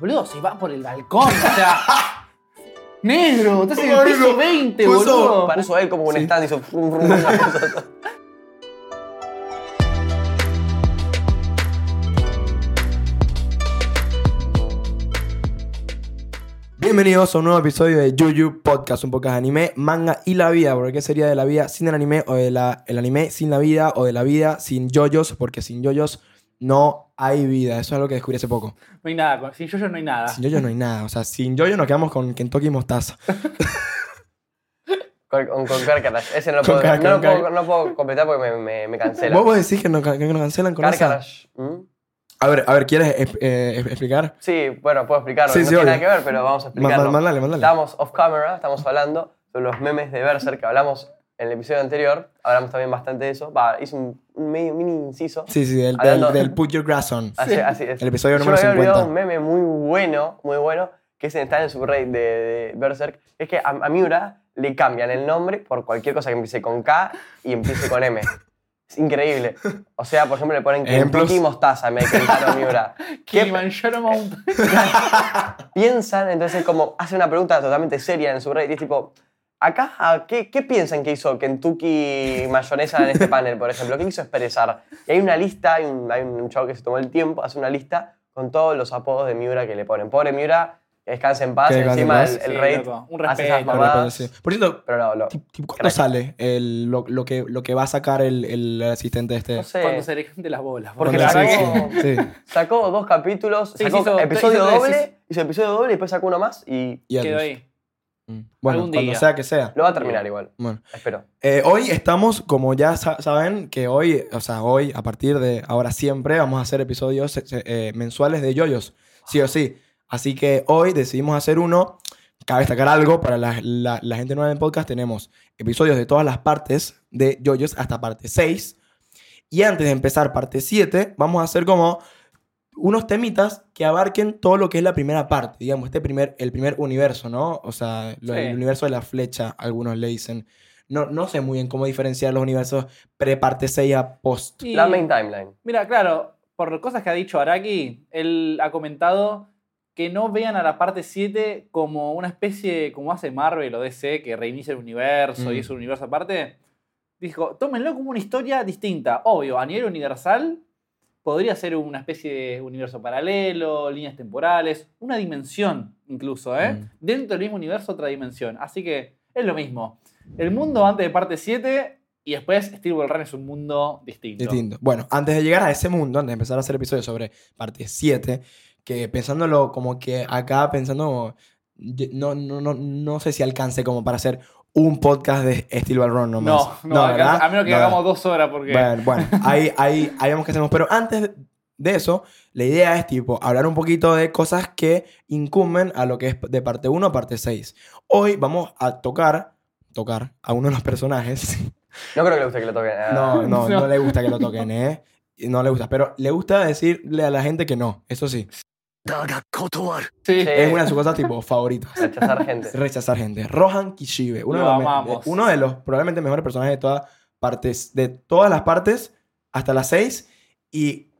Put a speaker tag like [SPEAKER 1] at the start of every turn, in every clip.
[SPEAKER 1] Boludo, se va por el balcón, o sea. negro, estás en el
[SPEAKER 2] Boludo,
[SPEAKER 1] piso 20,
[SPEAKER 2] puso-
[SPEAKER 1] boludo.
[SPEAKER 3] Puso él como un stand, hizo frum, frum, una cosa.
[SPEAKER 2] Bienvenidos a un nuevo episodio de Juju Podcast, un podcast de anime, manga y la vida, porque ¿qué sería de la vida sin el anime o de la, el anime sin la vida o de la vida sin yoyos? Porque sin yoyos no hay vida, eso es algo que descubrí hace poco.
[SPEAKER 1] No hay nada, sin yo, yo no hay nada.
[SPEAKER 3] Ah,
[SPEAKER 2] Sin yoyos no hay nada, o sea, sin yoyos nos quedamos con Kentucky y Mostaza.
[SPEAKER 3] Con, con, con Carcarash. Ese no lo
[SPEAKER 2] Con
[SPEAKER 3] puedo,
[SPEAKER 2] Car-
[SPEAKER 3] no lo
[SPEAKER 2] con
[SPEAKER 3] puedo-
[SPEAKER 2] Car-
[SPEAKER 3] no puedo completar porque me, me, me cancela.
[SPEAKER 2] ¿Vos, vos decís que nos, can- que nos cancelan con esa?
[SPEAKER 3] Carcarash. ¿Mm?
[SPEAKER 2] A ver, a ver, ¿quieres eh, eh, explicar?
[SPEAKER 3] Sí, bueno, puedo explicarlo.
[SPEAKER 2] Sí,
[SPEAKER 3] no
[SPEAKER 2] sí,
[SPEAKER 3] tiene
[SPEAKER 2] obvio.
[SPEAKER 3] nada que ver, pero vamos a explicarlo.
[SPEAKER 2] Ma- ma- mandale, mandale.
[SPEAKER 3] Estamos off camera, estamos hablando sobre los memes de Berserk que hablamos en el episodio anterior. Hablamos también bastante de eso. Va, hice un, un mini, mini inciso.
[SPEAKER 2] Sí, sí, del, del,
[SPEAKER 3] Hablando-
[SPEAKER 2] del Put Your Grass On.
[SPEAKER 3] Así, así es.
[SPEAKER 2] El episodio
[SPEAKER 3] Yo
[SPEAKER 2] número
[SPEAKER 3] me había
[SPEAKER 2] 50.
[SPEAKER 3] olvidado un meme muy bueno, muy bueno, que es- está en el subreddit de, de Berserk. Es que a, a Miura le cambian el nombre por cualquier cosa que empiece con K y empiece con M. Es increíble. O sea, por ejemplo, le ponen
[SPEAKER 2] Ejemplos.
[SPEAKER 3] Kentucky Mostaza, me encantaron Miura. ¿Qué
[SPEAKER 1] Kilimanjaro Mountain.
[SPEAKER 3] piensan? Entonces, como hace una pregunta totalmente seria en el subreddit, y es tipo, acá, ¿a ¿qué, ¿qué piensan que hizo Kentucky Mayonesa en este panel, por ejemplo? ¿Qué quiso expresar? Y hay una lista, hay un, hay un chavo que se tomó el tiempo, hace una lista con todos los apodos de Miura que le ponen. Pobre Miura, que descanse en paz,
[SPEAKER 2] Que descanse
[SPEAKER 3] encima
[SPEAKER 2] en paz.
[SPEAKER 3] el, el
[SPEAKER 1] Sí,
[SPEAKER 3] rey
[SPEAKER 1] loco, un
[SPEAKER 3] hace
[SPEAKER 1] respeto.
[SPEAKER 3] esas
[SPEAKER 1] Un
[SPEAKER 2] Con
[SPEAKER 3] mamadas.
[SPEAKER 2] respeto, sí. Por cierto,
[SPEAKER 3] Pero no, lo-
[SPEAKER 2] Tip- tip- ¿Cuándo
[SPEAKER 3] Crack.
[SPEAKER 2] sale el- lo, lo que, lo que va a sacar el, el asistente este?
[SPEAKER 3] no sé.
[SPEAKER 1] Cuando se alejan de las bolas.
[SPEAKER 3] Porque
[SPEAKER 1] boludo.
[SPEAKER 3] la
[SPEAKER 2] Cuando-
[SPEAKER 3] verdad
[SPEAKER 2] sí, sí.
[SPEAKER 3] Sacó dos capítulos,
[SPEAKER 1] Sí,
[SPEAKER 3] sacó
[SPEAKER 1] sí, hizo-
[SPEAKER 3] episodio
[SPEAKER 1] hizo tres,
[SPEAKER 3] doble,
[SPEAKER 1] sí, sí.
[SPEAKER 3] hizo episodio doble y después sacó uno más y
[SPEAKER 2] Y
[SPEAKER 1] quedó
[SPEAKER 2] adiós.
[SPEAKER 1] ahí.
[SPEAKER 2] Mm. Bueno,
[SPEAKER 1] Algún
[SPEAKER 2] cuando
[SPEAKER 1] día.
[SPEAKER 2] sea que sea.
[SPEAKER 3] lo va a terminar igual.
[SPEAKER 2] Bueno.
[SPEAKER 3] Espero.
[SPEAKER 2] Eh, hoy estamos, como ya sa- saben, que hoy, o sea, hoy, a partir de ahora siempre, vamos a hacer episodios eh, eh, mensuales de yoyos. Sí o sí. Así que hoy decidimos hacer uno. Cabe destacar algo para la, la- la gente nueva en el podcast. Tenemos episodios de todas las partes de yoyos hasta parte 6. Y antes de empezar parte 7, vamos a hacer como unos temitas que abarquen todo lo que es la primera parte, digamos, este primer, el primer universo, ¿no? O sea, lo-
[SPEAKER 1] Sí.
[SPEAKER 2] el universo de la flecha, algunos le dicen. No, no sé muy bien cómo diferenciar los universos pre-parte 6 a post.
[SPEAKER 1] Y-
[SPEAKER 3] La main timeline.
[SPEAKER 1] Mira, claro, por cosas que ha dicho Araki, él ha comentado que no vean a la parte 7 como una especie, como hace Marvel o DC, que reinicia el universo
[SPEAKER 2] Mm.
[SPEAKER 1] y es un universo aparte. Dijo, tómenlo como una historia distinta. Obvio, a nivel universal podría ser una especie de universo paralelo, líneas temporales, una dimensión incluso, ¿eh?
[SPEAKER 2] Mm.
[SPEAKER 1] Dentro del mismo universo, otra dimensión. Así que es lo mismo. El mundo antes de parte 7 y después Steel Ball Run es un mundo
[SPEAKER 2] Distinto. Bueno, antes de llegar a ese mundo, antes de empezar a hacer episodios sobre parte 7, que pensándolo como que acá, pensando, ye- no, no, no, no sé si alcance como para hacer un podcast de Steel Ball Run nomás.
[SPEAKER 1] No, no,
[SPEAKER 2] ¿verdad?
[SPEAKER 1] a menos que
[SPEAKER 2] No,
[SPEAKER 1] hagamos dos horas porque.
[SPEAKER 2] Bueno, bueno, ahí, ahí, ahí vemos qué hacemos. Pero antes de eso, la idea es tipo hablar un poquito de cosas que incumben a lo que es de parte 1 a parte 6. Hoy vamos a tocar, tocar a uno de los personajes.
[SPEAKER 3] No creo que le guste que le toquen. Ah.
[SPEAKER 2] No, no, no,
[SPEAKER 1] No.
[SPEAKER 2] le gusta que lo toquen, ¿eh? Y No le gusta, pero le gusta decirle a la gente que no, eso sí.
[SPEAKER 1] sí,
[SPEAKER 3] sí.
[SPEAKER 2] Es una de sus cosas tipo favoritas.
[SPEAKER 3] Rechazar gente.
[SPEAKER 2] Rechazar gente. Rohan Kishibe, uno,
[SPEAKER 1] Lo
[SPEAKER 2] de los, me-
[SPEAKER 1] amamos.
[SPEAKER 2] de- uno de los probablemente mejores personajes de todas partes, de todas las partes hasta las 6 y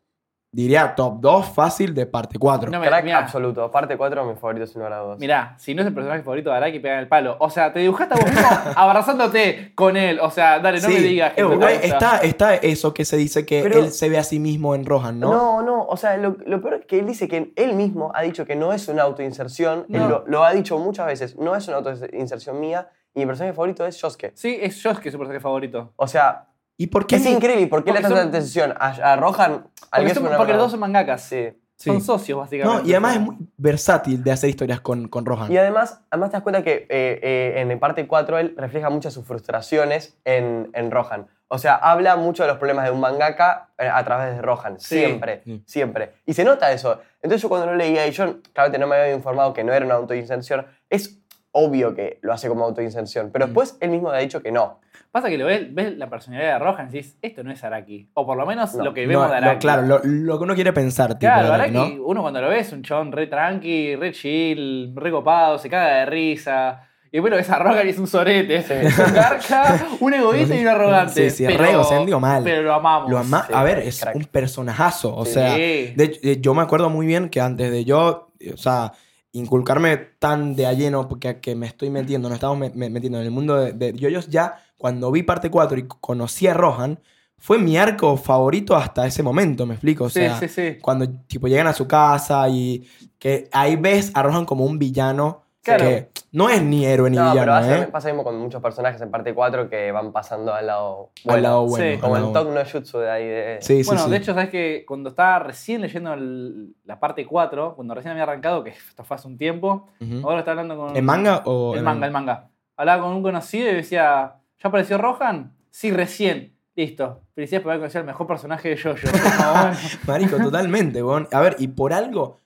[SPEAKER 2] diría top 2 fácil de parte 4.
[SPEAKER 1] No me-
[SPEAKER 3] Crack
[SPEAKER 1] mirá,
[SPEAKER 3] absoluto. Parte 4, mi favorito sin lugar a dudas.
[SPEAKER 1] mirá, si no es el personaje favorito de Araki, pega en el palo. O sea, te dibujaste a vos mismo abrazándote con él. O sea, dale, no
[SPEAKER 2] Sí,
[SPEAKER 1] me digas que
[SPEAKER 2] eh,
[SPEAKER 1] te
[SPEAKER 2] güey,
[SPEAKER 1] gusta.
[SPEAKER 2] está, está eso que se dice que
[SPEAKER 3] Pero-
[SPEAKER 2] él se ve a sí mismo en Rohan, ¿no?
[SPEAKER 3] ¿No? no, O sea, lo, lo peor es que él dice que él mismo ha dicho que no es una autoinserción.
[SPEAKER 1] No.
[SPEAKER 3] Él lo, lo ha dicho muchas veces. No es una autoinserción mía. Y mi personaje favorito es Josuke.
[SPEAKER 1] Sí, es Josh que es su personaje favorito.
[SPEAKER 3] O sea,
[SPEAKER 2] ¿Y por qué?
[SPEAKER 3] es
[SPEAKER 2] ni-
[SPEAKER 3] increíble. ¿Por qué le
[SPEAKER 1] Porque
[SPEAKER 3] tanta
[SPEAKER 1] son-
[SPEAKER 3] atención a, a Rohan? Al que
[SPEAKER 1] Porque,
[SPEAKER 3] es
[SPEAKER 1] son-
[SPEAKER 3] una
[SPEAKER 1] porque los
[SPEAKER 3] broma.
[SPEAKER 1] dos son mangakas.
[SPEAKER 3] Sí.
[SPEAKER 1] Son
[SPEAKER 2] Sí.
[SPEAKER 1] socios, básicamente.
[SPEAKER 2] No, y además es muy versátil de hacer historias con, con Rohan.
[SPEAKER 3] Y además, además te das cuenta que eh, eh, en el parte 4 él refleja muchas sus frustraciones en, en Rohan. O sea, habla mucho de los problemas de un mangaka eh, a través de Rohan.
[SPEAKER 1] Sí.
[SPEAKER 3] Siempre,
[SPEAKER 2] Sí.
[SPEAKER 3] siempre. Y se nota eso. Entonces yo cuando lo leía y yo claramente no me había informado que no era una autoinserción, es obvio que lo hace como autoinserción.
[SPEAKER 2] Mm.
[SPEAKER 3] Pero después él mismo le ha dicho que no.
[SPEAKER 1] Pasa que lo ves, ves la personalidad de Rohan y dices, esto no es Araki. O por lo menos
[SPEAKER 3] No,
[SPEAKER 1] lo que
[SPEAKER 2] No,
[SPEAKER 1] vemos de
[SPEAKER 2] lo-
[SPEAKER 1] Araki.
[SPEAKER 2] claro, lo, lo que uno quiere pensar, tipo,
[SPEAKER 1] Claro,
[SPEAKER 2] de-
[SPEAKER 1] Araki,
[SPEAKER 2] ¿no?
[SPEAKER 1] uno cuando lo ve es un chabón re tranqui, re chill, re copado, se caga de risa. Y bueno, esa Rogan es un sorete. Es un garca, un egoísta y un arrogante.
[SPEAKER 2] Sí, sí,
[SPEAKER 1] pero,
[SPEAKER 2] re egocéntrico mal.
[SPEAKER 1] Pero lo amamos.
[SPEAKER 2] Lo ama-
[SPEAKER 3] Sí,
[SPEAKER 2] a ver, es
[SPEAKER 3] crack.
[SPEAKER 2] un personajazo. O
[SPEAKER 3] Sí.
[SPEAKER 2] sea,
[SPEAKER 1] eh, Sí.
[SPEAKER 2] de- de- yo me acuerdo muy bien que antes de yo eh, o sea, inculcarme tan de a lleno que, que me estoy metiendo, nos estamos me- me- metiendo en el mundo de, de yoyos ya, cuando vi parte 4 y conocí a Rohan, fue mi arco favorito hasta ese momento, me explico, o
[SPEAKER 1] sí,
[SPEAKER 2] sea,
[SPEAKER 1] sí, sí.
[SPEAKER 2] cuando tipo llegan a su casa y que ahí ves a Rohan como un villano
[SPEAKER 1] Claro.
[SPEAKER 2] que no es ni héroe ni
[SPEAKER 3] No, pero
[SPEAKER 2] villano,
[SPEAKER 3] hace-
[SPEAKER 2] ¿eh?
[SPEAKER 3] pasa mismo con muchos personajes en parte 4 que van pasando al lado bueno.
[SPEAKER 2] Al lado bueno.
[SPEAKER 1] Sí.
[SPEAKER 2] al
[SPEAKER 3] Como
[SPEAKER 2] lado
[SPEAKER 3] en
[SPEAKER 2] bueno.
[SPEAKER 3] Tok no Jutsu de ahí de...
[SPEAKER 2] Sí, sí,
[SPEAKER 1] bueno,
[SPEAKER 2] sí.
[SPEAKER 1] de hecho, sabes que cuando estaba recién leyendo el- la parte 4, cuando recién había arrancado, que esto fue hace un tiempo,
[SPEAKER 2] Ujú.
[SPEAKER 1] ahora está hablando con.
[SPEAKER 2] ¿En manga o...?
[SPEAKER 1] El
[SPEAKER 2] en
[SPEAKER 1] manga, el manga. Hablaba con un conocido y decía, ¿ya apareció Rohan? Sí, recién. Listo. Felicidades por haber conocido al mejor personaje de Jojo. Ah, bueno.
[SPEAKER 2] Marico, totalmente, weón. A ver, y por algo,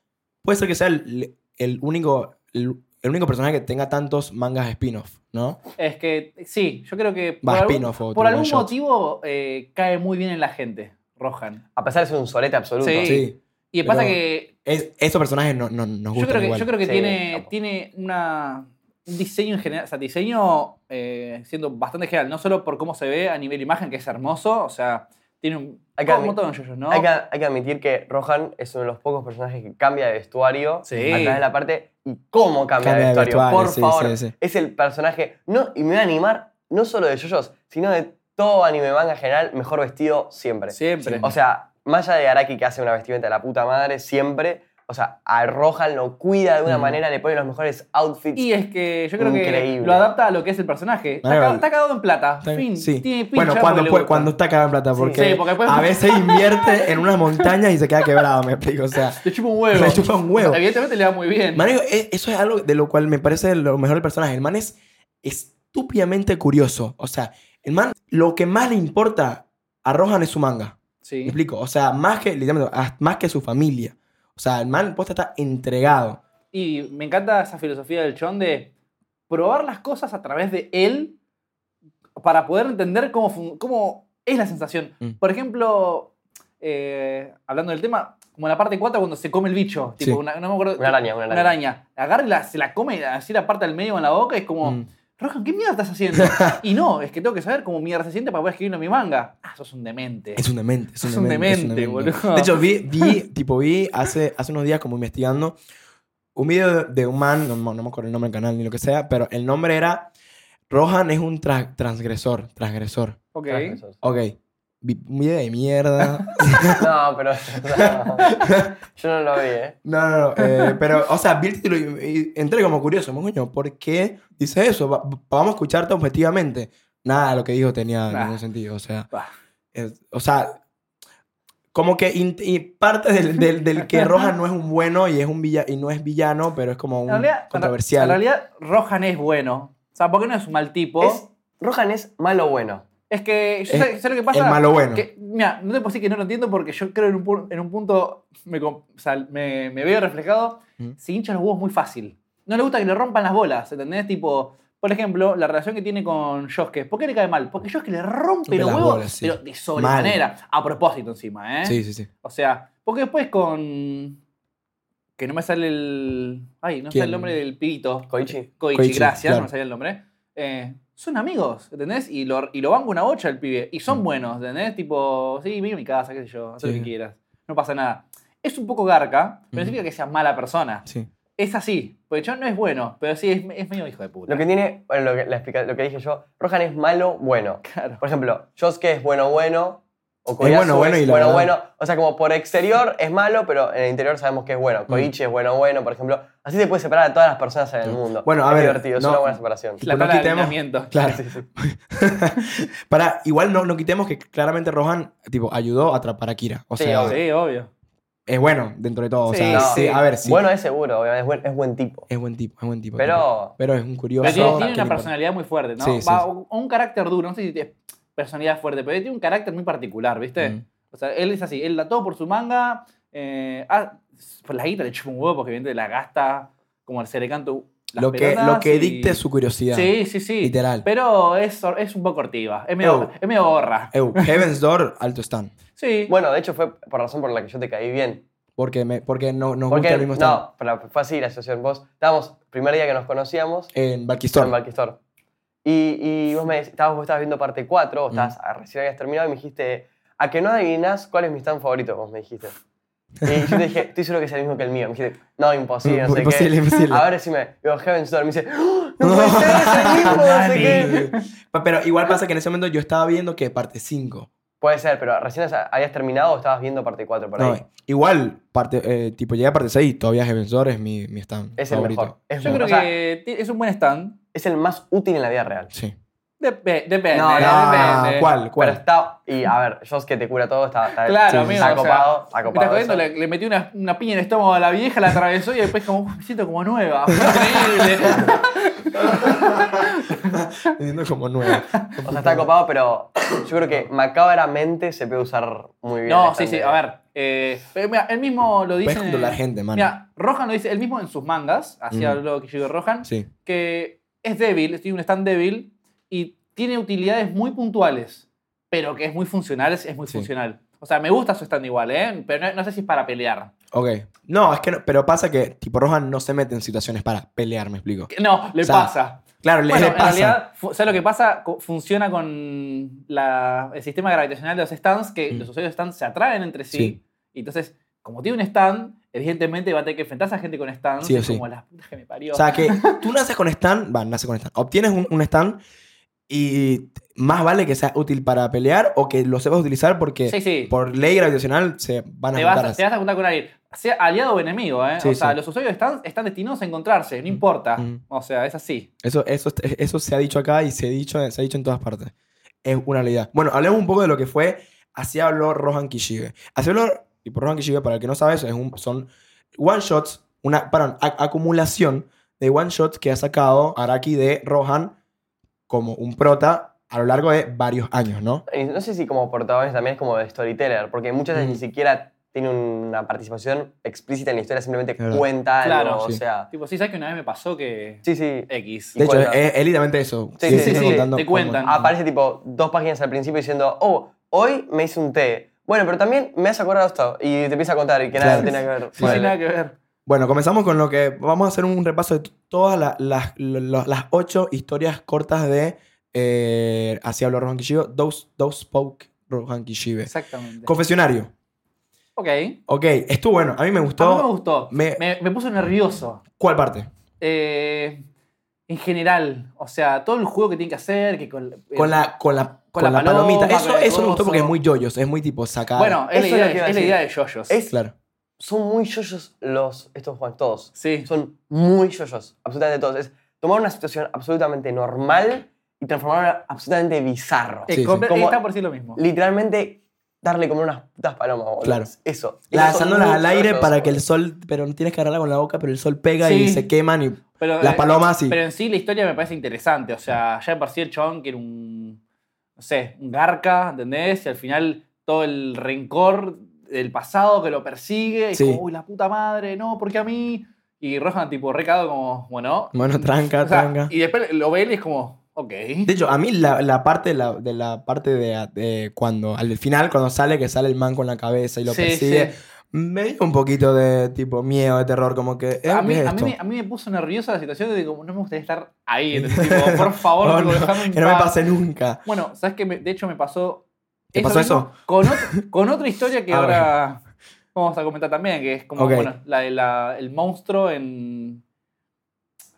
[SPEAKER 2] puede ser que sea el, el único, el, el único personaje que tenga tantos mangas spin-off, ¿no?
[SPEAKER 1] es que, sí, yo creo que por
[SPEAKER 2] Va,
[SPEAKER 1] algún,
[SPEAKER 2] spin-off o
[SPEAKER 1] por
[SPEAKER 2] one
[SPEAKER 1] algún
[SPEAKER 2] shot.
[SPEAKER 1] motivo eh, cae muy bien en la gente, Rohan.
[SPEAKER 3] A pesar de ser un solete absoluto.
[SPEAKER 1] Sí.
[SPEAKER 2] Sí.
[SPEAKER 1] Y pasa
[SPEAKER 2] Pero-
[SPEAKER 1] que
[SPEAKER 2] Es- esos personajes no, no- nos
[SPEAKER 1] yo
[SPEAKER 2] gustan
[SPEAKER 1] creo que,
[SPEAKER 2] igual.
[SPEAKER 1] yo creo que
[SPEAKER 3] Sí,
[SPEAKER 1] tiene,
[SPEAKER 3] capo.
[SPEAKER 1] tiene una, un diseño en general, o sea, diseño eh, siendo bastante general, no solo por cómo se ve a nivel imagen, que es hermoso, o sea, tiene un...
[SPEAKER 3] Hay que
[SPEAKER 1] como
[SPEAKER 3] admi-
[SPEAKER 1] todo en JoJo, ¿no?
[SPEAKER 3] Hay, que, hay que admitir que Rohan es uno de los pocos personajes que cambia de vestuario
[SPEAKER 1] Sí.
[SPEAKER 3] a través de la parte y cómo cambia,
[SPEAKER 2] Cambia
[SPEAKER 3] de
[SPEAKER 2] de
[SPEAKER 3] vestuario.
[SPEAKER 2] vestuario,
[SPEAKER 3] por
[SPEAKER 2] sí,
[SPEAKER 3] favor,
[SPEAKER 2] sí, sí.
[SPEAKER 3] es el personaje. No, y me voy a animar no solo de JoJo's, sino de todo anime manga en general, mejor vestido siempre.
[SPEAKER 1] Siempre.
[SPEAKER 3] O sea, más allá de Araki que hace una vestimenta de la puta madre siempre, o sea, a Rohan lo cuida de una
[SPEAKER 2] Mm.
[SPEAKER 3] manera, le pone los mejores outfits.
[SPEAKER 1] Y es que yo creo que
[SPEAKER 3] Increíble.
[SPEAKER 1] lo adapta a lo que es el personaje. Está,
[SPEAKER 2] Vale,
[SPEAKER 1] ca-
[SPEAKER 2] vale.
[SPEAKER 1] está cagado en plata.
[SPEAKER 2] Ah, Está bien.
[SPEAKER 1] Fin.
[SPEAKER 2] Sí.
[SPEAKER 1] Tiene pincha
[SPEAKER 2] Bueno,
[SPEAKER 1] porque
[SPEAKER 2] cuando,
[SPEAKER 1] le
[SPEAKER 2] puede-
[SPEAKER 1] gusta.
[SPEAKER 2] cuando está cagada en plata, porque,
[SPEAKER 1] Sí, pues, porque después-
[SPEAKER 2] a veces invierte en unas montañas y se queda quebrado, me explico. O sea,
[SPEAKER 1] Te chupa un huevo.
[SPEAKER 2] Me chupa un huevo.
[SPEAKER 1] Evidentemente le va muy bien.
[SPEAKER 2] Marico, e- eso es algo de lo cual me parece lo mejor del personaje. El man es estúpidamente curioso. O sea, el man, lo que más le importa a Rohan es su manga. ¿Me
[SPEAKER 1] Sí.
[SPEAKER 2] explico? O sea, más que, literalmente, as- más que su familia. O sea, el man posta está entregado.
[SPEAKER 1] Y me encanta esa filosofía del chon de probar las cosas a través de él para poder entender cómo, fun- cómo es la sensación.
[SPEAKER 2] Mm.
[SPEAKER 1] Por ejemplo, eh, hablando del tema, como en la parte 4 cuando se come el bicho. Tipo,
[SPEAKER 2] Sí.
[SPEAKER 1] una, no me acuerdo.
[SPEAKER 3] Una araña, una
[SPEAKER 1] Una
[SPEAKER 3] araña.
[SPEAKER 1] araña. Agarra y la- se la come así la parte del medio en la boca y es como...
[SPEAKER 2] Mm.
[SPEAKER 1] Rohan, ¿qué mierda estás haciendo? y no, es que tengo que saber cómo mierda se siente para poder escribirlo en mi manga. Ah, sos un demente.
[SPEAKER 2] Es un demente. Es un,
[SPEAKER 1] Es un
[SPEAKER 2] demente,
[SPEAKER 1] demente, boludo.
[SPEAKER 2] De hecho, vi, vi, tipo, vi hace, hace unos días como investigando un video de, de un man, no, no me acuerdo el nombre del canal ni lo que sea, pero el nombre era Rohan es un tra- transgresor, transgresor.
[SPEAKER 1] Ok.
[SPEAKER 2] Ok. Vi- Un video de mierda.
[SPEAKER 3] No, pero. no. Yo no lo vi, ¿eh?
[SPEAKER 2] No, no, no. eh, pero, o sea, vi el título y, y entré como curioso. Me coño, ¿por qué dice eso? Va- va- vamos a escucharte objetivamente. Nada, lo que dijo tenía
[SPEAKER 1] Bah.
[SPEAKER 2] ningún sentido. O sea,
[SPEAKER 1] Bah.
[SPEAKER 2] es- o sea, como que in- y parte del, del- del que Rojas no es un bueno y, es un villa, y no es villano, pero es como un
[SPEAKER 1] En realidad, en
[SPEAKER 2] controversial.
[SPEAKER 1] ra- En realidad, Rohan es bueno. O sea, porque no es un mal tipo.
[SPEAKER 3] Es,
[SPEAKER 1] Es,
[SPEAKER 3] Rohan es malo o bueno.
[SPEAKER 1] que. Yo
[SPEAKER 2] Es
[SPEAKER 1] sé, sé lo que pasa?
[SPEAKER 2] el malo bueno.
[SPEAKER 1] Que, mira, no te puedo decir que no lo entiendo porque yo creo en un, pu- en un punto. Me, com- o sea, me, me veo reflejado.
[SPEAKER 2] Ujú.
[SPEAKER 1] Se hincha los huevos muy fácil. No le gusta que le rompan las bolas, ¿entendés? Tipo. Por ejemplo, la relación que tiene con Josuke. ¿Por qué le cae mal? Porque Josuke le rompe
[SPEAKER 2] Rompe
[SPEAKER 1] los
[SPEAKER 2] las
[SPEAKER 1] huevos,
[SPEAKER 2] bolas, sí.
[SPEAKER 1] pero de sobremanera. A propósito, encima, ¿eh?
[SPEAKER 2] Sí, sí, sí.
[SPEAKER 1] O sea, porque después con. Que no me sale el. Ay, no
[SPEAKER 2] ¿Quién?
[SPEAKER 1] sale el nombre del pibito.
[SPEAKER 3] Koichi.
[SPEAKER 1] Koichi,
[SPEAKER 2] Koichi,
[SPEAKER 1] gracias,
[SPEAKER 2] claro.
[SPEAKER 1] no me salía el nombre. Eh, son amigos, ¿entendés? Y lo, y lo banco una bocha el pibe. Y son
[SPEAKER 2] Mm.
[SPEAKER 1] buenos, ¿entendés? Tipo, sí, vive a mi casa, qué sé yo, haz lo
[SPEAKER 2] Sí.
[SPEAKER 1] que quieras. No pasa nada. Es un poco garca, pero no
[SPEAKER 2] Ujú.
[SPEAKER 1] significa que sea mala persona.
[SPEAKER 2] sí.
[SPEAKER 1] Es así. Porque yo no es bueno, pero sí es, es medio hijo de puta.
[SPEAKER 3] Lo que tiene. Bueno, lo que, la explica- lo que dije yo. Rohan es malo bueno.
[SPEAKER 1] Claro.
[SPEAKER 3] Por ejemplo, Josuke es bueno bueno. O
[SPEAKER 2] bueno,
[SPEAKER 3] Koyasu es bueno
[SPEAKER 2] bueno y la
[SPEAKER 3] bueno,
[SPEAKER 2] verdad.
[SPEAKER 3] O sea, como por exterior es malo, pero en el interior sabemos que es
[SPEAKER 2] Mm.
[SPEAKER 3] bueno. Koichi es bueno bueno, por ejemplo. Así te puedes separar a todas las personas en el
[SPEAKER 2] Sí.
[SPEAKER 3] mundo.
[SPEAKER 2] Mm. Bueno, a
[SPEAKER 3] es
[SPEAKER 2] ver,
[SPEAKER 3] divertido, es
[SPEAKER 2] no-
[SPEAKER 3] una buena separación.
[SPEAKER 2] Tipo,
[SPEAKER 1] La
[SPEAKER 2] no
[SPEAKER 1] tabla de
[SPEAKER 2] quitemos-
[SPEAKER 1] alineamiento.
[SPEAKER 2] Claro.
[SPEAKER 3] Sí, sí.
[SPEAKER 2] Para, igual no, no quitemos que claramente Rohan, tipo, ayudó a atrapar a Kira. O
[SPEAKER 3] Sí,
[SPEAKER 2] sea,
[SPEAKER 1] Sí, obvio.
[SPEAKER 2] es bueno dentro de todo.
[SPEAKER 1] Sí,
[SPEAKER 2] o sea,
[SPEAKER 3] no.
[SPEAKER 2] sí, a ver, sí.
[SPEAKER 3] Bueno, es seguro, obviamente. Es buen, es buen tipo.
[SPEAKER 2] Es buen tipo, es buen tipo.
[SPEAKER 3] Pero-
[SPEAKER 2] tipo. Pero es un curioso.
[SPEAKER 1] Pero tiene, tiene
[SPEAKER 2] que
[SPEAKER 1] una
[SPEAKER 2] le importa.
[SPEAKER 1] personalidad muy fuerte, ¿no?
[SPEAKER 2] Sí, sí,
[SPEAKER 1] Va,
[SPEAKER 2] sí.
[SPEAKER 1] o- o un carácter duro, no sé si tiene personalidad fuerte, pero tiene un carácter muy particular, ¿viste?
[SPEAKER 2] Mm.
[SPEAKER 1] O sea, él es así, él da todo por su manga, eh, ah, por la guita le chupa un huevo porque evidentemente la gasta, como se le canto las
[SPEAKER 2] Lo que,
[SPEAKER 1] pelotas
[SPEAKER 2] lo que
[SPEAKER 1] y-
[SPEAKER 2] dicte su curiosidad.
[SPEAKER 1] Sí, sí, sí.
[SPEAKER 2] Literal. Oh.
[SPEAKER 1] Pero es, es un poco hortiva, es medio,
[SPEAKER 2] Ew.
[SPEAKER 1] es medio gorra.
[SPEAKER 2] Eu, Heaven's Door, alto stand.
[SPEAKER 1] Sí.
[SPEAKER 3] Bueno, de hecho fue por razón por la que yo te caí bien.
[SPEAKER 2] Porque, me, porque no, nos gusta
[SPEAKER 3] Porque,
[SPEAKER 2] el mismo stand.
[SPEAKER 3] no, pero fue así la situación. Vos, estábamos, primer día que nos conocíamos,
[SPEAKER 2] En
[SPEAKER 3] en
[SPEAKER 2] Balkistor.
[SPEAKER 3] Balquistor. Y, y vos me dec- estabas, vos ah, estabas viendo parte
[SPEAKER 2] Mm.
[SPEAKER 3] 4, vos estabas, recién habías terminado y me dijiste, a que no adivinás cuál es mi stand favorito, vos me dijiste. Y yo te dije, estoy seguro que es el mismo que el mío. Me dijiste, no, imposible, no sé
[SPEAKER 2] Imposible,
[SPEAKER 3] qué.
[SPEAKER 2] imposible.
[SPEAKER 3] A ver si me. Digo, Heaven's Door. Me dice, ¡Oh, no puede ser, es el mismo, no sé qué.
[SPEAKER 2] Pa- Pero igual pasa que en ese momento yo estaba viendo que parte 5.
[SPEAKER 3] Puede ser, pero recién has- habías terminado o estabas viendo parte 4 por ahí.
[SPEAKER 2] igual, parte, eh, tipo llegué a parte 6 y todavía Heaven's Door es mi, mi stand.
[SPEAKER 3] es el
[SPEAKER 2] favorito.
[SPEAKER 3] mejor. Es,
[SPEAKER 1] Yo
[SPEAKER 3] o
[SPEAKER 1] creo
[SPEAKER 3] sea,
[SPEAKER 1] que ti- es un buen stand.
[SPEAKER 3] es el más útil en la vida real.
[SPEAKER 2] Sí.
[SPEAKER 1] Depe- depende.
[SPEAKER 3] No, no,
[SPEAKER 2] Ah,
[SPEAKER 1] depende.
[SPEAKER 2] ¿Cuál? ¿Cuál?
[SPEAKER 3] Pero está. Y a ver, Joss que te cura todo, está, está,
[SPEAKER 1] Claro,
[SPEAKER 3] está
[SPEAKER 1] amigo. o sea,
[SPEAKER 3] copado. está
[SPEAKER 1] me estás
[SPEAKER 3] copado
[SPEAKER 1] jodiendo,
[SPEAKER 3] eso.
[SPEAKER 1] le, le metí una, una piña en el estómago a la vieja, la atravesó y después como, "Uf, me siento como nueva. Fue Increíble.
[SPEAKER 2] Diciendo como nueve.
[SPEAKER 3] O sea, está copado, pero yo creo que macabramente se puede usar muy bien. el
[SPEAKER 1] no, sí,
[SPEAKER 3] stand
[SPEAKER 1] sí,
[SPEAKER 3] de-
[SPEAKER 1] a ver. eh, pero mira, él mismo lo dice...
[SPEAKER 2] Puedes controlar gente, man.
[SPEAKER 1] Mira, Rohan lo dice él mismo en sus mangas, hacia
[SPEAKER 2] Mm.
[SPEAKER 1] lo que llegó Rohan,
[SPEAKER 2] Sí.
[SPEAKER 1] que es débil, tiene un stand débil y tiene utilidades muy puntuales, pero que es muy funcional, es, es muy
[SPEAKER 2] Sí.
[SPEAKER 1] funcional. O sea, me gusta su stand igual, ¿eh? Pero no, no sé si es para pelear.
[SPEAKER 2] Ok. No, es que no- pero pasa que tipo Rohan no se mete en situaciones para pelear, me explico.
[SPEAKER 1] Que No, le
[SPEAKER 2] O sea,
[SPEAKER 1] pasa.
[SPEAKER 2] Claro, le-
[SPEAKER 1] Bueno,
[SPEAKER 2] le
[SPEAKER 1] en
[SPEAKER 2] pasa.
[SPEAKER 1] realidad, fu- ¿sabes lo que pasa? Co- Funciona con la- el sistema gravitacional de los stands, que
[SPEAKER 2] Mm.
[SPEAKER 1] los usuarios de stands se atraen entre sí.
[SPEAKER 2] Sí.
[SPEAKER 1] Y entonces, como tiene un stand, evidentemente va a tener que enfrentarse a gente con stands.
[SPEAKER 2] Sí,
[SPEAKER 1] y
[SPEAKER 2] sí.
[SPEAKER 1] como las putas que me parió.
[SPEAKER 2] O sea, que tú naces con stand, va, naces con stand. Obtienes un, un stand y más vale que sea útil para pelear o que lo sepas utilizar porque
[SPEAKER 1] sí, sí.
[SPEAKER 2] por ley gravitacional se van a
[SPEAKER 1] Te vas,
[SPEAKER 2] juntar.
[SPEAKER 1] a- te vas a juntar con alguien. Sea aliado o enemigo, ¿eh?
[SPEAKER 2] Sí,
[SPEAKER 1] o sea,
[SPEAKER 2] sí.
[SPEAKER 1] los usuarios de stands están destinados a encontrarse, no importa.
[SPEAKER 2] mm.
[SPEAKER 1] O sea, es así.
[SPEAKER 2] Eso, eso, eso se ha dicho acá y se ha dicho, se ha dicho en todas partes. Es una realidad. Bueno, hablemos un poco de lo que fue. Así habló Rohan Kishibe. Así habló. Y por Rohan Kishibe, para el que no sabes, es un, son one shots, una, perdón, a- acumulación de one shots que ha sacado Araki de Rohan como un prota a lo largo de varios años, ¿no?
[SPEAKER 3] Y No sé si como protagonista también es como de storyteller, porque muchas veces
[SPEAKER 2] Mm.
[SPEAKER 3] ni siquiera tiene una participación explícita en la historia, simplemente
[SPEAKER 2] Es verdad.
[SPEAKER 3] cuenta
[SPEAKER 1] Claro,
[SPEAKER 3] algo,
[SPEAKER 2] sí.
[SPEAKER 3] o sea.
[SPEAKER 1] Tipo, sí, Eh, sabes que una vez me pasó que.
[SPEAKER 3] Sí, sí.
[SPEAKER 1] X.
[SPEAKER 2] De hecho,
[SPEAKER 3] cuenta.
[SPEAKER 2] es, es literalmente eso.
[SPEAKER 3] Sí,
[SPEAKER 2] Si
[SPEAKER 3] sí,
[SPEAKER 2] siguen
[SPEAKER 3] sí,
[SPEAKER 2] contando
[SPEAKER 1] te
[SPEAKER 2] cómo-
[SPEAKER 1] cuentan.
[SPEAKER 3] Aparece tipo dos páginas al principio diciendo, oh, hoy me hice un té. Bueno, pero también me has acordado esto. Y te empieza a contar y que nada
[SPEAKER 2] Claro.
[SPEAKER 3] tenía que ver.
[SPEAKER 1] No tiene
[SPEAKER 3] Ponele.
[SPEAKER 1] nada que ver.
[SPEAKER 2] Bueno, comenzamos con lo que vamos a hacer un repaso de t- todas la- las, lo- lo- las ocho historias cortas de eh, Así habló Rohan Kishibe, Those, Those Spoke Rohan Kishibe.
[SPEAKER 1] Exactamente.
[SPEAKER 2] Confesionario.
[SPEAKER 1] ok. A
[SPEAKER 2] Ok, estuvo bueno, a mí me gustó.
[SPEAKER 1] mí me gustó.
[SPEAKER 2] me-
[SPEAKER 1] Me, me puso nervioso.
[SPEAKER 2] ¿Cuál parte?
[SPEAKER 1] Eh, en general. O sea, todo el juego que tiene que hacer. Que con, eh,
[SPEAKER 2] Con la, con la, con la,
[SPEAKER 1] la
[SPEAKER 2] palomita.
[SPEAKER 1] paloma,
[SPEAKER 2] Eso,
[SPEAKER 1] con el
[SPEAKER 2] eso me gustó
[SPEAKER 1] coso.
[SPEAKER 2] porque es muy yoyos, es muy tipo sacar.
[SPEAKER 1] Bueno, es la
[SPEAKER 3] Eso es lo
[SPEAKER 1] idea,
[SPEAKER 3] que iba a
[SPEAKER 1] es la
[SPEAKER 3] decir.
[SPEAKER 1] idea de yoyos.
[SPEAKER 3] Es-
[SPEAKER 2] claro.
[SPEAKER 3] Son muy yoyos los, estos juegos, todos.
[SPEAKER 1] Sí.
[SPEAKER 3] Son muy yoyos, absolutamente todos. Es tomar una situación absolutamente normal y transformarla en absolutamente bizarro.
[SPEAKER 1] Eh,
[SPEAKER 2] Sí, sí.
[SPEAKER 1] comple-
[SPEAKER 3] Como-
[SPEAKER 1] Está por decir lo mismo.
[SPEAKER 3] literalmente darle como unas putas palomas, boludo.
[SPEAKER 2] Claro.
[SPEAKER 3] Eso.
[SPEAKER 2] Lanzándolas al aire para que el
[SPEAKER 3] sol
[SPEAKER 2] sol. Pero no tienes que agarrarla con la boca, pero el sol pega y
[SPEAKER 1] Sí.
[SPEAKER 2] se queman y
[SPEAKER 1] Pero,
[SPEAKER 2] las
[SPEAKER 1] eh,
[SPEAKER 2] palomas y.
[SPEAKER 1] Pero en sí la historia me parece interesante. O sea, ya de por sí el chabón que era un. No sé, un garca, ¿entendés? Y al final todo el rencor del pasado que lo persigue. Y
[SPEAKER 2] Sí.
[SPEAKER 1] como, uy, la puta madre, no, ¿por qué a mí? Y Rohan, tipo, recado, como, bueno.
[SPEAKER 2] Bueno, tranca,
[SPEAKER 1] o sea,
[SPEAKER 2] tranca.
[SPEAKER 1] Y después lo ve él y es como, ok.
[SPEAKER 2] De hecho, a mí la, la parte, de la, de la parte de, de cuando, al final, cuando sale, que sale el man con la cabeza y lo
[SPEAKER 1] Sí,
[SPEAKER 2] persigue,
[SPEAKER 1] sí.
[SPEAKER 2] me dio un poquito de tipo miedo, de terror, como que... eh,
[SPEAKER 1] A mí,
[SPEAKER 2] ¿qué es
[SPEAKER 1] a, mí,
[SPEAKER 2] esto?
[SPEAKER 1] me- a mí me puso nerviosa la situación de como, no me gustaría estar ahí. Entonces, tipo, por favor,
[SPEAKER 2] Oh,
[SPEAKER 1] tipo,
[SPEAKER 2] no,
[SPEAKER 1] dejame en
[SPEAKER 2] que no me
[SPEAKER 1] paz.
[SPEAKER 2] pase nunca.
[SPEAKER 1] Bueno, ¿sabes qué? Me- De hecho, me pasó.
[SPEAKER 2] ¿Te pasó
[SPEAKER 1] mismo
[SPEAKER 2] eso?
[SPEAKER 1] Con, ot- con otra historia que
[SPEAKER 2] Ah,
[SPEAKER 1] ahora vamos a comentar también, que es como,
[SPEAKER 2] Ok.
[SPEAKER 1] bueno, la del monstruo en.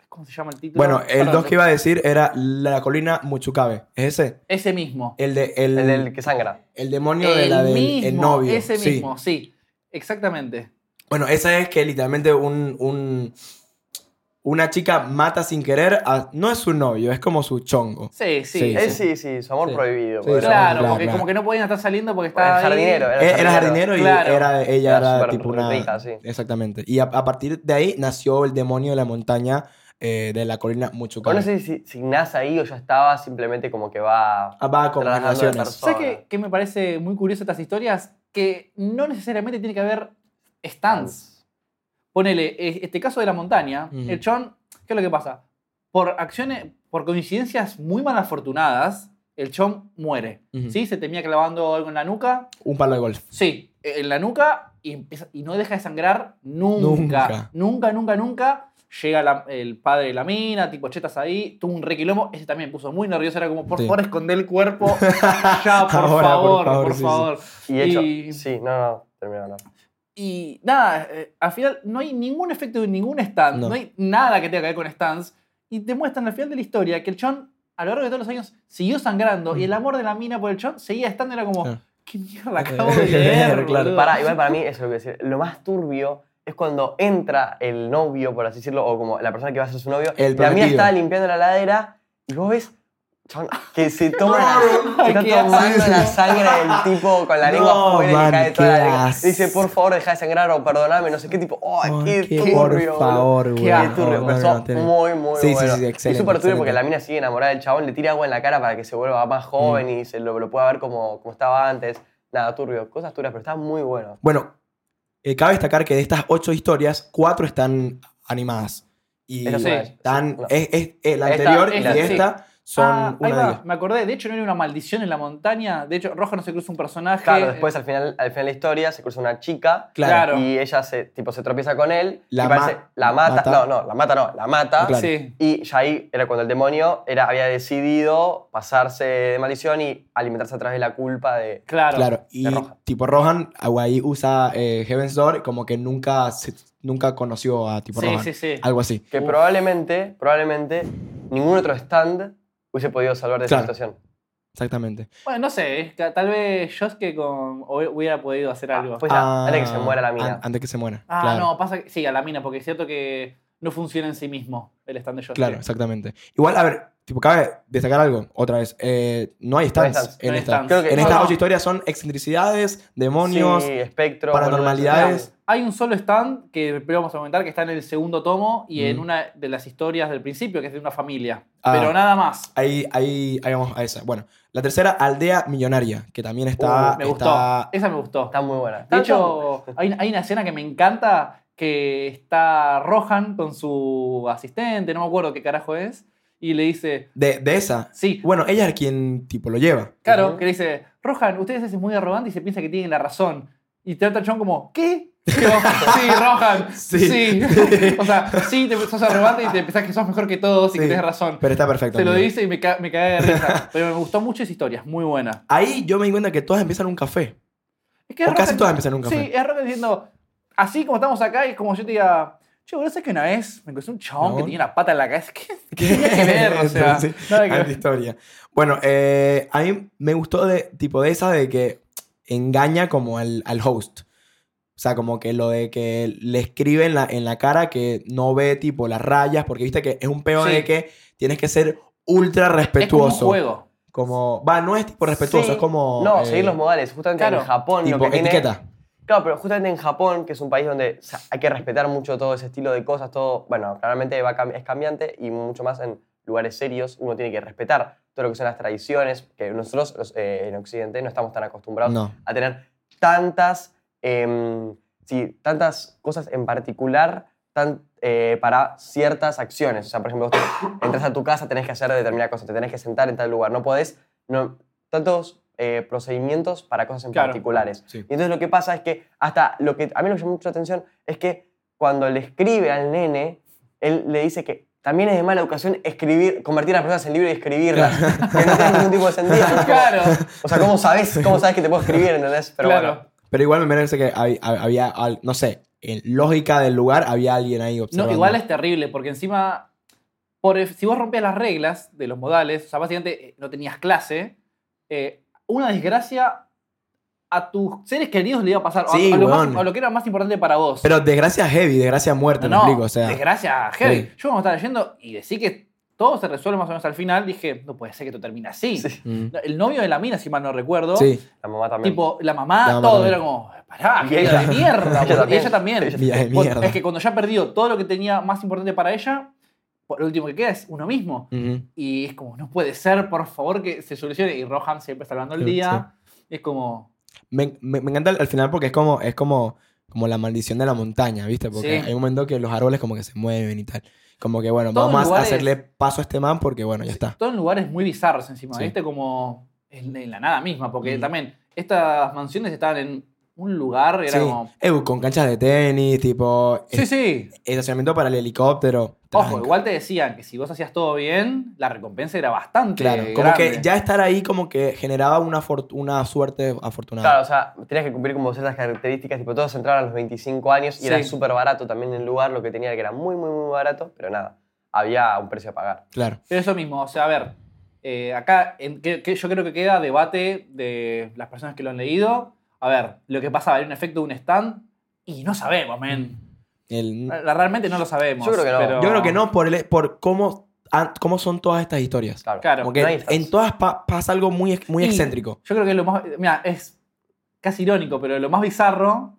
[SPEAKER 1] ¿Cómo se llama el título?
[SPEAKER 2] Bueno, el
[SPEAKER 1] Perdón,
[SPEAKER 2] 2 que iba a decir era la colina Muchucabe. ¿Es ese?
[SPEAKER 1] Ese mismo.
[SPEAKER 2] El, de, el,
[SPEAKER 3] El
[SPEAKER 2] el,
[SPEAKER 3] del que sangra.
[SPEAKER 2] demonio de la del el novio.
[SPEAKER 1] Ese
[SPEAKER 2] sí.
[SPEAKER 1] mismo, sí. Exactamente.
[SPEAKER 2] Bueno, esa es que literalmente un, un- una chica mata sin querer a... No es su novio, es como su chongo.
[SPEAKER 1] Sí, sí.
[SPEAKER 2] Sí,
[SPEAKER 1] Es-
[SPEAKER 3] Él Eh, sí, sí, su amor
[SPEAKER 2] Sí.
[SPEAKER 3] prohibido.
[SPEAKER 2] Sí,
[SPEAKER 3] boludo.
[SPEAKER 1] claro,
[SPEAKER 2] claro,
[SPEAKER 1] porque
[SPEAKER 2] claro.
[SPEAKER 1] como que no podían estar saliendo porque
[SPEAKER 3] Era
[SPEAKER 1] estaba. ahí.
[SPEAKER 3] jardinero, era
[SPEAKER 2] Eh, Era
[SPEAKER 3] jardinero.
[SPEAKER 2] jardinero y
[SPEAKER 1] Claro.
[SPEAKER 2] era, ella
[SPEAKER 3] Era
[SPEAKER 2] era,
[SPEAKER 3] súper
[SPEAKER 2] tipo una...
[SPEAKER 3] rica, sí.
[SPEAKER 2] Exactamente. Y a, a partir de ahí nació el demonio de la montaña eh, de la colina
[SPEAKER 3] O
[SPEAKER 2] Muchucabe.
[SPEAKER 3] no sé si, si nacía ahí o ya estaba, simplemente como que va.
[SPEAKER 2] Ah, Va con
[SPEAKER 3] Trasladando de
[SPEAKER 2] generaciones.
[SPEAKER 3] persona.
[SPEAKER 1] ¿Sabes qué, qué me parece muy curioso estas historias? Que no necesariamente tiene que haber stands. Ponele, eh, este caso de la montaña,
[SPEAKER 2] Ujú.
[SPEAKER 1] el chon, ¿qué es lo que pasa? Por acciones, por coincidencias muy mal afortunadas, el chon muere.
[SPEAKER 2] Ujú.
[SPEAKER 1] ¿Sí? Se temía clavando algo en la nuca.
[SPEAKER 2] Un palo de golf.
[SPEAKER 1] Sí, en la nuca y, empieza- y no deja de sangrar nunca.
[SPEAKER 2] Nunca.
[SPEAKER 1] Nunca, nunca, nunca. Llega la- el padre de la mina, tipo chetas ahí, tuvo un requilombo. Ese también me puso muy nervioso, era como, por
[SPEAKER 2] Sí.
[SPEAKER 1] favor, esconder el cuerpo. ya, por
[SPEAKER 2] Ahora, por
[SPEAKER 1] favor, por
[SPEAKER 2] favor,
[SPEAKER 1] favor.
[SPEAKER 2] sí, sí.
[SPEAKER 3] Y hecho.
[SPEAKER 1] Y-
[SPEAKER 3] Sí, no, no, terminó, no.
[SPEAKER 1] Y, Y nada, eh, al final no hay ningún efecto de ningún stand, no.
[SPEAKER 2] No.
[SPEAKER 1] hay nada que tenga que ver con stands. Y te muestran al final de la historia que el chon, a lo largo de todos los años, siguió sangrando y el amor de la mina por el chon seguía estando. Era como,
[SPEAKER 2] Mm. Ah.
[SPEAKER 1] ¿qué mierda acabo de leer?
[SPEAKER 2] Claro.
[SPEAKER 1] boludo?".
[SPEAKER 3] Para, igual para mí, eso es lo que decir. Lo más turbio es cuando entra el novio, por así decirlo, o como la persona que va a ser su novio.
[SPEAKER 2] El
[SPEAKER 3] la mía
[SPEAKER 2] prometido.
[SPEAKER 3] estaba limpiando la ladera y vos ves chabón, que se toma la, se está
[SPEAKER 1] Qué
[SPEAKER 3] tomando
[SPEAKER 1] asco. Ah,
[SPEAKER 3] la sangre del tipo con la lengua
[SPEAKER 2] No,
[SPEAKER 3] afuera y le
[SPEAKER 2] man,
[SPEAKER 3] cae toda la
[SPEAKER 2] qué
[SPEAKER 3] lengua.
[SPEAKER 2] asco.
[SPEAKER 3] Dice, por favor, deja de sangrar o perdoname, no sé qué tipo. ¡Oh,
[SPEAKER 2] Ay,
[SPEAKER 3] qué,
[SPEAKER 2] qué-
[SPEAKER 3] turbio!
[SPEAKER 2] por
[SPEAKER 3] boludo.
[SPEAKER 2] favor, güey.
[SPEAKER 3] Qué
[SPEAKER 1] Qué asco,
[SPEAKER 3] turbio, pero
[SPEAKER 2] no,
[SPEAKER 3] eso
[SPEAKER 2] no, tiene-
[SPEAKER 3] muy, muy
[SPEAKER 2] Sí, sí,
[SPEAKER 3] bueno.
[SPEAKER 2] sí, excelente,
[SPEAKER 3] Y súper turbio porque
[SPEAKER 2] excelente. Mm.
[SPEAKER 3] la mina sigue enamorada del chabón, le tira agua en la cara para que se vuelva más joven y se lo, lo pueda ver como, como estaba antes. Nada, turbio, cosas turbias, pero está muy bueno.
[SPEAKER 2] Bueno, eh, cabe destacar que de estas ocho historias, cuatro están animadas. Y
[SPEAKER 3] Eso
[SPEAKER 1] sí.
[SPEAKER 2] están,
[SPEAKER 3] No.
[SPEAKER 2] es, es- eh, la
[SPEAKER 3] Esta,
[SPEAKER 2] anterior
[SPEAKER 1] esta,
[SPEAKER 2] y
[SPEAKER 1] sí.
[SPEAKER 2] esta son
[SPEAKER 1] Ah, ahí
[SPEAKER 2] una de
[SPEAKER 1] va,
[SPEAKER 2] ellas.
[SPEAKER 1] me acordé. De hecho, no era una maldición en la montaña. De hecho, Rojo no se cruza un personaje. Eh,
[SPEAKER 3] Claro, después al final, al final de la historia se cruza una chica
[SPEAKER 1] Claro.
[SPEAKER 3] y ella se, tipo, se tropieza con él
[SPEAKER 2] La
[SPEAKER 3] y parece,
[SPEAKER 2] ma-
[SPEAKER 3] la mata,
[SPEAKER 2] mata.
[SPEAKER 3] no, no, la mata no, la mata
[SPEAKER 2] Claro.
[SPEAKER 1] Sí.
[SPEAKER 3] y ya ahí era cuando el demonio era, había decidido pasarse de maldición y alimentarse a través de la culpa de...
[SPEAKER 1] Claro.
[SPEAKER 2] Claro, y
[SPEAKER 3] de Rohan.
[SPEAKER 2] tipo Rohan, ahí usa eh, Heaven's Door como que nunca, se- nunca conoció a tipo
[SPEAKER 1] Sí,
[SPEAKER 2] Rohan.
[SPEAKER 1] sí, sí.
[SPEAKER 2] Algo así.
[SPEAKER 3] Que
[SPEAKER 1] Uf.
[SPEAKER 3] probablemente, probablemente ningún otro stand hubiese podido salvar de
[SPEAKER 2] Claro.
[SPEAKER 3] esa situación.
[SPEAKER 2] Exactamente.
[SPEAKER 1] Bueno, no sé. eh, ta- Tal vez Josuke con o- hubiera podido hacer algo.
[SPEAKER 3] Ah, pues ya,
[SPEAKER 2] Ah,
[SPEAKER 3] antes que se muera la mina.
[SPEAKER 2] an- antes que se muera.
[SPEAKER 1] Ah,
[SPEAKER 2] claro.
[SPEAKER 1] no, pasa que. Sí, a la mina, porque es cierto que no funciona en sí mismo el stand de Josuke.
[SPEAKER 2] Claro, exactamente. Igual, a ver, tipo, cabe destacar algo, otra vez. Eh, no hay stands,
[SPEAKER 3] stands,
[SPEAKER 2] en
[SPEAKER 1] no hay
[SPEAKER 2] esta.
[SPEAKER 1] stands.
[SPEAKER 3] Creo que-
[SPEAKER 2] En
[SPEAKER 3] no,
[SPEAKER 2] estas
[SPEAKER 1] no.
[SPEAKER 2] ocho historias son excentricidades, demonios.
[SPEAKER 3] sí, espectro,
[SPEAKER 2] paranormalidades.
[SPEAKER 3] boludeces.
[SPEAKER 1] Hay un solo stand que primero vamos a comentar que está en el segundo tomo y en
[SPEAKER 2] Mm.
[SPEAKER 1] una de las historias del principio, que es de una familia.
[SPEAKER 2] Ah.
[SPEAKER 1] Pero nada más.
[SPEAKER 2] Ahí, ahí, ahí vamos a esa. Bueno, la tercera, Aldea Millonaria, que también está.
[SPEAKER 1] Uh, me gustó.
[SPEAKER 2] Ah, está-
[SPEAKER 1] Esa me gustó.
[SPEAKER 3] Está muy buena.
[SPEAKER 1] De hecho, hay, hay una escena que me encanta que está Rohan con su asistente, no me acuerdo qué carajo es, y le dice,
[SPEAKER 2] de, de esa.
[SPEAKER 1] sí,
[SPEAKER 2] Bueno, ella es quien tipo lo lleva.
[SPEAKER 1] claro,
[SPEAKER 3] Ujú.
[SPEAKER 1] que le dice, Rohan, ustedes es muy arrogante y se piensa que tienen la razón. Y trata al chon como, ¿qué? Y yo, sí, Rohan, sí.
[SPEAKER 2] Sí.
[SPEAKER 1] o sea, sí, te sos arrogante y te pensás que sos mejor que todos y que
[SPEAKER 2] Sí.
[SPEAKER 1] tenés razón.
[SPEAKER 2] Pero está perfecto.
[SPEAKER 1] Se lo
[SPEAKER 2] amigo.
[SPEAKER 1] dice y me, ca- me cagué de risa. Pero me gustó mucho esa historia, es muy buena.
[SPEAKER 2] Ahí yo me di cuenta que todas empiezan en un café.
[SPEAKER 1] Es que
[SPEAKER 2] O
[SPEAKER 1] es
[SPEAKER 2] casi
[SPEAKER 1] Roca-
[SPEAKER 2] todas empiezan en un café.
[SPEAKER 1] Sí, es Roca diciendo, así como estamos acá, es como yo te diga, che, boludo, ¿sabes que una vez me encontré un chabón
[SPEAKER 2] No.
[SPEAKER 1] que tenía una pata en la cabeza? ¿Qué, ¿Qué tenía que ver? O sea,
[SPEAKER 2] Sí,
[SPEAKER 1] nada que ver.
[SPEAKER 2] antihistoria. Bueno, eh, a mí me gustó de, tipo de esa de que engaña como al, al host. O sea, como que lo de que le escribe en la, en la cara que no ve tipo las rayas, porque viste que es un peo
[SPEAKER 1] Sí.
[SPEAKER 2] de que tienes que ser ultra
[SPEAKER 1] es como un
[SPEAKER 2] respetuoso.
[SPEAKER 1] juego.
[SPEAKER 2] Como, va, no es tipo respetuoso,
[SPEAKER 3] Sí.
[SPEAKER 2] es como.
[SPEAKER 3] No,
[SPEAKER 2] eh,
[SPEAKER 3] seguir los modales. Justamente
[SPEAKER 1] claro.
[SPEAKER 3] en Japón
[SPEAKER 2] Tipo,
[SPEAKER 3] lo que tiene...
[SPEAKER 2] etiqueta.
[SPEAKER 3] Claro, pero justamente en Japón, que es un país donde o sea, hay que respetar mucho todo ese estilo de cosas, todo, bueno, claramente va cam- es cambiante y mucho más en lugares serios uno tiene que respetar todo lo que son las tradiciones, que nosotros los, eh, en Occidente no estamos tan acostumbrados
[SPEAKER 2] No.
[SPEAKER 3] a tener tantas, em, sí, tantas cosas en particular tan, eh, para ciertas acciones. O sea, por ejemplo, vos te- entras a tu casa, tenés que hacer determinada cosa, te tenés que sentar en tal lugar, no podés, no, tantos eh, procedimientos para cosas en
[SPEAKER 1] Claro.
[SPEAKER 3] particulares.
[SPEAKER 2] Sí.
[SPEAKER 3] Y entonces lo que pasa es que hasta lo que a mí lo que llamó mucho la atención es que cuando le escribe al nene, él le dice que también es de mala educación escribir, convertir a las personas en libros y escribirlas. que no tiene ningún tipo de sentido. Es como-
[SPEAKER 1] Claro,
[SPEAKER 3] O sea, ¿cómo sabes, cómo sabes que te puedo escribir, entendés? Pero
[SPEAKER 1] claro.
[SPEAKER 3] bueno.
[SPEAKER 2] Pero igual me merece que hay- hab- había, al- no sé, en lógica del lugar había alguien ahí
[SPEAKER 1] No,
[SPEAKER 2] observando.
[SPEAKER 1] igual es terrible, porque encima, por, ef- si vos rompías las reglas de los modales, o sea, básicamente eh, no tenías clase, eh, una desgracia a tus seres queridos le iba a pasar, o a-
[SPEAKER 2] Sí,
[SPEAKER 1] a, lo más-
[SPEAKER 2] weón.
[SPEAKER 1] a lo que era más importante para vos.
[SPEAKER 2] Pero desgracia heavy, desgracia muerte, me
[SPEAKER 1] No,
[SPEAKER 2] explico. O sea,
[SPEAKER 1] desgracia, heavy.
[SPEAKER 2] Sí.
[SPEAKER 1] Yo cuando estaba leyendo y decía que todo se resuelve más o menos al final, dije, no puede ser que esto termine así.
[SPEAKER 3] Sí.
[SPEAKER 2] mm,
[SPEAKER 1] El novio de la mina, si mal no recuerdo,
[SPEAKER 2] sí.
[SPEAKER 3] La mamá también.
[SPEAKER 1] tipo, la mamá,
[SPEAKER 2] La mamá
[SPEAKER 1] todo,
[SPEAKER 2] también.
[SPEAKER 1] era como, pará,
[SPEAKER 3] Y
[SPEAKER 1] que
[SPEAKER 3] ella-
[SPEAKER 1] de mierda.
[SPEAKER 3] ella
[SPEAKER 1] boludo. y
[SPEAKER 3] también.
[SPEAKER 1] ella también.
[SPEAKER 3] Ella-
[SPEAKER 2] Vida de
[SPEAKER 1] Por-
[SPEAKER 2] mierda.
[SPEAKER 1] Es que cuando ya perdió todo lo que tenía más importante para ella, por- lo último que queda es uno mismo.
[SPEAKER 2] Ujú.
[SPEAKER 1] Y es como, no puede ser, por favor, que se solucione. Y Rohan siempre salvando el
[SPEAKER 2] Sí,
[SPEAKER 1] día. Es como,
[SPEAKER 2] me, me- me encanta al final porque es como, es como, como la maldición de la montaña, ¿viste? Porque
[SPEAKER 1] Sí.
[SPEAKER 2] hay un momento que los árboles como que se mueven y tal. Como que, bueno,
[SPEAKER 1] Todo en
[SPEAKER 2] vamos a
[SPEAKER 1] lugares-
[SPEAKER 2] hacerle paso a este man porque, bueno, ya está.
[SPEAKER 1] todo en lugares muy bizarros encima,
[SPEAKER 2] Sí.
[SPEAKER 1] ¿viste? Como en, en la nada misma, porque
[SPEAKER 2] Mm.
[SPEAKER 1] también estas mansiones estaban en un lugar, era
[SPEAKER 2] Sí.
[SPEAKER 1] como.
[SPEAKER 2] Eh, con canchas de tenis, tipo.
[SPEAKER 1] Sí,
[SPEAKER 2] es-
[SPEAKER 1] sí.
[SPEAKER 2] Estacionamiento para el helicóptero.
[SPEAKER 1] Ojo,
[SPEAKER 2] tranca.
[SPEAKER 1] igual te decían que si vos hacías todo bien, la recompensa era bastante.
[SPEAKER 2] Claro, como
[SPEAKER 1] grande.
[SPEAKER 2] que ya estar ahí como que generaba una, fort- una suerte afortunada.
[SPEAKER 3] Claro, o sea, tenías que cumplir como ciertas características, tipo todos entraron a los 25 años y era
[SPEAKER 1] Sí.
[SPEAKER 3] súper barato también el lugar, lo que tenía que era muy, muy, muy barato, pero nada, había un precio a pagar.
[SPEAKER 2] Claro.
[SPEAKER 1] Pero eso mismo, o sea, a ver, eh, acá en- que- que yo creo que queda debate de las personas que lo han leído. A ver, lo que pasa, hay un efecto de un stand y no sabemos, men.
[SPEAKER 2] El-
[SPEAKER 1] La- la- Realmente no lo sabemos.
[SPEAKER 3] Yo creo que no.
[SPEAKER 1] pero-
[SPEAKER 2] Mm. Yo creo que no por, el- por cómo, ah, cómo son todas estas historias.
[SPEAKER 3] Claro,
[SPEAKER 1] Claro.
[SPEAKER 2] Como que
[SPEAKER 3] no hay fans.
[SPEAKER 2] en todas pa- pasa algo muy, ex- muy
[SPEAKER 1] Y
[SPEAKER 2] excéntrico.
[SPEAKER 1] Yo creo que lo más. Mira, es casi irónico, pero lo más bizarro,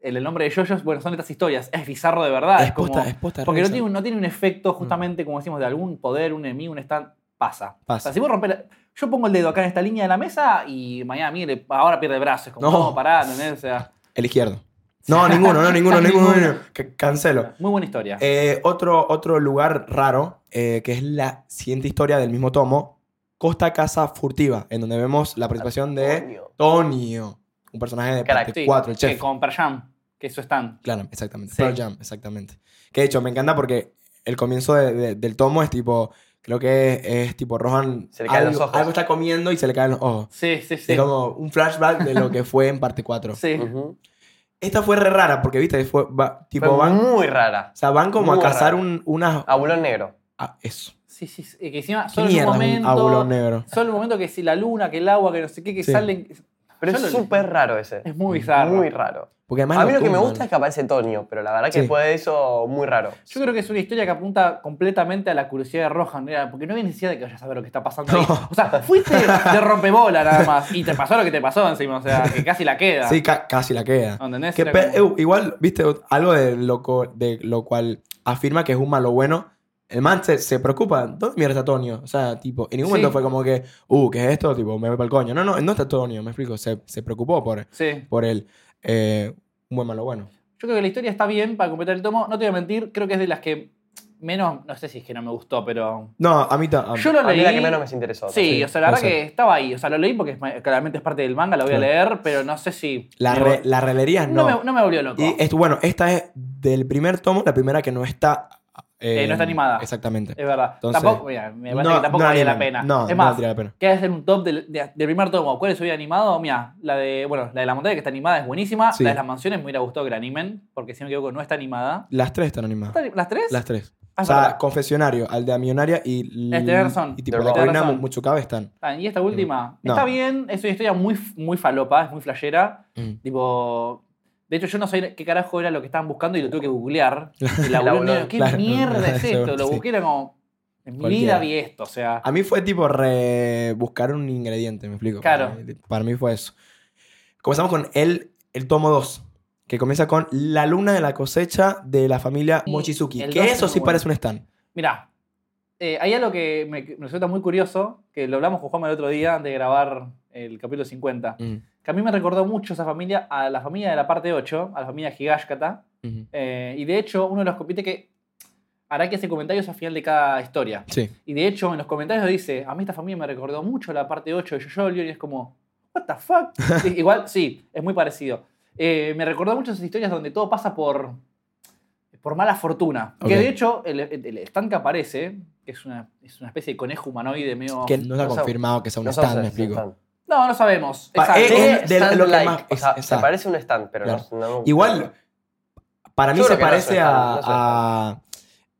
[SPEAKER 1] el, el nombre de Yoyos, bueno, son estas historias. Es bizarro de verdad.
[SPEAKER 2] es
[SPEAKER 1] es ah, como-
[SPEAKER 2] posta, es Mm. posta.
[SPEAKER 1] porque no
[SPEAKER 2] risa.
[SPEAKER 1] tiene, un- no tiene un efecto, justamente, como decimos, de algún poder, un enemigo, un stand. Pasa. O
[SPEAKER 2] Pasa.
[SPEAKER 1] sea, si vos rompés la- Yo pongo el dedo acá en esta línea de la mesa y mañana, mire, ahora pierde brazos. Como,
[SPEAKER 2] No.
[SPEAKER 1] no, pará, ¿entendés? O sea,
[SPEAKER 2] El izquierdo. No, ninguno, no, ninguno, ninguno. ninguno. C- Cancelo.
[SPEAKER 1] muy buena historia.
[SPEAKER 2] Eh, otro, otro lugar raro, eh, que es la siguiente historia del mismo tomo, Costa Casa Furtiva, en donde vemos la participación de
[SPEAKER 3] Coño.
[SPEAKER 2] Tonio, un personaje de
[SPEAKER 3] Crack.
[SPEAKER 2] parte
[SPEAKER 1] Sí,
[SPEAKER 2] 4, el
[SPEAKER 1] que
[SPEAKER 2] chef.
[SPEAKER 1] Con Perjam, que es su stand.
[SPEAKER 2] Claro, exactamente.
[SPEAKER 1] Sí.
[SPEAKER 2] Pearl Jam, exactamente. Que de hecho me encanta porque el comienzo de- de- del tomo es tipo, creo que es, tipo Rohan,
[SPEAKER 3] Se le caen
[SPEAKER 2] algo,
[SPEAKER 3] los ojos.
[SPEAKER 2] algo está comiendo y se le caen los ojos.
[SPEAKER 1] Sí, sí, sí.
[SPEAKER 2] Es como un flashback de lo que fue en parte 4.
[SPEAKER 1] Sí.
[SPEAKER 3] Ujú.
[SPEAKER 2] Esta fue re rara porque, viste, fue, va- tipo
[SPEAKER 3] Fue
[SPEAKER 2] van,
[SPEAKER 3] muy rara.
[SPEAKER 2] o sea, van como a
[SPEAKER 3] muy
[SPEAKER 2] cazar
[SPEAKER 3] rara.
[SPEAKER 2] un- unas...
[SPEAKER 3] Abulón negro.
[SPEAKER 2] ah, eso.
[SPEAKER 1] Sí, sí, sí, Que encima,
[SPEAKER 2] ¿Qué
[SPEAKER 1] solo en un
[SPEAKER 2] mierda es un
[SPEAKER 1] momento.
[SPEAKER 2] abulón negro?
[SPEAKER 1] Solo el momento que si la luna, que el agua, que no sé qué, que
[SPEAKER 2] Sí.
[SPEAKER 1] salen.
[SPEAKER 3] Pero
[SPEAKER 1] Yo
[SPEAKER 3] es
[SPEAKER 1] lo-
[SPEAKER 3] súper raro ese.
[SPEAKER 1] Es muy bizarro.
[SPEAKER 3] Muy raro.
[SPEAKER 2] Porque además
[SPEAKER 3] A mí lo que me
[SPEAKER 2] tumban.
[SPEAKER 3] gusta es que aparece Tonio, pero la verdad que
[SPEAKER 2] Sí.
[SPEAKER 3] después de eso, muy raro.
[SPEAKER 1] Yo creo que es una historia que apunta completamente a la curiosidad de Rohan, era, porque no había necesidad de que vayas a saber lo que está pasando. ahí.
[SPEAKER 2] No.
[SPEAKER 1] O sea, fuiste de rompebola nada más y te pasó lo que te pasó encima, o sea, que Ah, casi la queda.
[SPEAKER 2] Sí, ca- casi la queda.
[SPEAKER 1] ¿Entendés?
[SPEAKER 2] Que
[SPEAKER 1] Era
[SPEAKER 2] pe-
[SPEAKER 1] como-
[SPEAKER 2] eh, igual, viste, algo de lo, co- de lo cual afirma que es un malo bueno. El man se, se preocupa. ¿Dónde mierda está Tonio? O sea, tipo, en ningún
[SPEAKER 1] Sí.
[SPEAKER 2] momento fue como que, uh, ¿qué es esto? Tipo, me voy para el coño. No, no, no está Tonio, me explico. Se, se preocupó por,
[SPEAKER 1] Sí.
[SPEAKER 2] por él. Eh, un buen malo bueno.
[SPEAKER 1] Yo creo que la historia está bien para completar el tomo. No te voy a mentir, creo que es de las que menos. No sé si es que no me gustó, pero.
[SPEAKER 2] No, a mí ta- a-
[SPEAKER 1] Yo lo
[SPEAKER 3] A mí
[SPEAKER 1] leí.
[SPEAKER 3] la que menos me interesó.
[SPEAKER 1] Sí,
[SPEAKER 2] Sí,
[SPEAKER 1] o sea, la verdad
[SPEAKER 2] puede
[SPEAKER 1] que estaba ahí. O sea, lo leí porque es ma- claramente es parte del manga, la voy a
[SPEAKER 2] Claro.
[SPEAKER 1] leer, pero no sé si.
[SPEAKER 2] la,
[SPEAKER 1] me
[SPEAKER 2] re-
[SPEAKER 1] vol-
[SPEAKER 2] la relería
[SPEAKER 1] no.
[SPEAKER 2] Ah, no.
[SPEAKER 1] me, no me volvió loco.
[SPEAKER 2] y esto, bueno, esta es del primer tomo, la primera que no está.
[SPEAKER 1] Eh, no está animada.
[SPEAKER 2] Exactamente.
[SPEAKER 1] Es verdad.
[SPEAKER 2] Entonces,
[SPEAKER 1] tampoco, mira, me parece
[SPEAKER 2] no-
[SPEAKER 1] que tampoco
[SPEAKER 2] no
[SPEAKER 1] valía la
[SPEAKER 2] anime.
[SPEAKER 1] pena.
[SPEAKER 2] No,
[SPEAKER 1] es
[SPEAKER 2] no
[SPEAKER 1] más,
[SPEAKER 2] valdría la pena.
[SPEAKER 1] ¿qué hacer un top del, de- del primer tomo? ¿Cuáles hubiera animado? Mira, la de, bueno, la de la montaña que está animada es buenísima.
[SPEAKER 2] Sí.
[SPEAKER 1] La de las mansiones me hubiera gustado que la animen, porque si no me equivoco, no está animada.
[SPEAKER 2] Las tres están animadas.
[SPEAKER 1] ¿Están- ¿Las tres?
[SPEAKER 2] Las tres.
[SPEAKER 1] Ah,
[SPEAKER 2] o sea,
[SPEAKER 1] verdad.
[SPEAKER 2] confesionario, al de Amionaria y.
[SPEAKER 1] Es tener razón.
[SPEAKER 2] Y tipo,
[SPEAKER 3] Tener
[SPEAKER 2] la reina
[SPEAKER 1] razón.
[SPEAKER 2] Muchukabe están.
[SPEAKER 1] Ah, y esta última.
[SPEAKER 2] No.
[SPEAKER 1] Está bien, es una historia muy, muy falopa, es muy flashera.
[SPEAKER 2] Mm.
[SPEAKER 1] Tipo. De hecho, yo no sé qué carajo era lo que estaban buscando y lo tuve que googlear. Y la
[SPEAKER 3] Claro,
[SPEAKER 1] googleé, ¿Qué
[SPEAKER 2] claro.
[SPEAKER 1] mierda es esto? Lo
[SPEAKER 2] Sí.
[SPEAKER 1] busqué era como. En mi vida
[SPEAKER 2] Cualquiera.
[SPEAKER 1] vi esto, o sea.
[SPEAKER 2] A mí fue tipo re buscar un ingrediente, me explico.
[SPEAKER 1] Claro.
[SPEAKER 2] Para mí, para mí fue eso. Comenzamos con el, el tomo 2, que comienza con la luna de la cosecha de la familia
[SPEAKER 1] Y
[SPEAKER 2] Mochizuki.
[SPEAKER 1] el dos
[SPEAKER 2] Que
[SPEAKER 1] es
[SPEAKER 2] eso
[SPEAKER 1] muy
[SPEAKER 2] sí
[SPEAKER 1] bueno.
[SPEAKER 2] parece un stand.
[SPEAKER 1] Mirá, eh, hay algo que me, me resulta muy curioso, que lo hablamos con Juanma el otro día antes de grabar el capítulo 50,
[SPEAKER 2] Mm,
[SPEAKER 1] que a mí me recordó mucho esa familia a la familia de la parte 8, a la familia Higashkata,
[SPEAKER 2] mm.
[SPEAKER 1] eh, y de hecho uno de los compites que hará que hace comentarios al final de cada historia.
[SPEAKER 2] Sí.
[SPEAKER 1] Y de hecho en los comentarios dice, a mí esta familia me recordó mucho a la parte 8 de Yoyolio, y es como, what the fuck? Sí, igual, sí, es muy parecido. Eh, me recordó mucho esas historias donde todo pasa por, por mala fortuna.
[SPEAKER 2] Ok.
[SPEAKER 1] Que de hecho, el, el stand que aparece, que es una, es una especie de conejo humanoide medio...
[SPEAKER 2] Que no está
[SPEAKER 3] no sab-
[SPEAKER 2] confirmado que sea un
[SPEAKER 3] No
[SPEAKER 2] stand,
[SPEAKER 3] sabes
[SPEAKER 2] me
[SPEAKER 3] si es un
[SPEAKER 2] explico.
[SPEAKER 3] stand.
[SPEAKER 1] No, no sabemos.
[SPEAKER 2] Pa-
[SPEAKER 3] Ah,
[SPEAKER 1] Exacto.
[SPEAKER 2] eh, eh,
[SPEAKER 3] Tiene
[SPEAKER 2] de lo que
[SPEAKER 3] stand-like,
[SPEAKER 2] más-
[SPEAKER 3] o sea,
[SPEAKER 2] es-
[SPEAKER 3] se
[SPEAKER 2] exacto.
[SPEAKER 3] parece un stand, pero no- no,
[SPEAKER 2] Igual, para mí
[SPEAKER 3] Yo
[SPEAKER 2] se
[SPEAKER 3] creo que no
[SPEAKER 2] parece
[SPEAKER 3] soy
[SPEAKER 2] a,
[SPEAKER 3] fan, no soy fan.
[SPEAKER 2] a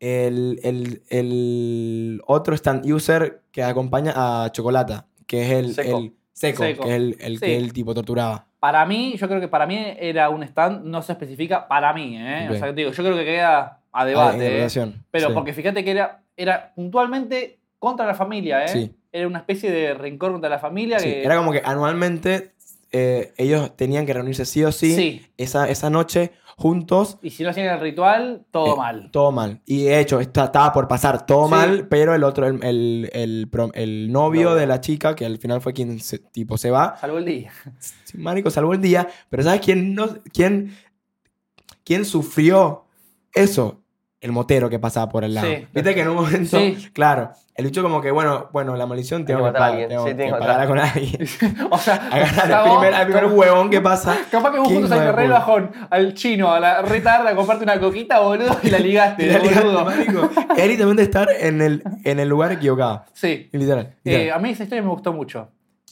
[SPEAKER 2] el, el- el otro stand user que acompaña a Chocolata, que es el
[SPEAKER 3] Seco.
[SPEAKER 2] el seco,
[SPEAKER 1] Seco.
[SPEAKER 2] que es el, el
[SPEAKER 1] Sí.
[SPEAKER 2] que el tipo torturaba.
[SPEAKER 1] Para mí, yo creo que para mí era un stand, no se especifica para mí, ¿eh?
[SPEAKER 2] Ok.
[SPEAKER 1] O sea, te digo, yo creo que queda a
[SPEAKER 2] Ah,
[SPEAKER 1] debate.
[SPEAKER 2] en
[SPEAKER 1] ¿eh?
[SPEAKER 2] relación,
[SPEAKER 1] Pero
[SPEAKER 2] sí.
[SPEAKER 1] porque fíjate que era, era puntualmente contra la familia, ¿eh?
[SPEAKER 2] Sí.
[SPEAKER 1] Era una especie de rencor contra la familia
[SPEAKER 2] Sí,
[SPEAKER 1] que...
[SPEAKER 2] Era como que anualmente eh, ellos tenían que reunirse sí o sí,
[SPEAKER 1] Sí.
[SPEAKER 2] Esa, esa noche juntos.
[SPEAKER 1] Y si no hacían el ritual, todo
[SPEAKER 2] eh,
[SPEAKER 1] mal.
[SPEAKER 2] Todo mal. Y de hecho, esto estaba por pasar todo
[SPEAKER 1] Sí.
[SPEAKER 2] mal, pero el otro, el, el- el prom- el novio
[SPEAKER 3] Novio.
[SPEAKER 2] de la chica, que al final fue quien se- tipo se va,
[SPEAKER 1] Salvo el día.
[SPEAKER 2] Sí, marico, salvó el día, pero ¿sabes quién no quién quién sufrió eso? el motero que pasaba por el lado.
[SPEAKER 1] Sí.
[SPEAKER 2] Viste que en un momento,
[SPEAKER 1] Sí.
[SPEAKER 2] claro, el bicho como que, bueno, bueno, la maldición tengo
[SPEAKER 3] que
[SPEAKER 2] que,
[SPEAKER 3] matar a
[SPEAKER 2] pagar,
[SPEAKER 3] alguien.
[SPEAKER 2] tengo
[SPEAKER 3] Sí,
[SPEAKER 2] que
[SPEAKER 3] tengo que
[SPEAKER 2] pagarla
[SPEAKER 3] matar.
[SPEAKER 2] con alguien.
[SPEAKER 1] O sea,
[SPEAKER 2] Agarrar al
[SPEAKER 1] estaba-
[SPEAKER 2] primer, al primer huevón que pasa.
[SPEAKER 1] Capaz que vos
[SPEAKER 2] ¿Quién
[SPEAKER 1] juntos
[SPEAKER 2] hijo
[SPEAKER 1] al
[SPEAKER 2] de
[SPEAKER 1] re
[SPEAKER 2] puta?
[SPEAKER 1] bajón, al chino, a la retarda, a comprarte una coquita, boludo, y la ligaste,
[SPEAKER 2] Y la liga,
[SPEAKER 1] boludo.
[SPEAKER 2] marico. Es literalmente estar en el, en el lugar equivocado.
[SPEAKER 1] Sí.
[SPEAKER 2] Literal.
[SPEAKER 1] Eh, a
[SPEAKER 2] literal.
[SPEAKER 1] mí esa historia me gustó mucho.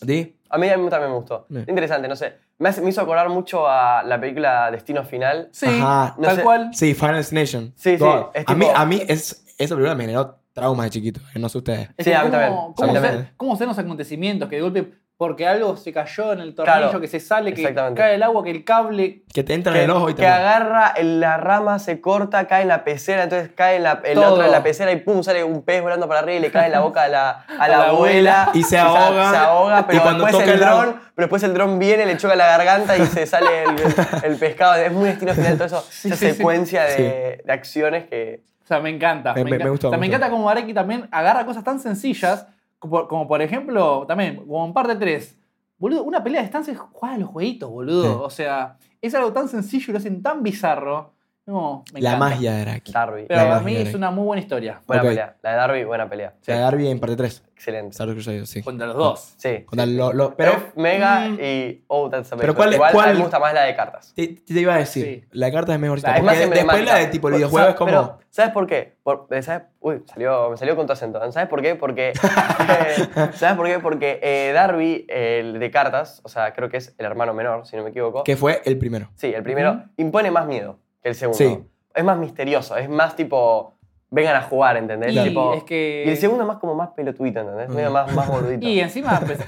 [SPEAKER 2] ¿Sí?
[SPEAKER 3] A mí, a mí también me gustó.
[SPEAKER 2] Bien.
[SPEAKER 3] Interesante, no sé. Me, hace- me hizo acordar mucho a la película Destino Final.
[SPEAKER 1] Sí,
[SPEAKER 2] Ajá.
[SPEAKER 3] No
[SPEAKER 1] tal
[SPEAKER 3] sé.
[SPEAKER 1] cual.
[SPEAKER 2] Sí, Final Destination.
[SPEAKER 3] Sí, sí,
[SPEAKER 2] God.
[SPEAKER 3] es
[SPEAKER 2] a mí,
[SPEAKER 3] tipo-
[SPEAKER 2] a mí es, esa película me generó traumas de chiquito. eh, No sé ustedes.
[SPEAKER 1] Es
[SPEAKER 3] Sí,
[SPEAKER 1] que
[SPEAKER 3] a mí
[SPEAKER 1] cómo-
[SPEAKER 3] también, a mí
[SPEAKER 1] Cómo,
[SPEAKER 2] también.
[SPEAKER 1] se- cómo se dan los acontecimientos, que de golpe, porque algo se cayó en el tornillo,
[SPEAKER 3] Claro,
[SPEAKER 1] que se sale, que
[SPEAKER 3] exactamente.
[SPEAKER 1] cae el agua, que el cable...
[SPEAKER 2] Que te entran
[SPEAKER 3] que,
[SPEAKER 2] en el ojo y
[SPEAKER 3] que
[SPEAKER 2] te mueren.
[SPEAKER 3] agarra en la rama, se corta, cae en la pecera, entonces cae en la, en la
[SPEAKER 1] Todo.
[SPEAKER 3] otra en la pecera y pum, sale un pez volando para arriba y le cae en la boca a la, a la
[SPEAKER 1] la
[SPEAKER 3] abuela.
[SPEAKER 2] y se
[SPEAKER 3] sa-
[SPEAKER 2] ahoga.
[SPEAKER 3] Se ahoga, pero
[SPEAKER 2] Y cuando
[SPEAKER 3] después
[SPEAKER 2] toca
[SPEAKER 3] el
[SPEAKER 2] el agua-
[SPEAKER 3] dron, pero después el dron viene, le choca la garganta y se sale el, el pescado. Es muy estilo final todo eso, esa
[SPEAKER 1] sí, sí.
[SPEAKER 3] secuencia de, de acciones que.
[SPEAKER 1] O sea, me encanta.
[SPEAKER 2] Me- me-
[SPEAKER 1] encanta.
[SPEAKER 2] me gustó
[SPEAKER 1] O sea, me
[SPEAKER 2] mucho.
[SPEAKER 1] encanta como Areki también agarra cosas tan sencillas, como, como por ejemplo, también, como en parte 3. Boludo, una pelea de distancia es jugar a los jueguitos, boludo.
[SPEAKER 2] Sí.
[SPEAKER 1] O sea, es algo tan sencillo y lo hacen tan bizarro. No, me
[SPEAKER 2] La
[SPEAKER 1] encanta.
[SPEAKER 2] magia de Araki.
[SPEAKER 3] Darby.
[SPEAKER 1] Pero
[SPEAKER 2] La
[SPEAKER 1] para
[SPEAKER 2] magia
[SPEAKER 1] mí
[SPEAKER 2] de
[SPEAKER 1] es
[SPEAKER 2] Araki.
[SPEAKER 1] una muy buena historia.
[SPEAKER 3] Buena
[SPEAKER 2] Ok.
[SPEAKER 3] pelea. La de Darby, buena pelea.
[SPEAKER 2] O sea, Darby en parte 3.
[SPEAKER 3] Excelente.
[SPEAKER 2] Star Wars Crusaders, sí.
[SPEAKER 1] Contra los dos.
[SPEAKER 3] Sí.
[SPEAKER 2] Contra lo- lo-
[SPEAKER 3] Pero,
[SPEAKER 2] pero
[SPEAKER 3] Mega
[SPEAKER 2] mm,
[SPEAKER 3] y Oh, that's a
[SPEAKER 2] Pero
[SPEAKER 3] Baseball.
[SPEAKER 2] ¿cuál es-
[SPEAKER 3] Igual a mí
[SPEAKER 2] cuál-
[SPEAKER 3] me gusta más la de cartas.
[SPEAKER 2] Te, te iba a decir,
[SPEAKER 1] Sí.
[SPEAKER 2] la carta es mejor.
[SPEAKER 1] La- es
[SPEAKER 2] porque
[SPEAKER 1] más
[SPEAKER 2] de- después la de tipo el
[SPEAKER 3] Pero,
[SPEAKER 2] videojuego es
[SPEAKER 3] ¿sabes-
[SPEAKER 2] como...
[SPEAKER 3] Pues, pero, ¿Sabes por qué? Por- eh, ¿sabes? Uy, salió, me salió con tu acento. ¿Sabes por qué? Porque. eh, ¿Sabes por qué? Porque eh, Darby, el de cartas, o sea, creo que es el hermano menor, si no me equivoco.
[SPEAKER 2] que fue el primero.
[SPEAKER 3] Sí, el primero
[SPEAKER 1] Ujú.
[SPEAKER 3] impone más miedo que el segundo.
[SPEAKER 2] Sí.
[SPEAKER 3] Es más misterioso, es más tipo. Vengan a jugar, ¿entendés?
[SPEAKER 1] Y
[SPEAKER 3] Tipo,
[SPEAKER 1] es que-
[SPEAKER 3] y el segundo es más como más pelotudito, ¿entendés?
[SPEAKER 2] Mm.
[SPEAKER 3] Medio más, más gordito.
[SPEAKER 1] Y encima, pues,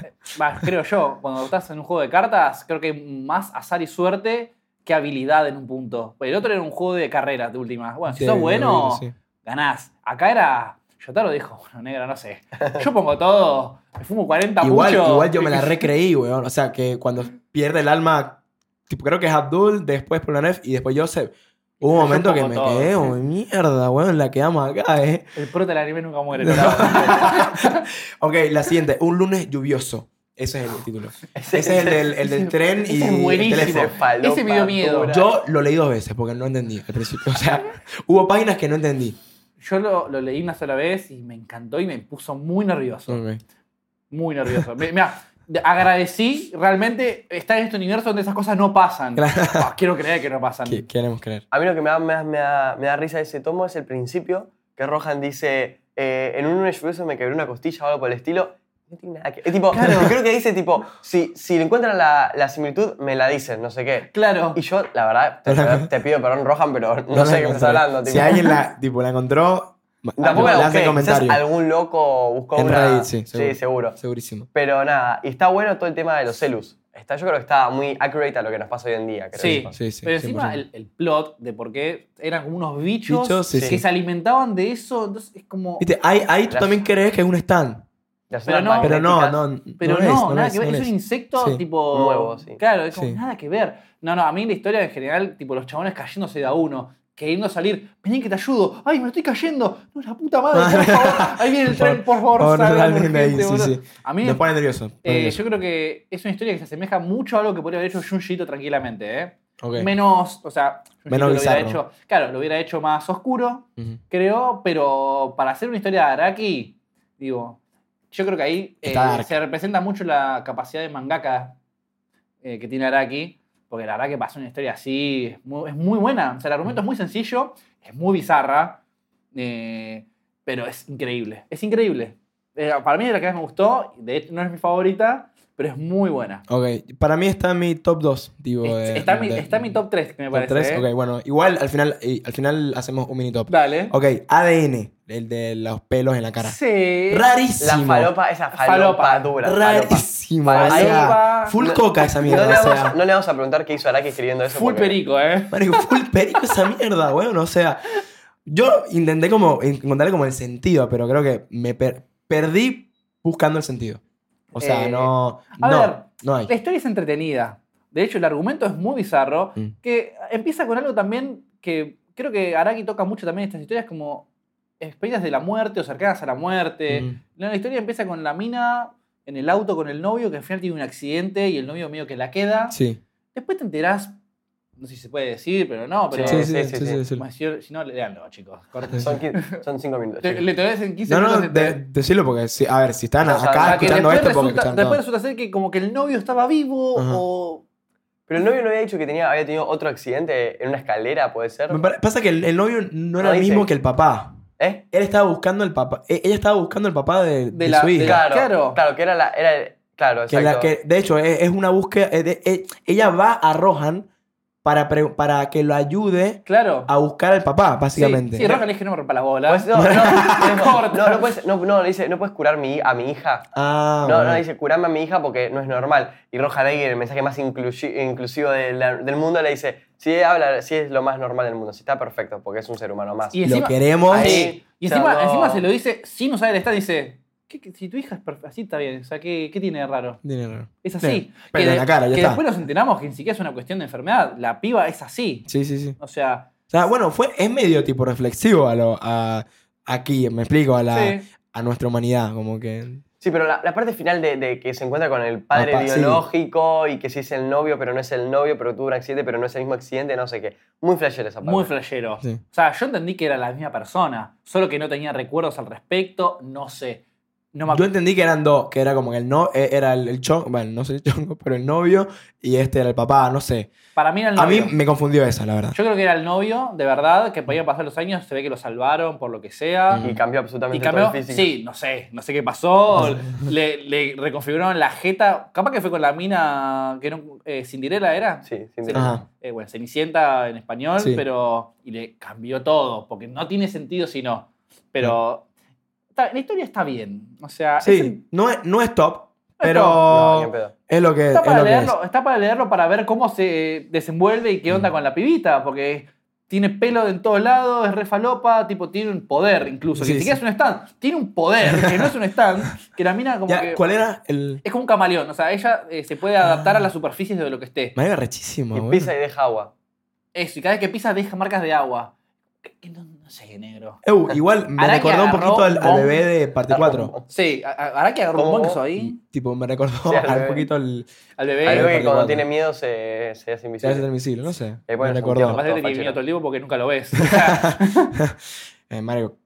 [SPEAKER 1] va, creo yo, cuando estás en un juego de cartas, creo que hay más azar y suerte que habilidad en un punto. Porque el otro era un juego de carreras de última. Bueno, si
[SPEAKER 2] Sí,
[SPEAKER 1] Ah, sos bueno,
[SPEAKER 2] sí.
[SPEAKER 1] ganás. Acá era. Yotaro dijo, bueno, negra, no sé. Yo pongo todo, me fumo 40
[SPEAKER 2] Igual,
[SPEAKER 1] puchos.
[SPEAKER 2] igual yo me la recreí, weón. O sea, que cuando pierde el alma, tipo, creo que es Abdul, después Polnareff y después Joseph. Hubo un
[SPEAKER 1] Yo
[SPEAKER 2] momento que
[SPEAKER 1] pongo
[SPEAKER 2] me
[SPEAKER 1] todo,
[SPEAKER 2] quedé,
[SPEAKER 1] sí.
[SPEAKER 2] oh, mierda, weón, la quedamos acá, eh.
[SPEAKER 1] El prota del anime nunca muere.
[SPEAKER 2] No.
[SPEAKER 1] ¿no?
[SPEAKER 2] ok, la siguiente. Un lunes lluvioso. Ese es el título. Ese es el del, el del tren y
[SPEAKER 1] Ese es
[SPEAKER 2] el
[SPEAKER 1] buenísimo.
[SPEAKER 2] teléfono.
[SPEAKER 1] Ese me dio miedo.
[SPEAKER 3] Falopa
[SPEAKER 2] Yo lo leí dos veces porque no entendí al principio. O sea, hubo páginas que no entendí.
[SPEAKER 1] Yo lo, lo leí una sola vez y me encantó y me puso muy nervioso.
[SPEAKER 2] Ok.
[SPEAKER 1] Muy nervioso. Mi- Mirá, de- agradecí realmente estar en este universo donde esas cosas no pasan.
[SPEAKER 2] Claro.
[SPEAKER 1] Ah, quiero creer que no pasan.
[SPEAKER 2] ¿Qué queremos creer?
[SPEAKER 3] A mí lo que me da, me da- me da- me da risa de ese tomo es el principio, que Rohan dice, eh, en un universo me quebré una costilla o algo por el estilo. No tiene nada que... Es tipo, creo que dice tipo, si, si le encuentran la, la similitud, me la dicen, no sé qué.
[SPEAKER 1] Claro.
[SPEAKER 3] Y yo, la verdad, te,
[SPEAKER 2] Claro.
[SPEAKER 3] te pido perdón, Rohan, pero no,
[SPEAKER 2] la
[SPEAKER 3] sé de qué me estás
[SPEAKER 2] encontré.
[SPEAKER 3] hablando.
[SPEAKER 2] Si
[SPEAKER 3] tipo.
[SPEAKER 2] alguien la, tipo, la encontró,
[SPEAKER 3] Tampoco la
[SPEAKER 2] hace
[SPEAKER 3] busqué, quizás
[SPEAKER 2] comentario.
[SPEAKER 3] algún loco buscó
[SPEAKER 2] En
[SPEAKER 3] una...
[SPEAKER 2] Reddit, sí, seguro.
[SPEAKER 3] seguro.
[SPEAKER 2] Segurísimo.
[SPEAKER 3] Pero nada, y está bueno todo el tema de los celus. Está, yo creo que está muy accurate a lo que nos pasa hoy en día. Creo
[SPEAKER 1] Sí,
[SPEAKER 2] Sí, sí,
[SPEAKER 1] pero encima
[SPEAKER 2] 100%.
[SPEAKER 1] el, el plot de por qué eran como unos bichos,
[SPEAKER 2] Bichos, sí,
[SPEAKER 1] que
[SPEAKER 2] sí.
[SPEAKER 1] se alimentaban de eso, entonces es como...
[SPEAKER 2] Viste, ahí, ahí tú
[SPEAKER 3] Las-
[SPEAKER 2] también crees que es un stand.
[SPEAKER 3] Las
[SPEAKER 1] Pero
[SPEAKER 3] zonas
[SPEAKER 1] no.
[SPEAKER 2] Pero no,
[SPEAKER 3] magnéticas-
[SPEAKER 2] no.
[SPEAKER 1] Pero no,
[SPEAKER 2] lo es, lo
[SPEAKER 1] nada
[SPEAKER 2] es,
[SPEAKER 1] que ver,
[SPEAKER 2] no
[SPEAKER 1] es,
[SPEAKER 2] lo
[SPEAKER 1] un insecto
[SPEAKER 2] Sí.
[SPEAKER 1] tipo...
[SPEAKER 3] Nuevo, sí.
[SPEAKER 1] Claro, es como
[SPEAKER 2] Sí.
[SPEAKER 1] nada que ver. No, no, a mí la historia en general, tipo los chabones cayéndose de a uno, queriendo salir, vení que te ayudo, ay, me estoy cayendo, no, la puta madre, por favor, ahí viene el tren, por favor,
[SPEAKER 2] Por favor,
[SPEAKER 1] salgan
[SPEAKER 2] alguien de ahí,
[SPEAKER 1] urgente,
[SPEAKER 2] sí,
[SPEAKER 1] boludo".
[SPEAKER 2] sí.
[SPEAKER 1] A mí
[SPEAKER 2] Nos pone nervioso. nos pone
[SPEAKER 1] eh,
[SPEAKER 2] nervioso.
[SPEAKER 1] yo creo que es una historia que se asemeja mucho a algo que podría haber hecho Junjito tranquilamente, ¿eh?
[SPEAKER 2] Ok.
[SPEAKER 1] Menos, o sea, Junjito
[SPEAKER 2] Menos
[SPEAKER 1] lo hubiera
[SPEAKER 2] bizarro.
[SPEAKER 1] hecho, claro, lo hubiera hecho más oscuro,
[SPEAKER 2] Ujú.
[SPEAKER 1] creo, pero para hacer una historia de Araki, digo, yo creo que ahí eh,
[SPEAKER 2] Está dark.
[SPEAKER 1] se representa mucho la capacidad de mangaka eh, que tiene Araki, porque la verdad que pasó una historia así, es muy, es muy buena, o sea, el argumento es muy sencillo, es muy bizarra, eh, pero es increíble, es increíble. Eh, para mí es la que más me gustó, de hecho no es mi favorita, pero es muy buena.
[SPEAKER 2] Ok, para mí está en mi top 2. Digo,
[SPEAKER 1] Es-
[SPEAKER 2] de-
[SPEAKER 1] está, mi,
[SPEAKER 2] eh, de-
[SPEAKER 1] está mi top 3, que me
[SPEAKER 2] top
[SPEAKER 1] parece.
[SPEAKER 2] tres,
[SPEAKER 1] ¿eh?
[SPEAKER 2] Ok, bueno, igual al final, y al final hacemos un mini top.
[SPEAKER 1] Dale.
[SPEAKER 2] Ok, ADN, el de los pelos en la cara.
[SPEAKER 1] Sí.
[SPEAKER 3] La
[SPEAKER 2] Rarísimo.
[SPEAKER 3] falopa, esa falopa,
[SPEAKER 1] Falopa.
[SPEAKER 3] dura. falopa.
[SPEAKER 2] Rarísimo. o
[SPEAKER 3] Falopa.
[SPEAKER 2] sea, full
[SPEAKER 3] No-
[SPEAKER 2] coca esa mierda.
[SPEAKER 3] No le,
[SPEAKER 2] o
[SPEAKER 3] vamos,
[SPEAKER 2] sea.
[SPEAKER 3] no le vamos a preguntar qué hizo Araki escribiendo eso.
[SPEAKER 1] Full
[SPEAKER 3] porque-
[SPEAKER 1] perico, ¿eh?
[SPEAKER 2] Marico, full perico esa mierda, weón. O sea, yo intenté como encontrarle como el sentido, pero creo que me per- perdí buscando el sentido. O sea,
[SPEAKER 1] Eh,
[SPEAKER 2] no.
[SPEAKER 1] a
[SPEAKER 2] no,
[SPEAKER 1] ver,
[SPEAKER 2] no hay.
[SPEAKER 1] La historia es entretenida. De hecho, el argumento es muy bizarro,
[SPEAKER 2] Mm.
[SPEAKER 1] que empieza con algo también que creo que Araki toca mucho también en estas historias como experiencias de la muerte o cercanas a la muerte.
[SPEAKER 2] Mm.
[SPEAKER 1] No, la historia empieza con la mina en el auto con el novio que al final tiene un accidente y el novio medio que la queda.
[SPEAKER 2] Sí.
[SPEAKER 1] Después te enterás No sé si se puede decir, pero no, pero.
[SPEAKER 3] Sí,
[SPEAKER 2] Sí,
[SPEAKER 3] sí,
[SPEAKER 2] sí, sí,
[SPEAKER 3] sí,
[SPEAKER 2] sí, sí.
[SPEAKER 1] Monsieur- si no, leanlo, chicos. corten.
[SPEAKER 3] Son, quin- son cinco minutos.
[SPEAKER 1] Te- Le tenés en 15
[SPEAKER 2] No, no,
[SPEAKER 1] minutos. de-
[SPEAKER 2] de- decirlo porque, si- a ver, si están
[SPEAKER 3] O
[SPEAKER 1] para
[SPEAKER 3] sea,
[SPEAKER 2] acá
[SPEAKER 1] que
[SPEAKER 2] escuchando
[SPEAKER 1] después
[SPEAKER 2] esto, porque
[SPEAKER 1] resulta-
[SPEAKER 2] escuchan
[SPEAKER 1] Después
[SPEAKER 2] todo.
[SPEAKER 1] resulta ser que como que el novio estaba vivo
[SPEAKER 2] Ajá.
[SPEAKER 1] o.
[SPEAKER 3] Pero el novio no había dicho que tenía, había tenido otro accidente en una escalera, puede ser.
[SPEAKER 2] Me pare- Pasa que el, el novio no era
[SPEAKER 3] No
[SPEAKER 2] el
[SPEAKER 3] dice.
[SPEAKER 2] mismo que el papá.
[SPEAKER 3] ¿Eh?
[SPEAKER 2] Él estaba buscando el papá. e- Ella estaba buscando el papá de, de
[SPEAKER 1] la-
[SPEAKER 2] su
[SPEAKER 1] de
[SPEAKER 2] hija.
[SPEAKER 1] la-
[SPEAKER 3] Claro,
[SPEAKER 1] Claro.
[SPEAKER 3] claro. que era la. Era el- claro,
[SPEAKER 2] Que la
[SPEAKER 3] exacto.
[SPEAKER 2] que- de hecho, e- es, una búsqueda. eh, de- eh, ella va a Rohan para, pre- para que lo ayude
[SPEAKER 1] Claro.
[SPEAKER 2] a buscar al papá,
[SPEAKER 1] Sí,
[SPEAKER 2] básicamente.
[SPEAKER 1] Sí, Roja le dije no me rompa las
[SPEAKER 3] Pues
[SPEAKER 1] bolas.
[SPEAKER 3] no, no, no,
[SPEAKER 1] Corta.
[SPEAKER 3] no, no puedes, no, no, le dice, no puedes curar mi, a mi hija.
[SPEAKER 2] Ah,
[SPEAKER 3] No,
[SPEAKER 2] bueno.
[SPEAKER 3] no, dice, curame a mi hija porque no es normal. Y Rohan Eiger, el mensaje más inclusi- inclusivo de la- del mundo, le dice, sí, habla, sí es lo más normal del mundo, sí está perfecto porque es un ser humano más.
[SPEAKER 1] Y encima,
[SPEAKER 2] lo queremos.
[SPEAKER 3] Ahí.
[SPEAKER 1] y encima,
[SPEAKER 3] No.
[SPEAKER 1] encima se lo dice sin usar el stand. Dice: "¿Qué- qué- Si tu hija es perfecta, así está bien. O sea, ¿qué, qué tiene de raro?
[SPEAKER 2] Dinero.
[SPEAKER 1] Es así.
[SPEAKER 2] Sí,
[SPEAKER 1] que
[SPEAKER 2] pero en la cara,
[SPEAKER 1] que
[SPEAKER 2] ya está.
[SPEAKER 1] después nos enteramos que ni siquiera es una cuestión de enfermedad. La piba es así.
[SPEAKER 2] Sí, sí, sí.
[SPEAKER 1] O sea,
[SPEAKER 2] O sea, bueno, fue, es medio tipo reflexivo a lo, a, aquí, me explico, a, la,
[SPEAKER 1] sí.
[SPEAKER 2] a nuestra humanidad, como que...
[SPEAKER 3] Sí, pero la, la parte final de, de que se encuentra con el padre
[SPEAKER 2] Papá, sí.
[SPEAKER 3] biológico y que sí es el novio, pero no es el novio, pero tuvo un accidente, pero no es el mismo accidente, no sé qué. Muy flasher esa parte.
[SPEAKER 1] muy flashero.
[SPEAKER 2] Sí.
[SPEAKER 1] O sea, yo entendí que era la misma persona, solo que no tenía recuerdos al respecto, no sé. No me
[SPEAKER 2] Yo
[SPEAKER 1] acuerdo.
[SPEAKER 2] entendí que eran dos, que era como que el no, eh, era el, chongo, bueno, no sé el chongo, pero el novio y este era el papá, no sé.
[SPEAKER 1] Para mí era el
[SPEAKER 2] A mí
[SPEAKER 1] novio.
[SPEAKER 2] me confundió esa, la verdad.
[SPEAKER 1] Yo creo que era el novio, de verdad, que podían pasar los años, se ve que lo salvaron por lo que sea.
[SPEAKER 2] Mm.
[SPEAKER 3] Y cambió
[SPEAKER 1] Y
[SPEAKER 3] absolutamente
[SPEAKER 1] cambió,
[SPEAKER 3] todo el físico.
[SPEAKER 1] sí, no sé, no sé qué pasó. le, le reconfiguraron la jeta. Capaz que fue con la mina que era un- eh, Cinderella, ¿era?
[SPEAKER 3] Sí, sin
[SPEAKER 1] Sí.
[SPEAKER 3] duda.
[SPEAKER 2] Ajá.
[SPEAKER 1] Eh, bueno, Cenicienta en español,
[SPEAKER 2] Sí.
[SPEAKER 1] pero. Y le cambió todo, porque no tiene sentido si no. Pero. está- la historia está bien. O sea, es
[SPEAKER 2] Sí,
[SPEAKER 1] el-
[SPEAKER 2] no es, no es top, pero Ah,
[SPEAKER 3] No, ni en pedo.
[SPEAKER 2] es lo que es.
[SPEAKER 1] está, para
[SPEAKER 2] lo que es.
[SPEAKER 1] leerlo, está para leerlo para ver cómo se desenvuelve y qué onda
[SPEAKER 2] Mm.
[SPEAKER 1] con la pibita, porque. Tiene pelo en todos lados, es re falopa, tipo, tiene un poder incluso. que
[SPEAKER 2] Sí,
[SPEAKER 1] ni siquiera
[SPEAKER 2] sí.
[SPEAKER 1] es un stand. Tiene un poder, que no es un stand, que la mina como
[SPEAKER 2] Ya, Ah.
[SPEAKER 1] que.
[SPEAKER 2] ¿Cuál era el...?
[SPEAKER 1] Es como un camaleón, o sea, ella eh, se puede adaptar a las superficies de lo que esté.
[SPEAKER 2] Me había rechísimo,
[SPEAKER 3] Y
[SPEAKER 2] güey.
[SPEAKER 3] pisa y deja agua.
[SPEAKER 1] Eso, y cada vez que pisa deja marcas de agua. Que- que No, no sé, negro.
[SPEAKER 2] Ew, igual me
[SPEAKER 1] Araki
[SPEAKER 2] recordó un
[SPEAKER 1] agarró
[SPEAKER 2] poquito al, al
[SPEAKER 1] un-
[SPEAKER 2] bebé de parte 4.
[SPEAKER 3] Arrumó.
[SPEAKER 1] Sí, a- a- ahora que agarró un
[SPEAKER 3] ¿Cómo?
[SPEAKER 1] bonzo ahí,
[SPEAKER 2] Tipo, me recordó
[SPEAKER 3] Sí, al
[SPEAKER 2] al
[SPEAKER 3] bebé.
[SPEAKER 2] poquito el...
[SPEAKER 1] al
[SPEAKER 3] Al
[SPEAKER 2] Ahí
[SPEAKER 1] bebé.
[SPEAKER 2] va.
[SPEAKER 3] bebé que cuando
[SPEAKER 2] parte
[SPEAKER 3] tiene miedo se, se hace
[SPEAKER 2] Se hace
[SPEAKER 3] invisible.
[SPEAKER 2] del misil, no sé.
[SPEAKER 3] Eh, bueno,
[SPEAKER 2] me
[SPEAKER 3] es un
[SPEAKER 2] recordó.
[SPEAKER 1] Lo que pasa es que tiene que venir
[SPEAKER 3] fachero.
[SPEAKER 1] otro libro porque nunca lo ves.
[SPEAKER 2] Eh, Mario,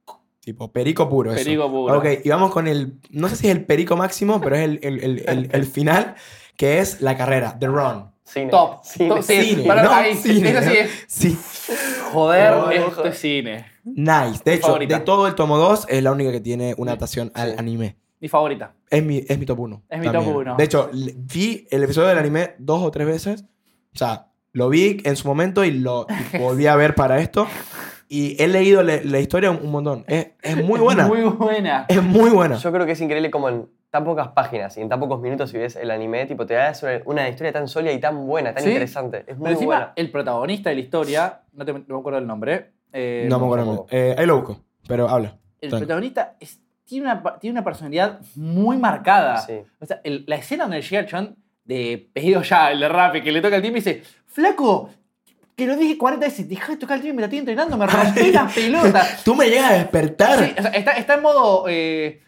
[SPEAKER 2] tipo, perico puro eso.
[SPEAKER 1] Perigo puro.
[SPEAKER 2] Ok, y vamos con el, no sé si es el perico máximo, pero es el, el, el, el- el final, que es la carrera, The Run.
[SPEAKER 3] Cine.
[SPEAKER 1] Top.
[SPEAKER 3] Cine.
[SPEAKER 1] Top, sí.
[SPEAKER 2] Cine,
[SPEAKER 1] Pará,
[SPEAKER 2] no
[SPEAKER 1] ahí,
[SPEAKER 2] cine,
[SPEAKER 1] eso sí
[SPEAKER 2] ¿no?
[SPEAKER 1] es.
[SPEAKER 2] Sí,
[SPEAKER 1] Joder,
[SPEAKER 3] Oh,
[SPEAKER 1] esto
[SPEAKER 3] joder.
[SPEAKER 1] es Este cine.
[SPEAKER 2] nice. De hecho,
[SPEAKER 1] Favorita.
[SPEAKER 2] de todo el tomo 2, es la única que tiene una adaptación al
[SPEAKER 3] Sí.
[SPEAKER 2] anime.
[SPEAKER 1] Mi favorita.
[SPEAKER 2] Es mi, es mi top 1.
[SPEAKER 1] Es mi top uno.
[SPEAKER 2] De hecho, le- vi el episodio del anime dos o tres veces. O sea, lo vi en su momento y lo y volví a ver para esto. Y he leído le- la historia un, un montón. Es, es muy buena.
[SPEAKER 1] Muy buena.
[SPEAKER 2] Es muy buena.
[SPEAKER 3] Yo creo que es increíble como en tan pocas páginas y en tan pocos minutos si ves el anime, tipo, te das una, una historia tan sólida y tan buena, tan
[SPEAKER 1] Sí.
[SPEAKER 3] interesante. Es
[SPEAKER 1] Pero
[SPEAKER 3] muy
[SPEAKER 1] encima,
[SPEAKER 3] buena.
[SPEAKER 1] el protagonista de la historia, no, te- no me acuerdo el nombre. eh,
[SPEAKER 2] no me acuerdo. el
[SPEAKER 3] tampoco.
[SPEAKER 2] nombre. Eh, ahí lo busco, pero habla.
[SPEAKER 1] El
[SPEAKER 2] Tranqui.
[SPEAKER 1] protagonista es- tiene, una, pa- tiene una personalidad muy marcada.
[SPEAKER 3] Sí.
[SPEAKER 1] O sea, el- la escena donde llega el chon de pedido ya, el de rape, que le toca el timbre y dice, flaco, que lo dije 40 veces, dejá de tocar el timbre, me la estoy entrenando, me rompí las pelotas.
[SPEAKER 2] Tú me llegas a despertar.
[SPEAKER 1] Sí, o sea, está, está en modo eh,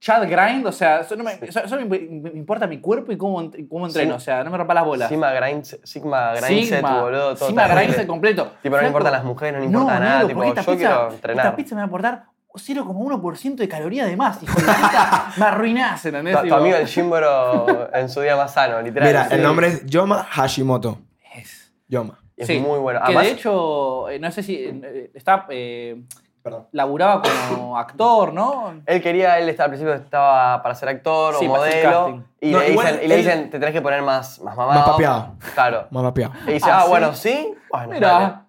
[SPEAKER 1] Chad Grind, o sea, solo me, so- solo me- me importa mi cuerpo y cómo, ent- cómo entreno,
[SPEAKER 3] Sí.
[SPEAKER 1] o sea, no me rompa las bolas.
[SPEAKER 3] Sigma Grinds, Sigma Grinds, tu boludo, todo.
[SPEAKER 1] Sigma
[SPEAKER 3] terrible.
[SPEAKER 1] Grind completo.
[SPEAKER 3] Tipo, no
[SPEAKER 1] Flaco,
[SPEAKER 3] importan las mujeres, no importa
[SPEAKER 1] no,
[SPEAKER 3] nada.
[SPEAKER 1] negro,
[SPEAKER 3] tipo,
[SPEAKER 1] porque
[SPEAKER 3] yo
[SPEAKER 1] esta
[SPEAKER 3] quiero
[SPEAKER 1] pizza,
[SPEAKER 3] entrenar.
[SPEAKER 1] esta pizza me va a aportar 0,1% de caloría de más, hijo de puta, me arruinás, ¿entendés?
[SPEAKER 3] Tu, tu
[SPEAKER 1] Digo,
[SPEAKER 3] amigo el Shimboro en su día más sano, literal.
[SPEAKER 2] Mira,
[SPEAKER 3] Sí.
[SPEAKER 2] el nombre es Yoma Hashimoto.
[SPEAKER 1] es-
[SPEAKER 2] Yoma.
[SPEAKER 3] Es
[SPEAKER 1] Sí,
[SPEAKER 3] muy bueno.
[SPEAKER 1] Que
[SPEAKER 3] Además,
[SPEAKER 1] de hecho, eh, no sé si eh, está, eh,
[SPEAKER 2] Perdón.
[SPEAKER 1] laburaba como actor, ¿no?
[SPEAKER 3] él quería, él estaba, al principio estaba para ser actor
[SPEAKER 1] Sí,
[SPEAKER 3] o
[SPEAKER 1] para hacer
[SPEAKER 3] modelo.
[SPEAKER 1] casting.
[SPEAKER 3] Y,
[SPEAKER 2] No,
[SPEAKER 3] le
[SPEAKER 2] igual
[SPEAKER 3] dicen, y le
[SPEAKER 2] él-
[SPEAKER 3] dicen, te tenés que poner más, más mamado.
[SPEAKER 2] Más papeado.
[SPEAKER 3] Claro.
[SPEAKER 2] Más vapeado.
[SPEAKER 3] Y dice,
[SPEAKER 1] Ah,
[SPEAKER 3] ah,
[SPEAKER 1] ¿sí?
[SPEAKER 3] bueno, sí. Bueno, dale.
[SPEAKER 1] Mira.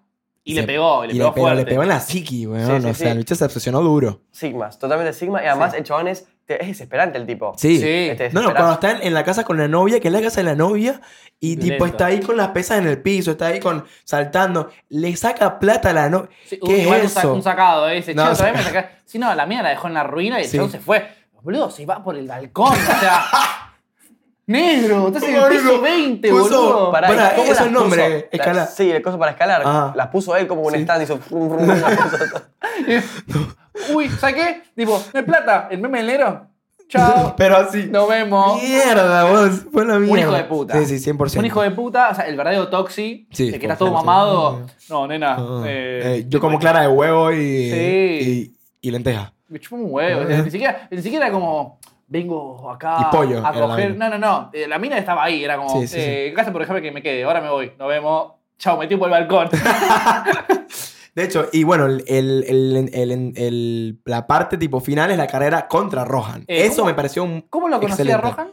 [SPEAKER 1] Y le
[SPEAKER 2] Sí.
[SPEAKER 1] pegó, y le
[SPEAKER 2] Y
[SPEAKER 1] pegó
[SPEAKER 2] le pegó,
[SPEAKER 1] fuerte.
[SPEAKER 2] le pegó en la psiqui, weón.
[SPEAKER 3] Sí, sí,
[SPEAKER 2] o sea,
[SPEAKER 3] sí.
[SPEAKER 2] el bicho se obsesionó duro.
[SPEAKER 3] Sigmas, totalmente Sigma. Y además,
[SPEAKER 1] Sí.
[SPEAKER 3] el chabón es, te- es desesperante el tipo.
[SPEAKER 2] Sí.
[SPEAKER 1] Sí.
[SPEAKER 3] Este,
[SPEAKER 2] No, no,
[SPEAKER 3] desesperado.
[SPEAKER 2] cuando está en, en la casa con la novia, que es la casa de la novia, y
[SPEAKER 1] Violento.
[SPEAKER 2] tipo está ahí con las pesas en el piso, está ahí con saltando, le saca plata a la novia.
[SPEAKER 1] Sí,
[SPEAKER 2] ¿Qué
[SPEAKER 1] igual
[SPEAKER 2] es
[SPEAKER 1] un sa-
[SPEAKER 2] eso?
[SPEAKER 1] Un sacado, ¿eh? Dice,
[SPEAKER 2] No,
[SPEAKER 1] "Che,
[SPEAKER 2] o
[SPEAKER 1] otra vez
[SPEAKER 2] sea-
[SPEAKER 1] me sacás". Sí, no, la mía la dejó en la ruina y el
[SPEAKER 2] Sí.
[SPEAKER 1] chabón se fue. Boludo, se va por el balcón, o sea. Negro, estás en el
[SPEAKER 2] Boludo,
[SPEAKER 1] piso 20,
[SPEAKER 2] puso-
[SPEAKER 1] boludo.
[SPEAKER 2] Pará,
[SPEAKER 3] ¿y
[SPEAKER 2] ¿cómo es
[SPEAKER 3] las
[SPEAKER 2] el nombre?
[SPEAKER 3] puso?
[SPEAKER 2] Escalar.
[SPEAKER 3] Las- sí, el coso para escalar.
[SPEAKER 2] Ajá.
[SPEAKER 3] Las puso él como un
[SPEAKER 2] Sí.
[SPEAKER 3] stand. Hizo. frum, frum, frum, las puso.
[SPEAKER 1] Uy, ¿sabes qué? Tipo, no hay plata, el meme del negro. Chao.
[SPEAKER 2] Pero así.
[SPEAKER 1] Nos vemos.
[SPEAKER 2] Mierda, vos. Fue la mierda.
[SPEAKER 1] hijo de puta.
[SPEAKER 2] Sí, sí, 100%.
[SPEAKER 1] Un hijo de puta, o sea, el verdadero Toxi,
[SPEAKER 2] Sí,
[SPEAKER 1] el que
[SPEAKER 2] por
[SPEAKER 1] está todo
[SPEAKER 2] suerte.
[SPEAKER 1] mamado. No, nena.
[SPEAKER 2] Ah,
[SPEAKER 1] eh,
[SPEAKER 2] eh, yo como clara de huevo y,
[SPEAKER 1] Sí.
[SPEAKER 2] y, y lenteja.
[SPEAKER 1] Me chupa un huevo.
[SPEAKER 2] Ah.
[SPEAKER 1] Ni, siquiera, ni siquiera como. Vengo acá
[SPEAKER 2] Y pollo
[SPEAKER 1] a
[SPEAKER 2] era la
[SPEAKER 1] coger.
[SPEAKER 2] mina.
[SPEAKER 1] No, no, no. eh, la mina estaba ahí. Era como.
[SPEAKER 2] Sí, sí, sí.
[SPEAKER 1] eh, Gracias por dejarme que me quede. Ahora me voy. Nos vemos. Chao, metí por el balcón.
[SPEAKER 2] De hecho, y bueno, el, el- el- el- el- la parte tipo final es la carrera contra Rohan.
[SPEAKER 1] Eh,
[SPEAKER 2] Eso
[SPEAKER 1] ¿cómo?
[SPEAKER 2] me pareció un...
[SPEAKER 1] ¿Cómo lo conocía
[SPEAKER 2] Excelente.
[SPEAKER 1] Rohan?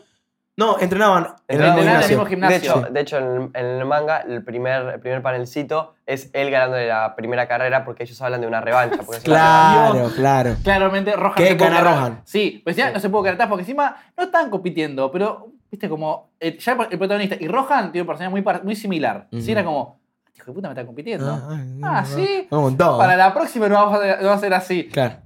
[SPEAKER 2] No, entrenaban en el
[SPEAKER 3] Entrenaban
[SPEAKER 2] mismo
[SPEAKER 3] en el
[SPEAKER 2] gimnasio.
[SPEAKER 1] mismo gimnasio.
[SPEAKER 3] De hecho,
[SPEAKER 1] Sí.
[SPEAKER 3] de hecho en, en el manga, el primer, el primer panelcito es él ganando la primera carrera porque ellos hablan de una revancha. porque se la-
[SPEAKER 2] Claro, claro.
[SPEAKER 1] Claramente Rohan.
[SPEAKER 2] ¿Qué
[SPEAKER 1] se puede
[SPEAKER 2] gana
[SPEAKER 1] quedar-
[SPEAKER 2] Rohan?
[SPEAKER 1] Sí, pues ya no se pudo quedar atrás porque encima no estaban compitiendo, pero viste como eh, ya el protagonista y Rohan tiene un personaje muy, par- muy similar.
[SPEAKER 2] Ujú.
[SPEAKER 1] Sí, era como, "Ah, hijo de puta, me está compitiendo. Ah,
[SPEAKER 2] no,
[SPEAKER 1] ¿sí?
[SPEAKER 2] no, Un montón.
[SPEAKER 1] Para la próxima no vamos a, no va a ser así.
[SPEAKER 2] Claro.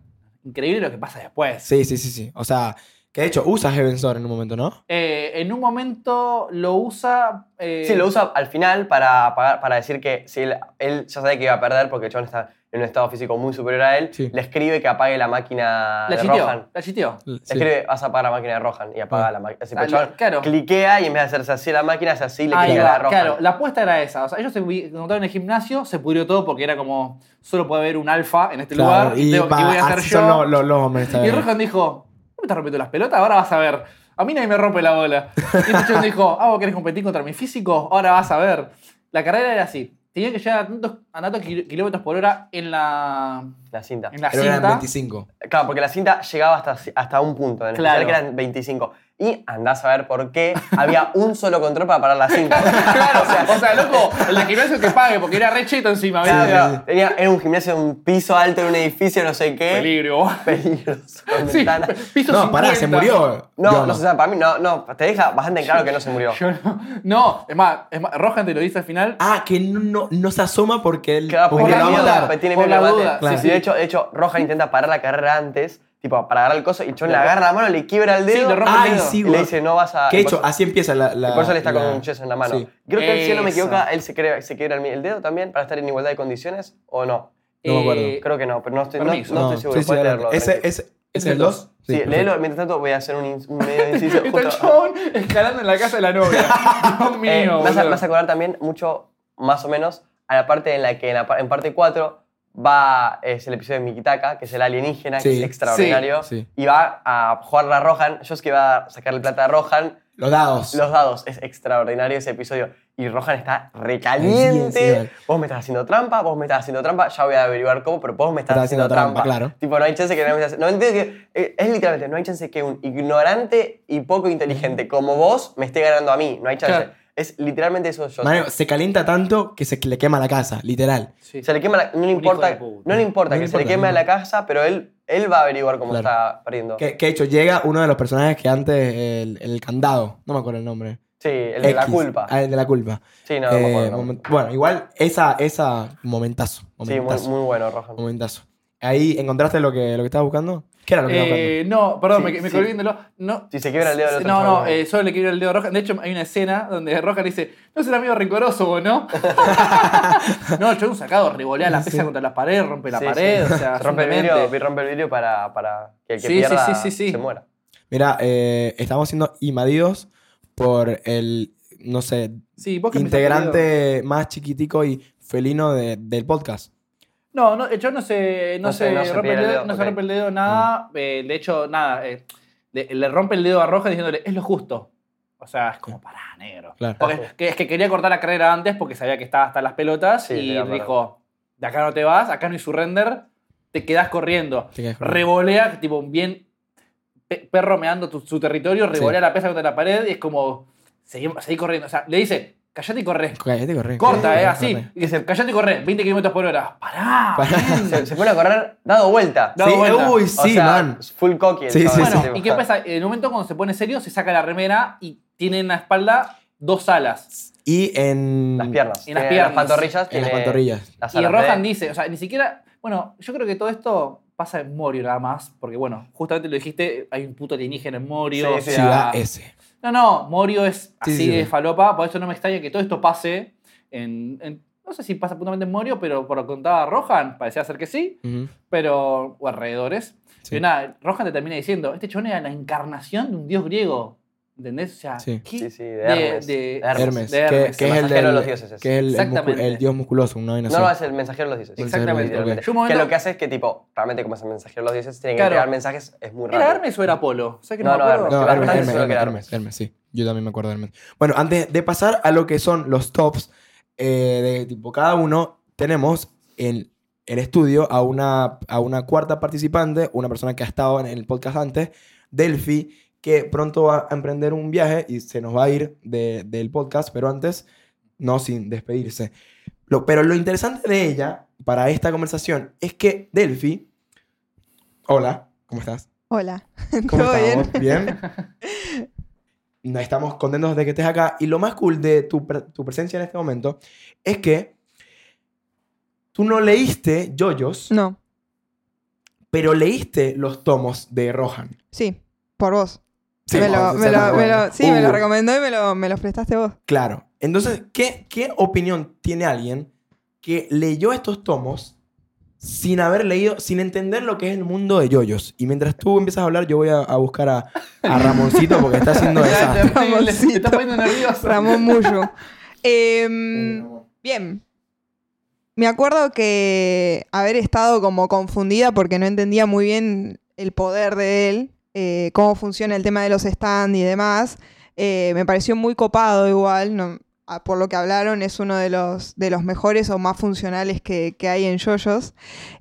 [SPEAKER 1] Increíble lo que pasa después.
[SPEAKER 2] Sí, sí, sí, sí. O sea, que de hecho usa Heaven's Door en un momento, ¿no?
[SPEAKER 1] Eh, en un momento lo usa. eh,
[SPEAKER 3] Sí, lo usa al final para, apagar- para decir que si él, él ya sabe que iba a perder porque el chabón está en un estado físico muy superior a él,
[SPEAKER 2] Sí.
[SPEAKER 3] le escribe que apague Ah, la máquina
[SPEAKER 1] La
[SPEAKER 3] de
[SPEAKER 1] chiteó.
[SPEAKER 3] Rohan.
[SPEAKER 1] La chiteó.
[SPEAKER 2] Sí.
[SPEAKER 3] Le
[SPEAKER 1] este
[SPEAKER 3] escribe, vas a apagar la máquina de Rohan y apaga
[SPEAKER 2] Ah.
[SPEAKER 3] la máquina. Así,
[SPEAKER 1] Ah,
[SPEAKER 3] pero el chabón
[SPEAKER 1] claro.
[SPEAKER 3] cliquea y en vez de hacerse así la máquina, hace así y le
[SPEAKER 1] Ahí
[SPEAKER 3] cliquea
[SPEAKER 1] va,
[SPEAKER 3] a Rohan.
[SPEAKER 1] claro, la apuesta era esa. O sea, ellos se vi- encontraron en el gimnasio, se pudrió todo porque era como, solo puede haber un alfa en este
[SPEAKER 2] Claro,
[SPEAKER 1] lugar.
[SPEAKER 2] y,
[SPEAKER 1] tengo-
[SPEAKER 2] pa-
[SPEAKER 1] voy a hacer
[SPEAKER 2] así
[SPEAKER 1] yo.
[SPEAKER 2] son los, los- los hombres. está
[SPEAKER 1] Y
[SPEAKER 2] bien.
[SPEAKER 1] Rohan dijo, ¿no me estás rompiendo las pelotas? Ahora vas a ver. A mí nadie me rompe la bola. Y este chabón dijo, ah, vos querés competir contra mi físico, ahora vas a ver. La carrera era así. Tenía que llegar a tantos, a tantos kil- kilómetros por hora en la,
[SPEAKER 3] La cinta.
[SPEAKER 1] en la
[SPEAKER 2] Pero eran
[SPEAKER 1] cinta.
[SPEAKER 2] 25.
[SPEAKER 3] Claro, porque la cinta llegaba hasta, hasta un punto, en
[SPEAKER 1] Claro.
[SPEAKER 3] especial que eran 25. Y andás a ver por qué había un solo control para parar la cinta.
[SPEAKER 1] Claro, o sea, o sea, loco, el de gimnasio que pague, porque era re cheto encima,
[SPEAKER 3] Claro,
[SPEAKER 1] ¿viste?
[SPEAKER 3] claro. Tenía, era un gimnasio en un piso alto, en un edificio, no sé qué.
[SPEAKER 1] Peligro.
[SPEAKER 3] Peligroso. con
[SPEAKER 1] Sí,
[SPEAKER 3] ventana.
[SPEAKER 1] piso
[SPEAKER 2] No, pará, se
[SPEAKER 1] 50.
[SPEAKER 2] murió.
[SPEAKER 3] No, no,
[SPEAKER 2] Yo no.
[SPEAKER 3] sé, o sea, para mí no, no, te deja bastante claro que no se murió.
[SPEAKER 1] Yo no. No, es más, es más, Rohan te lo dice al final.
[SPEAKER 2] Ah, que no, no, no se asoma porque él.
[SPEAKER 3] Claro,
[SPEAKER 2] porque
[SPEAKER 1] por
[SPEAKER 2] lo
[SPEAKER 1] la
[SPEAKER 2] va a
[SPEAKER 1] duda,
[SPEAKER 2] matar.
[SPEAKER 3] pues, tiene
[SPEAKER 1] por
[SPEAKER 3] miedo
[SPEAKER 1] la
[SPEAKER 3] al
[SPEAKER 1] duda,
[SPEAKER 3] bate.
[SPEAKER 1] claro.
[SPEAKER 3] Sí, De hecho, de hecho, Roja intenta parar la carrera antes, tipo, para agarrar el coso, y Chon le agarra la mano, le quiebra el dedo.
[SPEAKER 1] le rompe
[SPEAKER 2] Ay,
[SPEAKER 1] el dedo.
[SPEAKER 2] Ah, sí,
[SPEAKER 3] Ah, y
[SPEAKER 2] güey.
[SPEAKER 3] le dice, no vas a.
[SPEAKER 2] Que de hecho,
[SPEAKER 3] vas a-
[SPEAKER 2] así empieza la. la
[SPEAKER 3] y por eso le está
[SPEAKER 2] la-
[SPEAKER 3] con un yeso en la mano.
[SPEAKER 2] Sí.
[SPEAKER 3] Creo que si no me
[SPEAKER 1] Eso.
[SPEAKER 3] equivoco, él se, crea- se quiebra el, el dedo también para estar en igualdad de condiciones, ¿o no?
[SPEAKER 2] No me acuerdo.
[SPEAKER 1] Eh,
[SPEAKER 3] Creo que no, pero no estoy, no,
[SPEAKER 1] Permiso.
[SPEAKER 3] no
[SPEAKER 2] No,
[SPEAKER 3] estoy
[SPEAKER 2] sí,
[SPEAKER 3] seguro.
[SPEAKER 2] sí,
[SPEAKER 3] puedes
[SPEAKER 2] adelante.
[SPEAKER 3] leerlo.
[SPEAKER 2] Ese,
[SPEAKER 3] tranquilo.
[SPEAKER 2] ese, ese es el 2.
[SPEAKER 3] Sí, léelo. Mientras tanto, voy a hacer un, ins- un medio inciso.
[SPEAKER 1] Está el
[SPEAKER 3] justo-
[SPEAKER 1] chabón escalando en la casa de la novia. Dios mío.
[SPEAKER 3] Eh, vas, a,
[SPEAKER 1] boludo.
[SPEAKER 3] vas a acordar también mucho, más o menos, a la parte en la que en, la par- en parte 4 va, es el episodio de Mikitaka, que es el alienígena, que
[SPEAKER 2] Sí.
[SPEAKER 3] es extraordinario,
[SPEAKER 2] Sí, sí.
[SPEAKER 3] y va a jugar a Rohan, yo es que va a sacarle plata a Rohan,
[SPEAKER 2] Los dados.
[SPEAKER 3] los dados, es extraordinario ese episodio, y Rohan está
[SPEAKER 2] Sí, sí,
[SPEAKER 3] recaliente,
[SPEAKER 2] sí.
[SPEAKER 3] vos me estás haciendo trampa, vos me estás haciendo trampa, ya voy a averiguar cómo, pero vos me estás,
[SPEAKER 2] Estás
[SPEAKER 3] haciendo,
[SPEAKER 2] haciendo
[SPEAKER 3] trampa,
[SPEAKER 2] trampa, claro.
[SPEAKER 3] Tipo, no hay chance que no me estás- no entiendo que- eh, es literalmente, no hay chance que un ignorante y poco inteligente como vos me esté ganando a mí, no hay chance.
[SPEAKER 1] Claro.
[SPEAKER 3] Es literalmente eso yo.
[SPEAKER 2] Mario, se calienta tanto que se le quema la casa, literal.
[SPEAKER 1] Sí.
[SPEAKER 3] Se le quema la- no le
[SPEAKER 1] Un hijo
[SPEAKER 3] importa,
[SPEAKER 1] de puta.
[SPEAKER 3] no le importa
[SPEAKER 2] No
[SPEAKER 3] que
[SPEAKER 2] le
[SPEAKER 3] se le
[SPEAKER 2] importa,
[SPEAKER 3] queme
[SPEAKER 2] no.
[SPEAKER 3] la casa, pero él, él va a averiguar cómo
[SPEAKER 2] Claro.
[SPEAKER 3] está perdiendo.
[SPEAKER 2] Que, que de hecho llega uno de los personajes que antes, el, el candado, no me acuerdo el nombre.
[SPEAKER 3] Sí, el de la
[SPEAKER 2] X.
[SPEAKER 3] culpa.
[SPEAKER 2] Ah, el de la culpa.
[SPEAKER 3] Sí, no, no
[SPEAKER 2] Eh,
[SPEAKER 3] me acuerdo el nombre.
[SPEAKER 2] momen- bueno, igual esa, esa momentazo.
[SPEAKER 3] Sí, muy,
[SPEAKER 2] Momentazo.
[SPEAKER 3] muy bueno, Rohan.
[SPEAKER 2] Momentazo. Ahí encontraste lo que, lo que estabas buscando. ¿Qué era lo que estabas buscando?
[SPEAKER 1] Eh, no, perdón,
[SPEAKER 3] Sí,
[SPEAKER 1] me, me
[SPEAKER 3] sí.
[SPEAKER 1] colgué viéndolo. No,
[SPEAKER 3] Si se quiebra el dedo, lo
[SPEAKER 1] No,
[SPEAKER 3] transforma
[SPEAKER 1] no,
[SPEAKER 3] en-
[SPEAKER 1] eh, solo le quiebra el dedo a Roja. De hecho, hay una escena donde Roja le dice, no serás medio rencoroso vos, ¿no? no, yo un sacado, revolea la pesa contra las paredes, rompe la
[SPEAKER 3] Sí,
[SPEAKER 1] pared,
[SPEAKER 3] sí.
[SPEAKER 1] o sea,
[SPEAKER 3] Se rompe el
[SPEAKER 1] simplemente-
[SPEAKER 3] vidrio, rompe el vidrio para, para que el que
[SPEAKER 1] Sí, sí,
[SPEAKER 3] pierda
[SPEAKER 1] sí, sí, sí.
[SPEAKER 3] se muera.
[SPEAKER 2] Mira, eh, estamos siendo invadidos por el, no sé,
[SPEAKER 1] Sí, vos que me estás pidiendo.
[SPEAKER 2] integrante más chiquitico y felino de- del podcast.
[SPEAKER 1] No, no, yo no se, no
[SPEAKER 3] No
[SPEAKER 1] se,
[SPEAKER 3] se- no se
[SPEAKER 1] rompe, el
[SPEAKER 3] pierde
[SPEAKER 1] dedo,
[SPEAKER 3] el dedo,
[SPEAKER 1] no se
[SPEAKER 3] ok. Mm.
[SPEAKER 1] rompe el dedo nada. Eh, de hecho, nada, eh, le, le rompe el dedo a Roja diciéndole, es lo justo. O sea, es como pará, negro.
[SPEAKER 2] Claro.
[SPEAKER 1] Porque que- es que quería cortar la carrera antes porque sabía que estaba hasta las pelotas
[SPEAKER 3] Sí,
[SPEAKER 1] y
[SPEAKER 3] era verdad.
[SPEAKER 1] dijo, de acá no te vas, acá no hay surrender, te quedás corriendo.
[SPEAKER 2] Te quedas con-
[SPEAKER 1] revolea, tipo bien pe- perro meando tu- su territorio, revolea la pesa contra la pared y es como, seguí, seguí corriendo. O sea, le dice, callate y corre.
[SPEAKER 2] Cállate, corre.
[SPEAKER 1] Corta,
[SPEAKER 2] Corre,
[SPEAKER 1] ¿eh? Así.
[SPEAKER 2] corre.
[SPEAKER 1] Y dice, callate y corre, 20 kilómetros por hora. Pará.
[SPEAKER 2] Pará.
[SPEAKER 1] men.
[SPEAKER 3] Se, se pone a correr dado vuelta.
[SPEAKER 1] Dado
[SPEAKER 2] Sí,
[SPEAKER 1] vuelta.
[SPEAKER 2] uy,
[SPEAKER 3] O
[SPEAKER 2] sí,
[SPEAKER 3] sea,
[SPEAKER 2] man.
[SPEAKER 3] Full cocky. el
[SPEAKER 2] Sí, sí,
[SPEAKER 3] chaval,
[SPEAKER 1] Bueno,
[SPEAKER 3] tipo.
[SPEAKER 1] ¿y qué pasa? En el momento cuando se pone serio, se saca la remera y tiene en la espalda dos alas.
[SPEAKER 2] Y en
[SPEAKER 3] Las piernas.
[SPEAKER 1] En las
[SPEAKER 3] Tiene
[SPEAKER 1] piernas.
[SPEAKER 3] Las pantorrillas.
[SPEAKER 2] En las
[SPEAKER 3] tiene
[SPEAKER 2] pantorrillas.
[SPEAKER 3] las
[SPEAKER 1] Y
[SPEAKER 3] alas
[SPEAKER 1] Rohan
[SPEAKER 2] eh.
[SPEAKER 3] de-
[SPEAKER 1] dice, o sea, ni siquiera. Bueno, yo creo que todo esto pasa en Morio nada más, porque bueno, justamente lo dijiste, hay un puto alienígena en Morio.
[SPEAKER 3] Sí, sí.
[SPEAKER 1] o sea,
[SPEAKER 2] Ciudad S.
[SPEAKER 1] No, no, Morio es
[SPEAKER 2] ah, Sí,
[SPEAKER 1] así
[SPEAKER 2] sí,
[SPEAKER 1] de
[SPEAKER 2] sí.
[SPEAKER 1] falopa, por eso no me extraña que todo esto pase en, en- No sé si pasa puntualmente en Morio, pero por lo que contaba Rohan, parecía ser que sí,
[SPEAKER 2] Ujú.
[SPEAKER 1] pero. o alrededores.
[SPEAKER 2] Sí.
[SPEAKER 1] Pero nada, Rohan te termina diciendo: este chon era la encarnación de un dios griego. ¿Entendés? O sea,
[SPEAKER 2] Sí.
[SPEAKER 1] ¿qué-
[SPEAKER 3] Sí, sí, de Hermes.
[SPEAKER 1] de-
[SPEAKER 3] Hermes.
[SPEAKER 2] Hermes,
[SPEAKER 1] de Hermes,
[SPEAKER 2] que, que
[SPEAKER 1] el
[SPEAKER 2] es el,
[SPEAKER 3] mensajero
[SPEAKER 2] del-
[SPEAKER 3] de los dioses ese.
[SPEAKER 2] que es el, el, muscu-
[SPEAKER 1] Exactamente.
[SPEAKER 2] el dios musculoso, una vaina
[SPEAKER 3] No,
[SPEAKER 2] así.
[SPEAKER 3] no, es el mensajero de los dioses.
[SPEAKER 1] Exactamente.
[SPEAKER 3] Literalmente.
[SPEAKER 1] Yo un momento-
[SPEAKER 3] Que lo que hace es que, tipo, realmente como es el mensajero de los dioses, tiene que
[SPEAKER 1] Claro.
[SPEAKER 3] entregar mensajes, es muy raro.
[SPEAKER 1] ¿Era Hermes o era Apolo? ¿Sabes que no,
[SPEAKER 3] No,
[SPEAKER 1] me
[SPEAKER 3] no,
[SPEAKER 1] acuerdo?
[SPEAKER 2] No,
[SPEAKER 3] Porque
[SPEAKER 2] Hermes,
[SPEAKER 3] bastante
[SPEAKER 2] Hermes,
[SPEAKER 3] solo que
[SPEAKER 2] Hermes,
[SPEAKER 3] era
[SPEAKER 2] Hermes, Hermes, sí. Yo también me acuerdo de Hermes. Bueno, antes de pasar a lo que son los tops eh, de tipo cada uno, tenemos en el estudio a una, a una cuarta participante, una persona que ha estado en el podcast antes, Delphi, que pronto va a emprender un viaje y se nos va a ir de- del podcast, pero antes no sin despedirse. Lo- pero lo interesante de ella para esta conversación es que Delphi... Hola, ¿cómo estás?
[SPEAKER 4] Hola.
[SPEAKER 2] ¿Cómo
[SPEAKER 4] ¿Todo
[SPEAKER 2] estamos?
[SPEAKER 4] bien?
[SPEAKER 2] ¿Bien? No, Estamos contentos de que estés acá. Y lo más cool de tu, pre- tu presencia en este momento es que tú no leíste Yoyos,
[SPEAKER 4] No,
[SPEAKER 2] pero leíste los tomos de Rohan.
[SPEAKER 4] sí, por vos.
[SPEAKER 2] Sí,
[SPEAKER 4] me lo,
[SPEAKER 2] o sea,
[SPEAKER 4] me lo-
[SPEAKER 2] no,
[SPEAKER 4] me lo-
[SPEAKER 2] bueno.
[SPEAKER 4] sí, me
[SPEAKER 2] Uh,
[SPEAKER 4] lo recomendó y me, lo, me los prestaste vos.
[SPEAKER 2] Claro. Entonces, ¿qué, ¿qué opinión tiene alguien que leyó estos tomos sin haber leído, sin entender lo que es el mundo de Yoyos? Y mientras tú empiezas a hablar, yo voy a, a buscar a, a Ramoncito porque está haciendo
[SPEAKER 1] Ya,
[SPEAKER 2] desastre.
[SPEAKER 1] te- te- te- te estás
[SPEAKER 4] Ramoncito.
[SPEAKER 1] poniendo nervioso.
[SPEAKER 4] Ramón Mullo. Em,
[SPEAKER 2] Eh.
[SPEAKER 4] bien. Me acuerdo que haber estado como confundida porque no entendía muy bien el poder de él, eh, cómo funciona el tema de los stand y demás. Eh, me pareció muy copado igual, no- a- por lo que hablaron, es uno de los, de los mejores o más funcionales que, que hay en yoyos.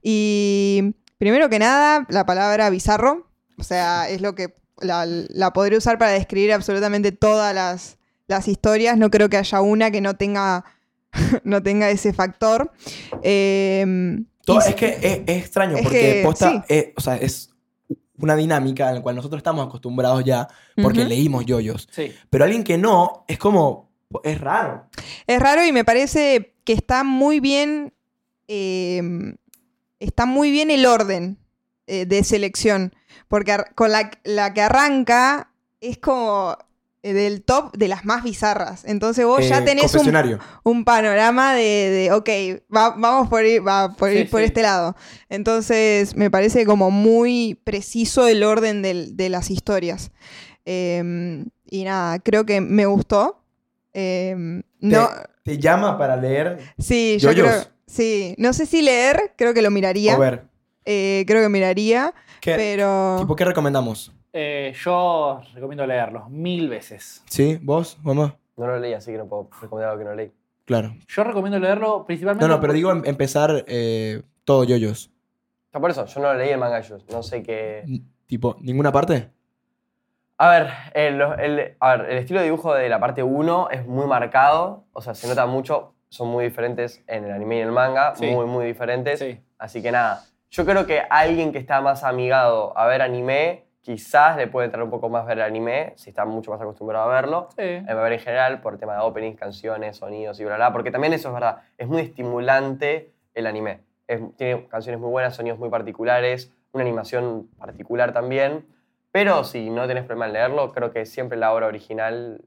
[SPEAKER 4] Y primero que nada, la palabra bizarro, o sea, es lo que la, la podría usar para describir absolutamente todas las, las historias. No creo que haya una que no tenga, no tenga ese factor. Eh,
[SPEAKER 2] Todo-
[SPEAKER 4] y sí,
[SPEAKER 2] es que es, es extraño
[SPEAKER 4] Es
[SPEAKER 2] porque
[SPEAKER 4] que,
[SPEAKER 2] posta,
[SPEAKER 4] sí.
[SPEAKER 2] eh, o sea, es una dinámica en la cual nosotros estamos acostumbrados ya porque
[SPEAKER 4] Ujú.
[SPEAKER 2] leímos yoyos.
[SPEAKER 1] Sí.
[SPEAKER 2] Pero alguien que no, es como, es raro.
[SPEAKER 4] Es raro y me parece que está muy bien. eh, está muy bien el orden eh, de selección. Porque ar- con la, la que arranca es como eh, del top de las más bizarras. Entonces vos
[SPEAKER 2] Eh,
[SPEAKER 4] ya tenés un,
[SPEAKER 2] confesionario.
[SPEAKER 4] un panorama de, de, ok, va- vamos por ir, va por,
[SPEAKER 1] Sí,
[SPEAKER 4] ir por
[SPEAKER 1] sí.
[SPEAKER 4] este lado. Entonces, me parece como muy preciso el orden del- de las historias. Eh, y nada, creo que me gustó. Eh, no,
[SPEAKER 2] Te llama para leer
[SPEAKER 4] sí, yo
[SPEAKER 2] Yoyos.
[SPEAKER 4] creo. Sí, no sé si leer, creo que lo miraría.
[SPEAKER 2] o ver.
[SPEAKER 4] Eh, creo que miraría,
[SPEAKER 2] ¿Qué,
[SPEAKER 4] pero.
[SPEAKER 2] tipo, ¿qué recomendamos?
[SPEAKER 1] Eh, yo recomiendo leerlos mil veces.
[SPEAKER 2] ¿Sí? ¿Vos? ¿Mamá?
[SPEAKER 3] No lo leí, así que no puedo recomendar algo que no leí.
[SPEAKER 2] Claro.
[SPEAKER 1] Yo recomiendo leerlo principalmente.
[SPEAKER 2] No, no, pero
[SPEAKER 1] por-
[SPEAKER 2] digo em- empezar eh, todo yoyos.
[SPEAKER 3] No, por eso, yo no leí el manga yo. No sé qué.
[SPEAKER 2] N- Tipo, ¿ninguna parte?
[SPEAKER 3] A ver, el, el- a ver, el estilo de dibujo de la parte 1 es muy marcado, o sea, se nota mucho, son muy diferentes en el anime y en el manga,
[SPEAKER 1] Sí.
[SPEAKER 3] muy, muy diferentes.
[SPEAKER 1] Sí.
[SPEAKER 3] Así que nada, yo creo que alguien que está más amigado a ver anime, quizás le puede entrar un poco más ver anime, si está mucho más acostumbrado a verlo.
[SPEAKER 1] Sí.
[SPEAKER 3] Eh, A ver en general, por tema de openings, canciones, sonidos y bla, bla, bla, porque también eso es verdad, es muy estimulante el anime. Es- tiene canciones muy buenas, sonidos muy particulares, una animación particular también. Pero si no tenés problema en leerlo, creo que siempre la obra original.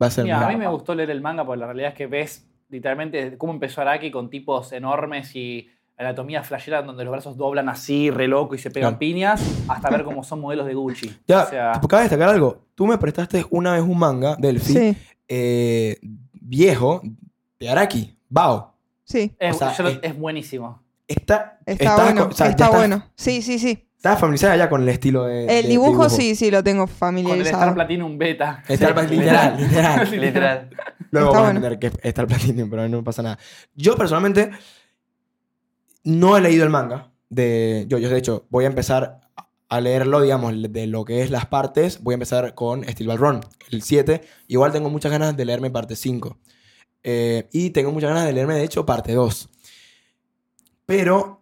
[SPEAKER 2] Va a ser
[SPEAKER 1] Mira, a
[SPEAKER 2] mejor.
[SPEAKER 1] mí me gustó leer el manga porque la realidad es que ves literalmente cómo empezó Araki con tipos enormes y anatomía flashera donde los brazos doblan así, re loco y se pegan
[SPEAKER 2] Claro.
[SPEAKER 1] piñas, hasta ver cómo son modelos de Gucci.
[SPEAKER 2] Ya,
[SPEAKER 1] o sea,
[SPEAKER 2] tipo, cabe destacar algo. Tú me prestaste una vez un manga, Delphi,
[SPEAKER 4] Sí,
[SPEAKER 2] eh, viejo de Araki, Bao.
[SPEAKER 4] sí.
[SPEAKER 1] es,
[SPEAKER 2] o sea, eh,
[SPEAKER 1] yo lo-
[SPEAKER 2] es-
[SPEAKER 1] es buenísimo.
[SPEAKER 2] Está,
[SPEAKER 4] Está
[SPEAKER 2] estás
[SPEAKER 4] bueno.
[SPEAKER 2] con- o sea, ya
[SPEAKER 4] está
[SPEAKER 2] estás-
[SPEAKER 4] bueno. Sí, sí, sí.
[SPEAKER 2] Estás familiarizada ya con el estilo de. de-
[SPEAKER 4] El
[SPEAKER 2] de
[SPEAKER 4] dibujo, sí, sí, lo tengo
[SPEAKER 1] Con el Star
[SPEAKER 4] familiarizado.
[SPEAKER 1] Platinum Beta.
[SPEAKER 2] Star
[SPEAKER 3] Sí,
[SPEAKER 2] literal, literal.
[SPEAKER 3] Literal.
[SPEAKER 2] Luego
[SPEAKER 4] Está
[SPEAKER 2] vamos
[SPEAKER 4] bueno.
[SPEAKER 2] a entender que es Star Platinum, pero no pasa nada. Yo personalmente no he leído el manga de yo, yo de hecho voy a empezar a leerlo, digamos, de lo que es las partes. Voy a empezar con Steel Ball Run, el 7. Igual tengo muchas ganas de leerme parte 5. Eh, y tengo muchas ganas de leerme, de hecho, parte 2. Pero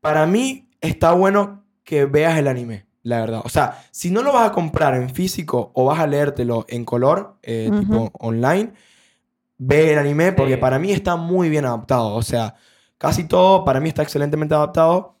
[SPEAKER 2] para mí está bueno que veas el anime, la verdad. O sea, si no lo vas a comprar en físico o vas a leértelo en color, eh,
[SPEAKER 4] Ujú.
[SPEAKER 2] tipo online, ve el anime porque
[SPEAKER 1] Sí.
[SPEAKER 2] para mí está muy bien adaptado. O sea, casi todo para mí está excelentemente adaptado.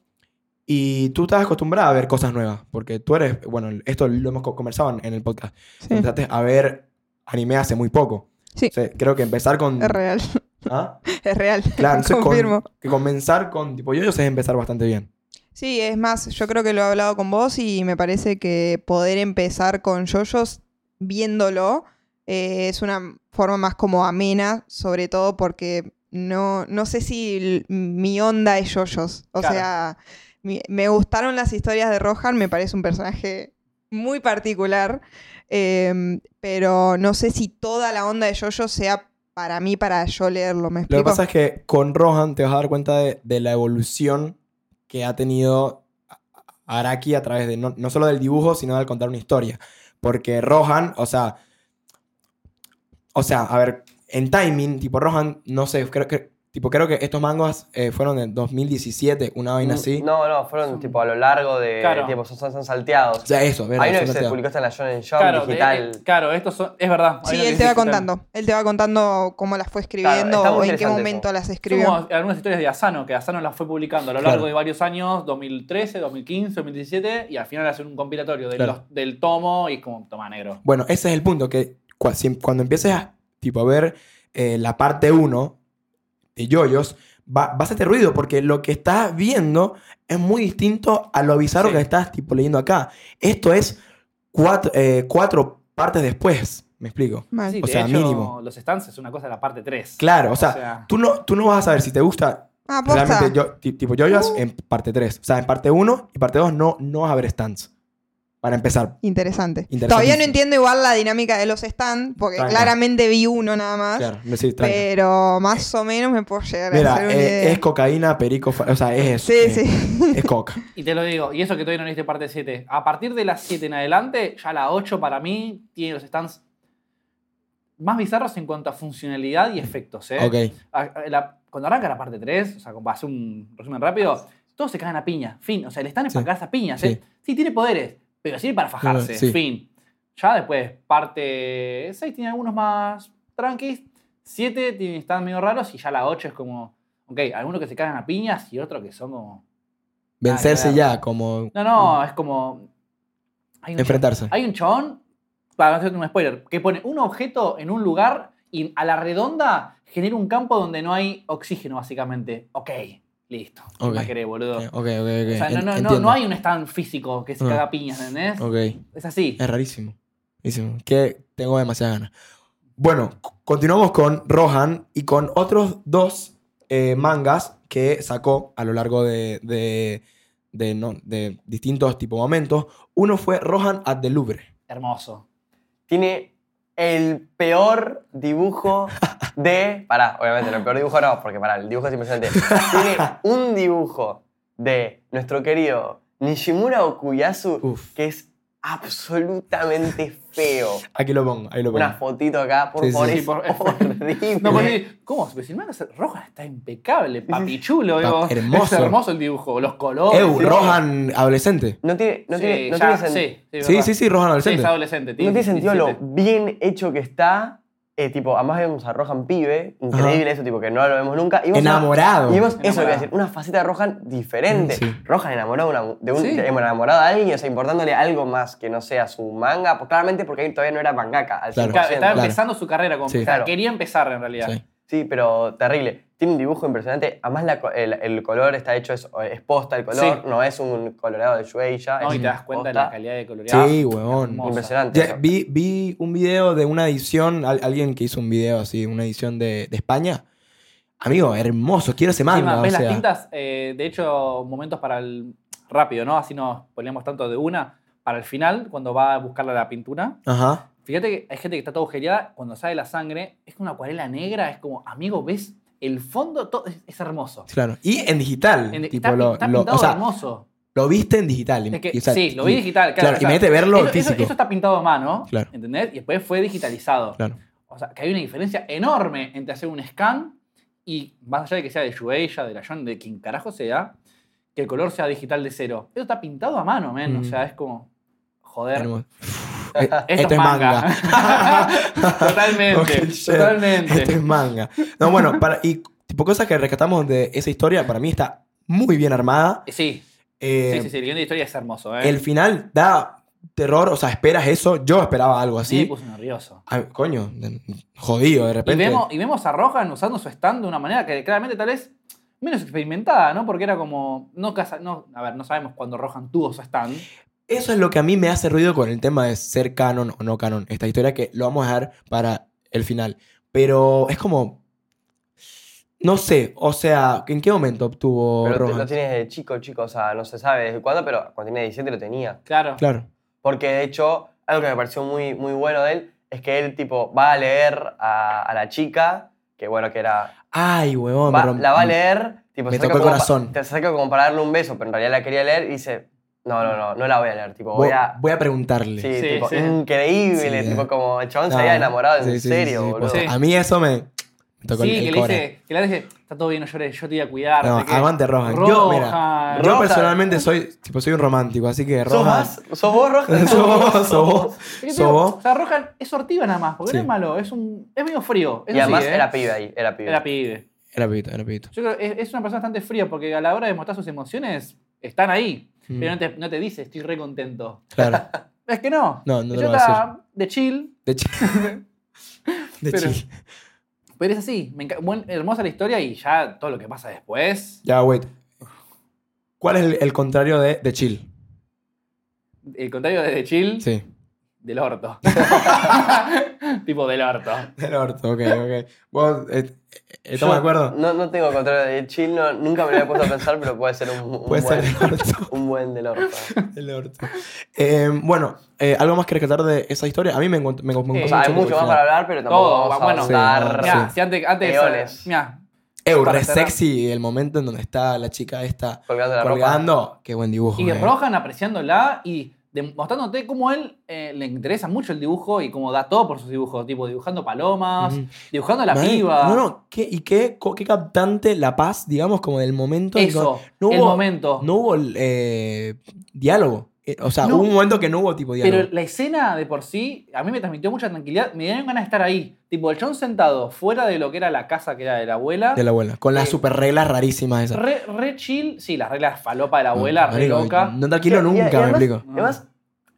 [SPEAKER 2] Y tú estás acostumbrada a ver cosas nuevas, porque tú eres, bueno, esto lo hemos co- conversado en- en el podcast.
[SPEAKER 4] Sí.
[SPEAKER 2] Empezaste a ver anime hace muy poco.
[SPEAKER 4] Sí.
[SPEAKER 2] O sea, creo que empezar con
[SPEAKER 4] Es real.
[SPEAKER 2] ¿Ah?
[SPEAKER 4] Es real.
[SPEAKER 2] Claro, entonces con-
[SPEAKER 4] Confirmo.
[SPEAKER 2] que comenzar con tipo yoyos es empezar bastante bien.
[SPEAKER 4] Sí, es más, yo creo que lo he hablado con vos y me parece que poder empezar con yoyos viéndolo eh, es una forma más como amena, sobre todo porque no, no sé si l- mi onda es yoyos. O
[SPEAKER 1] Claro.
[SPEAKER 4] sea, mi- me gustaron las historias de Rohan, me parece un personaje muy particular, em, pero no sé si toda la onda de yoyos sea para mí, para yo leerlo, ¿me
[SPEAKER 2] Lo
[SPEAKER 4] explico?
[SPEAKER 2] que pasa es que con Rohan te vas a dar cuenta de, de la evolución que ha tenido a- a- Araki a través de no, no solo del dibujo, sino del contar una historia. Porque Rohan, o sea. O sea, a ver, en timing, tipo Rohan, no sé, creo que. Tipo, creo que estos mangas eh, fueron en 2017, una vaina
[SPEAKER 1] Mm,
[SPEAKER 2] así.
[SPEAKER 3] No, no, fueron tipo a lo largo de
[SPEAKER 1] Claro.
[SPEAKER 3] tiempo, son, son- son salteados.
[SPEAKER 2] O sea, eso, ¿verdad?
[SPEAKER 3] Hay uno que
[SPEAKER 2] Son
[SPEAKER 3] se
[SPEAKER 2] las-
[SPEAKER 3] publicó hasta en la Shonen Jump
[SPEAKER 1] Claro, de-
[SPEAKER 3] digital.
[SPEAKER 1] eh, claro, estos son, es verdad. hay
[SPEAKER 4] Sí,
[SPEAKER 1] una
[SPEAKER 4] él
[SPEAKER 1] que
[SPEAKER 4] te va
[SPEAKER 1] dice-
[SPEAKER 4] contando. Él te va contando cómo las fue escribiendo
[SPEAKER 3] está muy
[SPEAKER 4] o en qué
[SPEAKER 3] interesante
[SPEAKER 4] momento las
[SPEAKER 1] Son
[SPEAKER 4] escribió.
[SPEAKER 1] como algunas historias de Asano, que Asano las fue publicando a lo
[SPEAKER 2] Claro.
[SPEAKER 1] largo de varios años, 2013, 2015, 2017, y al final hacen un compilatorio del,
[SPEAKER 2] Claro.
[SPEAKER 1] los- del tomo y es como toma negro.
[SPEAKER 2] Bueno, ese es el punto, que cua- si- cuando empieces a, tipo, a ver eh, la parte 1 de Yoyos, va, va a hacerte ruido, porque lo que estás viendo es muy distinto a lo bizarro
[SPEAKER 1] Sí.
[SPEAKER 2] que estás tipo, leyendo acá. Esto es cuatro, eh, cuatro partes después, me explico.
[SPEAKER 4] Mal.
[SPEAKER 1] Sí,
[SPEAKER 2] O
[SPEAKER 1] de
[SPEAKER 2] sea,
[SPEAKER 1] hecho,
[SPEAKER 2] mínimo.
[SPEAKER 1] los stands es una cosa de la parte 3.
[SPEAKER 2] Claro, o sea,
[SPEAKER 1] sea-
[SPEAKER 2] Tú, no, tú no vas a saber si te gusta
[SPEAKER 4] Ah, posta.
[SPEAKER 2] realmente yo, ti- tipo Yoyos en parte 3. O sea, en parte 1 y parte 2 no, no vas a ver stands. Para empezar.
[SPEAKER 4] Interesante.
[SPEAKER 2] Interesantísimo.
[SPEAKER 4] Todavía no entiendo igual la dinámica de los stands, porque
[SPEAKER 2] Tranca.
[SPEAKER 4] claramente vi uno nada más.
[SPEAKER 2] Claro, me sí, tranca.
[SPEAKER 4] pero más o menos me puedo llegar a hacer
[SPEAKER 2] Mira,
[SPEAKER 4] una
[SPEAKER 2] eh,
[SPEAKER 4] idea.
[SPEAKER 2] es cocaína, perico, fa- o sea, es
[SPEAKER 4] sí,
[SPEAKER 2] eh,
[SPEAKER 4] sí.
[SPEAKER 2] Es coca.
[SPEAKER 1] Y te lo digo, y eso que todavía no leíste parte 7. A partir de las 7 en adelante, ya la 8 para mí tiene los stands más bizarros en cuanto a funcionalidad y efectos. ¿eh?
[SPEAKER 2] Ok.
[SPEAKER 1] A- a- la- cuando arranca la parte 3, o sea, como para hacer un resumen rápido, todos se cagan a piña, fin. O sea, el stand es
[SPEAKER 2] Ah, Sí.
[SPEAKER 1] para cagarse a piñas.
[SPEAKER 2] Sí. Ah,
[SPEAKER 1] ¿eh? Sí, tiene poderes, pero sirve para fajarse,
[SPEAKER 2] Sí.
[SPEAKER 1] fin. Ya después, parte 6 tiene algunos más tranquis, 7 tiene stands medio raros y ya la 8 es como, ok, algunos que se cagan a piñas y otros que son como...
[SPEAKER 2] Vencerse
[SPEAKER 1] Ah, claro.
[SPEAKER 2] ya, como
[SPEAKER 1] No, no, es como... Hay un
[SPEAKER 2] enfrentarse.
[SPEAKER 1] hay un chabón, para no hacerte un spoiler, que pone un objeto en un lugar y a la redonda genera un campo donde no hay oxígeno, básicamente. Ok, listo. ¿Qué
[SPEAKER 2] Ok.
[SPEAKER 1] más querés, boludo?
[SPEAKER 2] Eh, Ok, ok, ok.
[SPEAKER 1] O sea, no,
[SPEAKER 2] En-
[SPEAKER 1] no, no,
[SPEAKER 2] entiendo.
[SPEAKER 1] no hay un stand físico que se
[SPEAKER 2] Ah.
[SPEAKER 1] caga piñas, ¿entendés?
[SPEAKER 2] Ok. Eh.
[SPEAKER 1] Es así.
[SPEAKER 2] Es rarísimo. Rarísimo. Que tengo demasiadas ganas. Bueno, c- continuamos con Rohan y con otros dos eh, mangas que sacó a lo largo de, de, de, no- de distintos tipo momentos. Uno fue Rohan at the Louvre.
[SPEAKER 1] Hermoso.
[SPEAKER 3] Tiene el peor dibujo de. Pará, obviamente, no, el peor dibujo no, porque pará, el dibujo es impresionante. Tiene un dibujo de nuestro querido Nishimura Okuyasu
[SPEAKER 2] Uf.
[SPEAKER 3] que es absolutamente feo.
[SPEAKER 2] Aquí lo pongo, ahí lo pongo.
[SPEAKER 3] Una fotito acá, por
[SPEAKER 2] Sí, sí,
[SPEAKER 3] favor,
[SPEAKER 2] sí,
[SPEAKER 3] es
[SPEAKER 1] por-
[SPEAKER 3] horrible.
[SPEAKER 1] No, porque, ¿cómo? Pero si no, Rohan está impecable, papi chulo,
[SPEAKER 2] Pa-
[SPEAKER 1] digo.
[SPEAKER 2] hermoso.
[SPEAKER 1] Es hermoso el dibujo, los colores.
[SPEAKER 2] Eu,
[SPEAKER 1] sí.
[SPEAKER 2] Rohan adolescente.
[SPEAKER 3] No tiene, no
[SPEAKER 1] Sí,
[SPEAKER 3] tiene, no
[SPEAKER 1] ya,
[SPEAKER 3] tiene sen-
[SPEAKER 1] sí, sí,
[SPEAKER 2] Sí,
[SPEAKER 1] verdad.
[SPEAKER 2] sí, sí, Rohan
[SPEAKER 1] Sí, es
[SPEAKER 2] adolescente.
[SPEAKER 1] adolescente.
[SPEAKER 3] No tiene sentido lo
[SPEAKER 1] 17.
[SPEAKER 3] bien hecho que está. eh, tipo, además vemos a Rohan pibe, increíble eso, tipo, que no lo vemos nunca. Y vemos una-
[SPEAKER 2] Enamorado.
[SPEAKER 3] y vemos eso,
[SPEAKER 1] Enamorado.
[SPEAKER 3] voy a decir, una faceta de Rohan diferente.
[SPEAKER 2] Sí.
[SPEAKER 3] Rohan enamorado de, una- de un,
[SPEAKER 1] Sí.
[SPEAKER 3] de- enamorado de alguien, o sea, importándole algo más que no sea su manga, pues, claramente porque ahí todavía no era mangaka al
[SPEAKER 2] Claro.
[SPEAKER 3] 100%.
[SPEAKER 1] Claro, estaba
[SPEAKER 2] Claro.
[SPEAKER 1] empezando su carrera, como
[SPEAKER 2] Sí.
[SPEAKER 1] o sea,
[SPEAKER 3] Claro.
[SPEAKER 1] quería empezar en realidad.
[SPEAKER 2] Sí.
[SPEAKER 3] Sí, pero terrible. Tiene un dibujo impresionante, además la co- el, el color está hecho, es, es posta el color,
[SPEAKER 1] Sí.
[SPEAKER 3] no es un colorado de Shueisha.
[SPEAKER 1] No,
[SPEAKER 3] es
[SPEAKER 1] y te das cuenta de
[SPEAKER 3] posta.
[SPEAKER 1] la calidad de coloreado.
[SPEAKER 2] Sí, huevón.
[SPEAKER 1] Hermoso.
[SPEAKER 3] Impresionante.
[SPEAKER 2] Ya,
[SPEAKER 3] eso.
[SPEAKER 2] vi, vi un video de una edición, al- alguien que hizo un video así, una edición de, de España. Amigo, hermoso, quiero ese
[SPEAKER 1] Encima,
[SPEAKER 2] manga. o
[SPEAKER 1] ves
[SPEAKER 2] sea.
[SPEAKER 1] las tintas, eh, de hecho, momentos para el. rápido, ¿no? Así no ponemos tanto de una. Para el final, cuando va a buscarla la pintura.
[SPEAKER 2] Ajá.
[SPEAKER 1] Fíjate que hay gente que está toda agujereada. Cuando sale la sangre, es una acuarela negra. Es como, amigo, ¿ves? El fondo todo, es, es hermoso.
[SPEAKER 2] Claro. Y en digital.
[SPEAKER 1] En-
[SPEAKER 2] tipo,
[SPEAKER 1] está,
[SPEAKER 2] lo,
[SPEAKER 1] está
[SPEAKER 2] lo-
[SPEAKER 1] pintado
[SPEAKER 2] o sea,
[SPEAKER 1] hermoso.
[SPEAKER 2] lo viste en digital.
[SPEAKER 1] Es que,
[SPEAKER 2] y, o sea,
[SPEAKER 1] sí, lo vi
[SPEAKER 2] y-
[SPEAKER 1] digital.
[SPEAKER 2] Claro,
[SPEAKER 1] Claro, o sea,
[SPEAKER 2] imagínate verlo
[SPEAKER 1] eso, eso-
[SPEAKER 2] físico.
[SPEAKER 1] eso está pintado a mano,
[SPEAKER 2] Claro.
[SPEAKER 1] ¿entendés? Y después fue digitalizado.
[SPEAKER 2] Claro.
[SPEAKER 1] O sea, que hay una diferencia enorme entre hacer un scan y, más allá de que sea de Shueisha, de la John, de quien carajo sea, que el color sea digital de cero. Eso está pintado a mano, men. O
[SPEAKER 2] Mm.
[SPEAKER 1] sea, es como. Joder.
[SPEAKER 2] hermoso. Eh,
[SPEAKER 1] Esto
[SPEAKER 2] Esto es manga.
[SPEAKER 1] totalmente.
[SPEAKER 2] Ok, Este- shit.
[SPEAKER 1] totalmente.
[SPEAKER 2] Esto es manga. No, bueno, para, y tipo cosas que rescatamos de esa historia, para mí está muy bien armada.
[SPEAKER 1] Sí,
[SPEAKER 2] Eh,
[SPEAKER 1] sí, sí, sí. El guión de historia es hermoso, ¿eh?
[SPEAKER 2] El final da terror, o sea, esperas eso. Yo esperaba algo
[SPEAKER 1] Sí. Me
[SPEAKER 2] así.
[SPEAKER 3] pues.
[SPEAKER 1] puso nervioso.
[SPEAKER 2] Ay, coño, de- jodido de
[SPEAKER 1] Y
[SPEAKER 2] repente.
[SPEAKER 1] vemos, y vemos a Rohan usando su stand de una manera que claramente tal vez menos experimentada, ¿no? Porque era como. No, casa- no, a ver, no sabemos cuándo Rohan tuvo su stand.
[SPEAKER 2] Eso es lo que a mí me hace ruido con el tema de ser canon o no canon. Esta historia que lo vamos a dejar para el final. Pero es como. No sé, o sea, ¿en qué momento obtuvo
[SPEAKER 3] Pero te-
[SPEAKER 2] Rohan?
[SPEAKER 3] lo tienes de chico, chico, o sea, no se sabe desde cuándo, pero cuando tenía 17 lo tenía.
[SPEAKER 1] Claro.
[SPEAKER 2] Claro.
[SPEAKER 3] Porque de hecho, algo que me pareció muy, muy bueno de él es que él, tipo, va a leer a, a la chica, que bueno, que era.
[SPEAKER 2] Ay, huevón. me
[SPEAKER 3] va-
[SPEAKER 2] romp-
[SPEAKER 3] la va a leer, tipo,
[SPEAKER 2] me
[SPEAKER 3] se acerca
[SPEAKER 2] tocó el
[SPEAKER 3] como pa-
[SPEAKER 2] corazón.
[SPEAKER 3] Te acerca como para darle un beso, pero en realidad la quería leer y dice: No, no, no, no la voy a leer, tipo,
[SPEAKER 2] Voy,
[SPEAKER 3] voy a.
[SPEAKER 2] voy a preguntarle.
[SPEAKER 3] Sí,
[SPEAKER 1] Sí,
[SPEAKER 3] tipo,
[SPEAKER 1] sí.
[SPEAKER 3] increíble,
[SPEAKER 2] Sí,
[SPEAKER 3] tipo,
[SPEAKER 2] eh.
[SPEAKER 3] como el chabón se
[SPEAKER 2] Ah,
[SPEAKER 3] había enamorado en
[SPEAKER 2] sí, sí, sí,
[SPEAKER 3] serio,
[SPEAKER 2] sí,
[SPEAKER 3] boludo.
[SPEAKER 2] posta.
[SPEAKER 1] Sí.
[SPEAKER 2] A mí eso me, me tocó
[SPEAKER 1] Sí,
[SPEAKER 2] el, el
[SPEAKER 1] que le,
[SPEAKER 2] core.
[SPEAKER 1] dice, que le dice, está todo bien, no llores, yo te iba a cuidar.
[SPEAKER 2] No,
[SPEAKER 1] no sé qué".
[SPEAKER 2] aguante Rohan. Yo, mira,
[SPEAKER 1] Rohan.
[SPEAKER 2] yo
[SPEAKER 3] Rohan.
[SPEAKER 2] personalmente soy, tipo, soy un romántico, así que
[SPEAKER 3] ¿Sos,
[SPEAKER 2] Rohan.
[SPEAKER 3] más- ¿Sos vos, Roja?
[SPEAKER 2] Sos vos, sos vos,
[SPEAKER 1] Es que te
[SPEAKER 2] sos
[SPEAKER 1] digo,
[SPEAKER 2] vos.
[SPEAKER 1] O sea, Rohan es sortiva nada más, porque
[SPEAKER 2] Sí.
[SPEAKER 1] no es malo, es, un, es medio frío. eso
[SPEAKER 3] Y además
[SPEAKER 1] sí, ¿eh?
[SPEAKER 3] era pibe ahí, era pibe.
[SPEAKER 1] Era pibe.
[SPEAKER 2] Era pibito, era pibito.
[SPEAKER 1] Yo creo que es, es una persona bastante fría porque a la hora de mostrar sus emociones están ahí.
[SPEAKER 2] Mm.
[SPEAKER 1] Pero no te, no te dice, estoy re contento.
[SPEAKER 2] Claro.
[SPEAKER 1] Es que no.
[SPEAKER 2] No, no te
[SPEAKER 1] Yo
[SPEAKER 2] lo va a
[SPEAKER 1] estaba de chill,
[SPEAKER 2] De chill. De
[SPEAKER 1] Pero-
[SPEAKER 2] chill.
[SPEAKER 1] pero es así. Me enca- buen- hermosa la historia y ya todo lo que pasa después.
[SPEAKER 2] Ya, wait. ¿Cuál es el, el contrario de, de chill?
[SPEAKER 1] El contrario de, de chill,
[SPEAKER 2] Sí.
[SPEAKER 1] del orto. tipo del orto.
[SPEAKER 2] Del orto, ok, ok. Vos, eh, ¿estamos
[SPEAKER 3] Yo
[SPEAKER 2] de acuerdo?
[SPEAKER 3] No, no tengo control de chill, no- nunca me lo he puesto a pensar, pero puede ser un, un
[SPEAKER 2] Puede ser
[SPEAKER 3] buen,
[SPEAKER 2] del orto.
[SPEAKER 3] un buen del orto.
[SPEAKER 2] Del orto. Eh, bueno, eh, ¿algo más que rescatar de esa historia? A mí me encont- me, encont- me
[SPEAKER 1] Eh,
[SPEAKER 3] O
[SPEAKER 2] encont-
[SPEAKER 3] sea, hay
[SPEAKER 2] mucho
[SPEAKER 3] mucho más
[SPEAKER 2] el
[SPEAKER 3] para
[SPEAKER 2] final.
[SPEAKER 3] hablar, pero tampoco
[SPEAKER 1] Todo,
[SPEAKER 3] vamos a
[SPEAKER 1] bueno.
[SPEAKER 2] Sí,
[SPEAKER 3] abordar.
[SPEAKER 1] Mirá, si antes, antes de
[SPEAKER 3] Eones.
[SPEAKER 1] mirá,
[SPEAKER 2] Eu,
[SPEAKER 1] para
[SPEAKER 2] re
[SPEAKER 1] cerrar.
[SPEAKER 2] sexy el momento en donde está la chica esta
[SPEAKER 3] Colgando la ropa.
[SPEAKER 2] colgando. Qué buen dibujo.
[SPEAKER 1] Y
[SPEAKER 2] eh.
[SPEAKER 1] Rohan apreciándola y dem- mostrándote cómo a él eh, le interesa mucho el dibujo y cómo da todo por sus dibujos, tipo dibujando palomas,
[SPEAKER 2] Ujú.
[SPEAKER 1] dibujando a la
[SPEAKER 2] Madre-
[SPEAKER 1] piba.
[SPEAKER 2] No, no, ¿qué, ¿y qué, co- qué captante la paz, digamos, como del momento? en
[SPEAKER 1] Eso,
[SPEAKER 2] que- no
[SPEAKER 1] el
[SPEAKER 2] hubo-
[SPEAKER 1] momento.
[SPEAKER 2] No hubo eh, diálogo. Eh, O sea,
[SPEAKER 1] No.
[SPEAKER 2] hubo un momento que no hubo tipo diálogo.
[SPEAKER 1] pero la escena de por sí, a mí me transmitió mucha tranquilidad, me dieron ganas de estar ahí. Tipo, el John sentado fuera de lo que era la casa que era de la abuela.
[SPEAKER 2] De la abuela. Con las
[SPEAKER 1] Eh,
[SPEAKER 2] super reglas rarísimas esas.
[SPEAKER 1] Re, re chill, sí, las reglas falopa de la abuela, re
[SPEAKER 2] Marico,
[SPEAKER 1] loca.
[SPEAKER 2] Mm, No te alquilo
[SPEAKER 3] Y- y-
[SPEAKER 2] nunca,
[SPEAKER 3] y
[SPEAKER 2] me
[SPEAKER 3] además-
[SPEAKER 2] explico.
[SPEAKER 3] Además,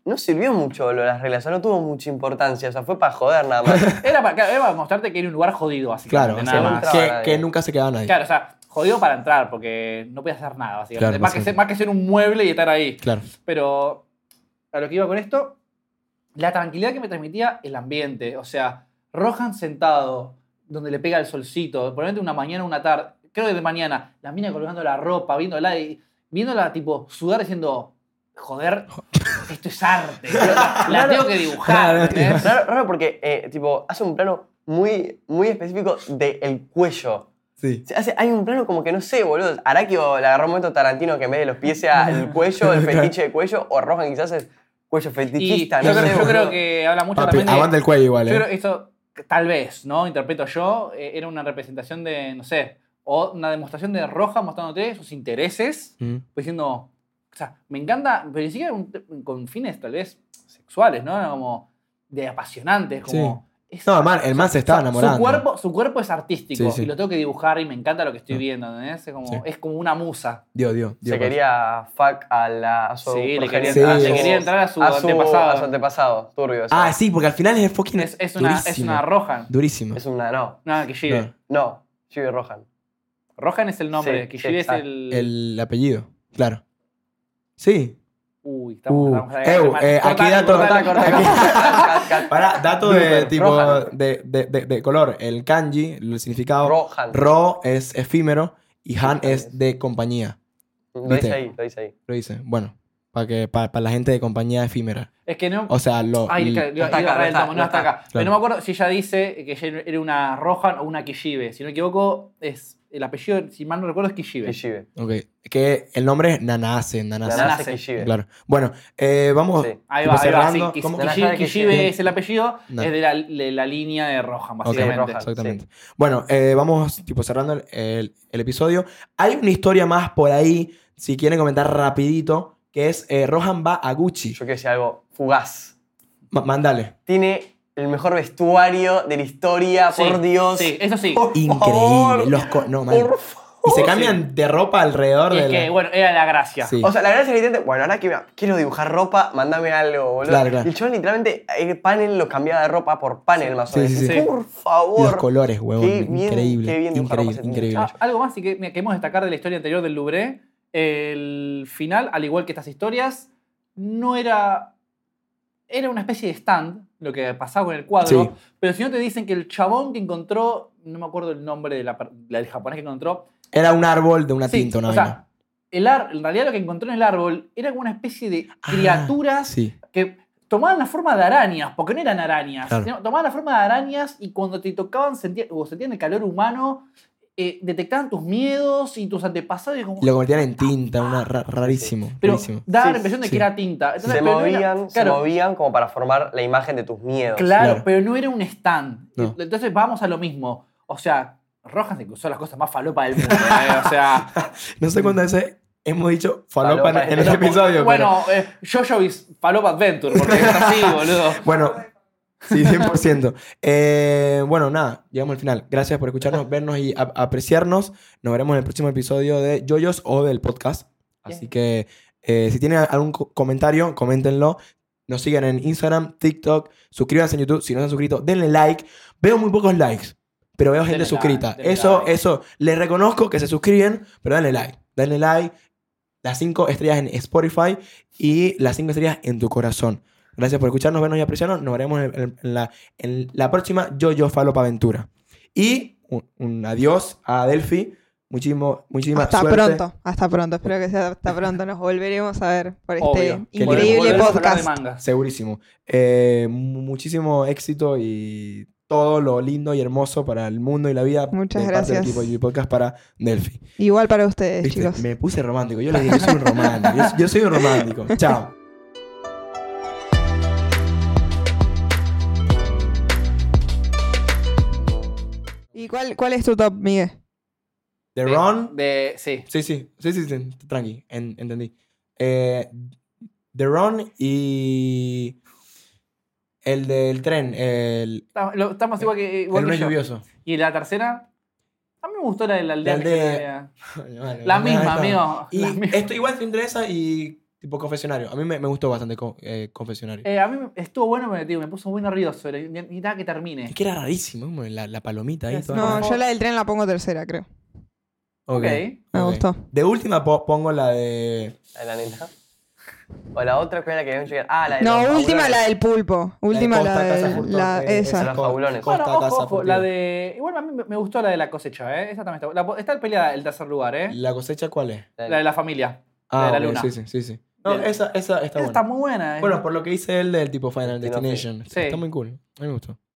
[SPEAKER 3] no sirvió mucho lo de las reglas, o sea, no tuvo mucha importancia, o sea, fue para joder nada más.
[SPEAKER 1] Era, para, era para mostrarte que era un lugar jodido, así
[SPEAKER 2] Claro, o sea,
[SPEAKER 1] nada
[SPEAKER 3] sí,
[SPEAKER 1] más.
[SPEAKER 3] ultra-
[SPEAKER 2] que,
[SPEAKER 3] Nadie.
[SPEAKER 2] que nunca se quedaba nadie. Claro.
[SPEAKER 1] Claro, o sea, jodido para entrar, porque no podías hacer nada, básicamente.
[SPEAKER 2] Claro,
[SPEAKER 1] más, que
[SPEAKER 2] sí.
[SPEAKER 1] ser, más que ser un mueble y estar ahí. Pero a lo que iba con esto, la tranquilidad que me transmitía el ambiente. O sea, Rohan sentado, donde le pega el solcito, probablemente una mañana, una tarde, creo que de mañana, la mina colgando la ropa, viéndola y viéndola tipo sudar diciendo, joder, esto es arte. La, la tengo que dibujar.
[SPEAKER 2] Claro,
[SPEAKER 1] ¿entendés?
[SPEAKER 3] Raro, raro porque, eh, tipo, hace un plano muy, muy específico del cuello.
[SPEAKER 2] Sí.
[SPEAKER 3] Se hace- hay un plano como que no sé, boludo. Araki o le agarró un momento Tarantino que en vez de los pies sea el cuello, el fetiche de cuello, o Rohan quizás es cuello
[SPEAKER 1] Y
[SPEAKER 3] fetichista.
[SPEAKER 1] yo,
[SPEAKER 3] no
[SPEAKER 1] creo,
[SPEAKER 3] sé,
[SPEAKER 1] yo creo
[SPEAKER 3] boludo.
[SPEAKER 1] que habla mucho
[SPEAKER 2] Papi,
[SPEAKER 1] también de...
[SPEAKER 2] aguanta el cuello igual,
[SPEAKER 1] Yo creo
[SPEAKER 2] eh.
[SPEAKER 1] que esto, tal vez, ¿no? Interpreto yo, eh, era una representación de, no sé, o una demostración de Roja mostrándote sus intereses,
[SPEAKER 2] Mm.
[SPEAKER 1] pues diciendo, o sea, me encanta, pero ni siquiera un- con fines tal vez sexuales, ¿no? Era Como de apasionantes, como... es-
[SPEAKER 2] No, el man, el man se estaba
[SPEAKER 1] o sea,
[SPEAKER 2] enamorando.
[SPEAKER 1] Su cuerpo, su cuerpo es artístico
[SPEAKER 2] Sí, sí.
[SPEAKER 1] y lo tengo que dibujar y me encanta lo que estoy
[SPEAKER 2] Sí.
[SPEAKER 1] viendo, ¿entendés? Es como,
[SPEAKER 2] Sí.
[SPEAKER 1] es como una musa.
[SPEAKER 2] Dios, Dios.
[SPEAKER 3] Se quería fuck a, la, a su
[SPEAKER 1] Sí, le quería,
[SPEAKER 3] progenitor-
[SPEAKER 2] ah,
[SPEAKER 1] le
[SPEAKER 2] sí.
[SPEAKER 1] quería entrar a su
[SPEAKER 3] a su-
[SPEAKER 1] antepasado.
[SPEAKER 3] a su antepasado, turbio. o sea,
[SPEAKER 2] Ah, sí, porque al final es fucking.
[SPEAKER 1] es, es una, es
[SPEAKER 2] durísimo.
[SPEAKER 1] una Rohan.
[SPEAKER 2] Durísimo.
[SPEAKER 3] Es una no.
[SPEAKER 1] No, Kishibe.
[SPEAKER 2] No.
[SPEAKER 3] No, Chibi Rohan.
[SPEAKER 1] Rohan es el nombre,
[SPEAKER 3] Sí,
[SPEAKER 1] Kishibe es
[SPEAKER 3] exacto.
[SPEAKER 1] el...
[SPEAKER 2] El apellido, claro. Sí.
[SPEAKER 1] Uy, estamos,
[SPEAKER 2] Uh,
[SPEAKER 1] estamos
[SPEAKER 2] eu,
[SPEAKER 1] mal.
[SPEAKER 2] eh, aquí
[SPEAKER 1] Cortale,
[SPEAKER 2] dato-
[SPEAKER 1] cortale, cortale.
[SPEAKER 3] Cat, cat,
[SPEAKER 2] Para, dato de
[SPEAKER 3] Blooper,
[SPEAKER 2] tipo
[SPEAKER 3] Rohan.
[SPEAKER 2] de, de, de, de color. El kanji, el significado.
[SPEAKER 3] Rohan.
[SPEAKER 2] Ro es efímero y Han
[SPEAKER 3] Rohan
[SPEAKER 2] es
[SPEAKER 3] es.
[SPEAKER 2] de compañía.
[SPEAKER 3] Lo dice
[SPEAKER 2] Viste.
[SPEAKER 3] ahí, lo dice ahí.
[SPEAKER 2] Lo dice. Bueno, para que para la gente de compañía efímera.
[SPEAKER 1] Es que no.
[SPEAKER 2] O sea, lo.
[SPEAKER 1] Ay,
[SPEAKER 2] l-
[SPEAKER 1] claro, iba-
[SPEAKER 3] está
[SPEAKER 1] iba a agarrar
[SPEAKER 3] acá, no
[SPEAKER 1] el
[SPEAKER 3] está,
[SPEAKER 1] tomo, no
[SPEAKER 3] no
[SPEAKER 1] está
[SPEAKER 3] está.
[SPEAKER 1] acá. Pero no me acuerdo si ella dice que ella era una Rohan o una Kishibe. Si no me equivoco, es el apellido, si mal no recuerdo, es Kishibe.
[SPEAKER 3] Kishibe.
[SPEAKER 2] ok. Que el nombre es Nanase,
[SPEAKER 3] La
[SPEAKER 2] Nanase.
[SPEAKER 1] Nanase.
[SPEAKER 3] nace Kishibe.
[SPEAKER 2] Claro. Bueno, eh, vamos.
[SPEAKER 3] Sí.
[SPEAKER 1] Ahí
[SPEAKER 2] tipo,
[SPEAKER 1] va, ahí va. Sí,
[SPEAKER 2] cerrando.
[SPEAKER 1] Kish-
[SPEAKER 2] ¿Cómo?
[SPEAKER 1] Kish-
[SPEAKER 3] Nanase,
[SPEAKER 1] Kishibe
[SPEAKER 3] Kishibe.
[SPEAKER 1] es el apellido,
[SPEAKER 2] No.
[SPEAKER 1] es de la, de la línea de Rohan,
[SPEAKER 2] Ok,
[SPEAKER 1] básicamente.
[SPEAKER 3] Rohan.
[SPEAKER 2] Exactamente. Bueno, eh, vamos tipo cerrando el, el- el episodio. Hay una historia más por ahí, si quieren comentar rapidito, que es eh, Rohan va a Gucci.
[SPEAKER 3] Yo quiero decir algo fugaz.
[SPEAKER 2] Ma- mandale.
[SPEAKER 3] Tiene el mejor vestuario de la historia,
[SPEAKER 1] Sí,
[SPEAKER 3] por Dios.
[SPEAKER 1] Sí, eso sí.
[SPEAKER 3] Por
[SPEAKER 2] Increíble.
[SPEAKER 3] favor.
[SPEAKER 2] Los co- no, man.
[SPEAKER 3] Por favor.
[SPEAKER 2] Y se cambian de ropa alrededor
[SPEAKER 1] Y
[SPEAKER 2] de
[SPEAKER 1] es
[SPEAKER 2] la-
[SPEAKER 1] que, bueno, era la gracia.
[SPEAKER 2] Sí.
[SPEAKER 3] O sea, la gracia que intente, bueno, ahora que mira, quiero dibujar ropa, mándame algo, boludo.
[SPEAKER 2] Claro, claro.
[SPEAKER 3] Y el chabón literalmente, el panel lo cambiaba de ropa por panel más o
[SPEAKER 2] Sí,
[SPEAKER 3] menos.
[SPEAKER 2] sí,
[SPEAKER 1] sí.
[SPEAKER 3] Por
[SPEAKER 2] Y
[SPEAKER 3] favor.
[SPEAKER 2] los colores, huevón.
[SPEAKER 3] Qué bien-
[SPEAKER 2] increíble.
[SPEAKER 3] qué bien dibujar
[SPEAKER 2] increíble,
[SPEAKER 3] ropa
[SPEAKER 2] increíble.
[SPEAKER 1] Ah, algo más y que me queremos destacar de la historia anterior del Louvre. El final, al igual que estas historias, no era. Era una especie de stand, lo que pasaba con el cuadro.
[SPEAKER 2] Sí.
[SPEAKER 1] Pero si no te dicen que el chabón que encontró, no me acuerdo el nombre de la per- la del japonés que encontró.
[SPEAKER 2] Era un árbol de una
[SPEAKER 1] Sí,
[SPEAKER 2] tinta, una
[SPEAKER 1] o sea,
[SPEAKER 2] vaina.
[SPEAKER 1] el ar- en realidad lo que encontró en el árbol era como una especie de
[SPEAKER 2] Ah,
[SPEAKER 1] criaturas
[SPEAKER 2] Sí.
[SPEAKER 1] que tomaban la forma de arañas, porque no eran arañas,
[SPEAKER 2] Claro.
[SPEAKER 1] sino tomaban la forma de arañas y cuando te tocaban sentían, o sentían el calor humano, eh, detectaban tus miedos y tus antepasados. y como-
[SPEAKER 2] Y lo convertían en tinta, una ra- rarísimo.
[SPEAKER 1] pero
[SPEAKER 2] rarísimo.
[SPEAKER 1] daba
[SPEAKER 3] Sí,
[SPEAKER 1] la impresión de
[SPEAKER 2] sí.
[SPEAKER 1] que era tinta. Entonces,
[SPEAKER 3] se
[SPEAKER 1] pero no era-
[SPEAKER 3] movían, se
[SPEAKER 1] claro,
[SPEAKER 3] movían como para formar la imagen de tus miedos.
[SPEAKER 1] Claro,
[SPEAKER 2] Claro.
[SPEAKER 1] pero no era un stand.
[SPEAKER 2] No.
[SPEAKER 1] Entonces vamos a lo mismo. O sea, Rojas se cruzó las cosas más falopa del mundo. ¿eh? O sea,
[SPEAKER 2] No sé cuántas veces hemos dicho falopa en-
[SPEAKER 3] Falopa.
[SPEAKER 2] en este
[SPEAKER 1] pero-
[SPEAKER 2] episodio.
[SPEAKER 1] Bueno, eh, Jojo is falopa adventure, porque es así, boludo.
[SPEAKER 3] Este
[SPEAKER 2] pero- bueno. Sí, 100%. Eh, bueno, nada, llegamos al final. Gracias por escucharnos, vernos y ap- apreciarnos. Nos veremos en el próximo episodio de Yoyos o del podcast. Así que eh, si tienen algún co- comentario, coméntenlo. Nos sigan en Instagram, TikTok. Suscríbanse en YouTube. Si no se han suscrito, denle like. Veo muy pocos likes, pero veo gente
[SPEAKER 1] Denle
[SPEAKER 2] suscrita.
[SPEAKER 1] like, denle
[SPEAKER 2] eso,
[SPEAKER 1] like.
[SPEAKER 2] eso. Les reconozco que se suscriben, pero denle like. Denle like. Las 5 estrellas en Spotify y las 5 estrellas en tu corazón. Gracias por escucharnos, vernos y apreciarnos. Nos veremos en, en- en la, en la próxima Yo-Yo Falopa Aventura. Y un, un adiós a Delphi. Muchísimo, muchísima
[SPEAKER 4] Hasta
[SPEAKER 2] suerte.
[SPEAKER 4] pronto, hasta pronto. Espero que sea hasta pronto. Nos volveremos a ver por este
[SPEAKER 1] Obvio.
[SPEAKER 2] Qué lindo.
[SPEAKER 4] increíble
[SPEAKER 1] Volveremos a hablar de
[SPEAKER 4] podcast.
[SPEAKER 1] mangas.
[SPEAKER 2] Segurísimo. Eh, mu- muchísimo éxito y todo lo lindo y hermoso para el mundo y la vida.
[SPEAKER 4] Muchas
[SPEAKER 2] de parte del
[SPEAKER 4] gracias.
[SPEAKER 2] equipo de Yuyu Podcast para Delphi.
[SPEAKER 4] Igual para ustedes,
[SPEAKER 2] ¿Viste?
[SPEAKER 4] chicos.
[SPEAKER 2] Me puse romántico. Yo le dije, yo soy un romántico. Yo, yo soy un romántico. Chao.
[SPEAKER 4] ¿Y cuál, cuál es tu top, Miguel?
[SPEAKER 2] The
[SPEAKER 1] De-
[SPEAKER 2] Ron.
[SPEAKER 1] De, sí.
[SPEAKER 2] Sí, sí. Sí, sí, sí. Tranqui. En- entendí. Eh, The Ron y. El del tren. El,
[SPEAKER 1] Estamos, lo- estamos igual que.
[SPEAKER 2] el
[SPEAKER 1] Igual
[SPEAKER 2] uno
[SPEAKER 1] que yo.
[SPEAKER 2] lluvioso.
[SPEAKER 1] Y la tercera. A mí me gustó la de la aldea.
[SPEAKER 2] La aldea. Vale,
[SPEAKER 1] La misma,
[SPEAKER 2] bueno, ahí está.
[SPEAKER 1] amigo.
[SPEAKER 2] Y
[SPEAKER 1] La misma.
[SPEAKER 2] esto igual te interesa y tipo confesionario. A mí me, me gustó bastante co- eh, confesionario.
[SPEAKER 1] Eh, a mí me- estuvo bueno, pero digo, me puso muy nervioso. era- ni- ni nada que termine.
[SPEAKER 2] es que era rarísimo, como la, la palomita ahí.
[SPEAKER 1] No,
[SPEAKER 2] toda
[SPEAKER 4] No,
[SPEAKER 2] rara.
[SPEAKER 4] yo la del tren la pongo tercera, creo.
[SPEAKER 2] Ok.
[SPEAKER 4] Me
[SPEAKER 2] Ok.
[SPEAKER 4] gustó.
[SPEAKER 2] De última po- pongo la de...
[SPEAKER 3] Ahí La neta. O la otra, ¿cuál es la que habíamos llegado? Ah, la de los
[SPEAKER 4] No, última
[SPEAKER 3] fabulones.
[SPEAKER 4] la del pulpo. Última la,
[SPEAKER 2] Costa, Casa
[SPEAKER 4] del-
[SPEAKER 2] Juntos,
[SPEAKER 4] la-
[SPEAKER 2] eh,
[SPEAKER 4] esa.
[SPEAKER 3] Los fabulones.
[SPEAKER 2] Costa,
[SPEAKER 1] bueno, ojo,
[SPEAKER 2] Casa
[SPEAKER 1] ojo, la
[SPEAKER 2] Fortuna.
[SPEAKER 1] de. Igual a mí me- me gustó la de la cosecha, ¿eh? Esa también está. La, está peleada el tercer lugar, ¿eh?
[SPEAKER 2] ¿La cosecha cuál es?
[SPEAKER 1] La de la familia.
[SPEAKER 2] Ah,
[SPEAKER 1] de la
[SPEAKER 2] ok,
[SPEAKER 1] luna.
[SPEAKER 2] sí, sí, sí, sí. No,
[SPEAKER 1] Del-
[SPEAKER 2] esa, esa está
[SPEAKER 1] Esa
[SPEAKER 2] buena.
[SPEAKER 1] está muy buena. ¿eh?
[SPEAKER 2] Bueno, por lo que hice él del tipo Final
[SPEAKER 3] Destino
[SPEAKER 2] Destination.
[SPEAKER 1] Sí.
[SPEAKER 2] Está muy cool. A mí me gustó.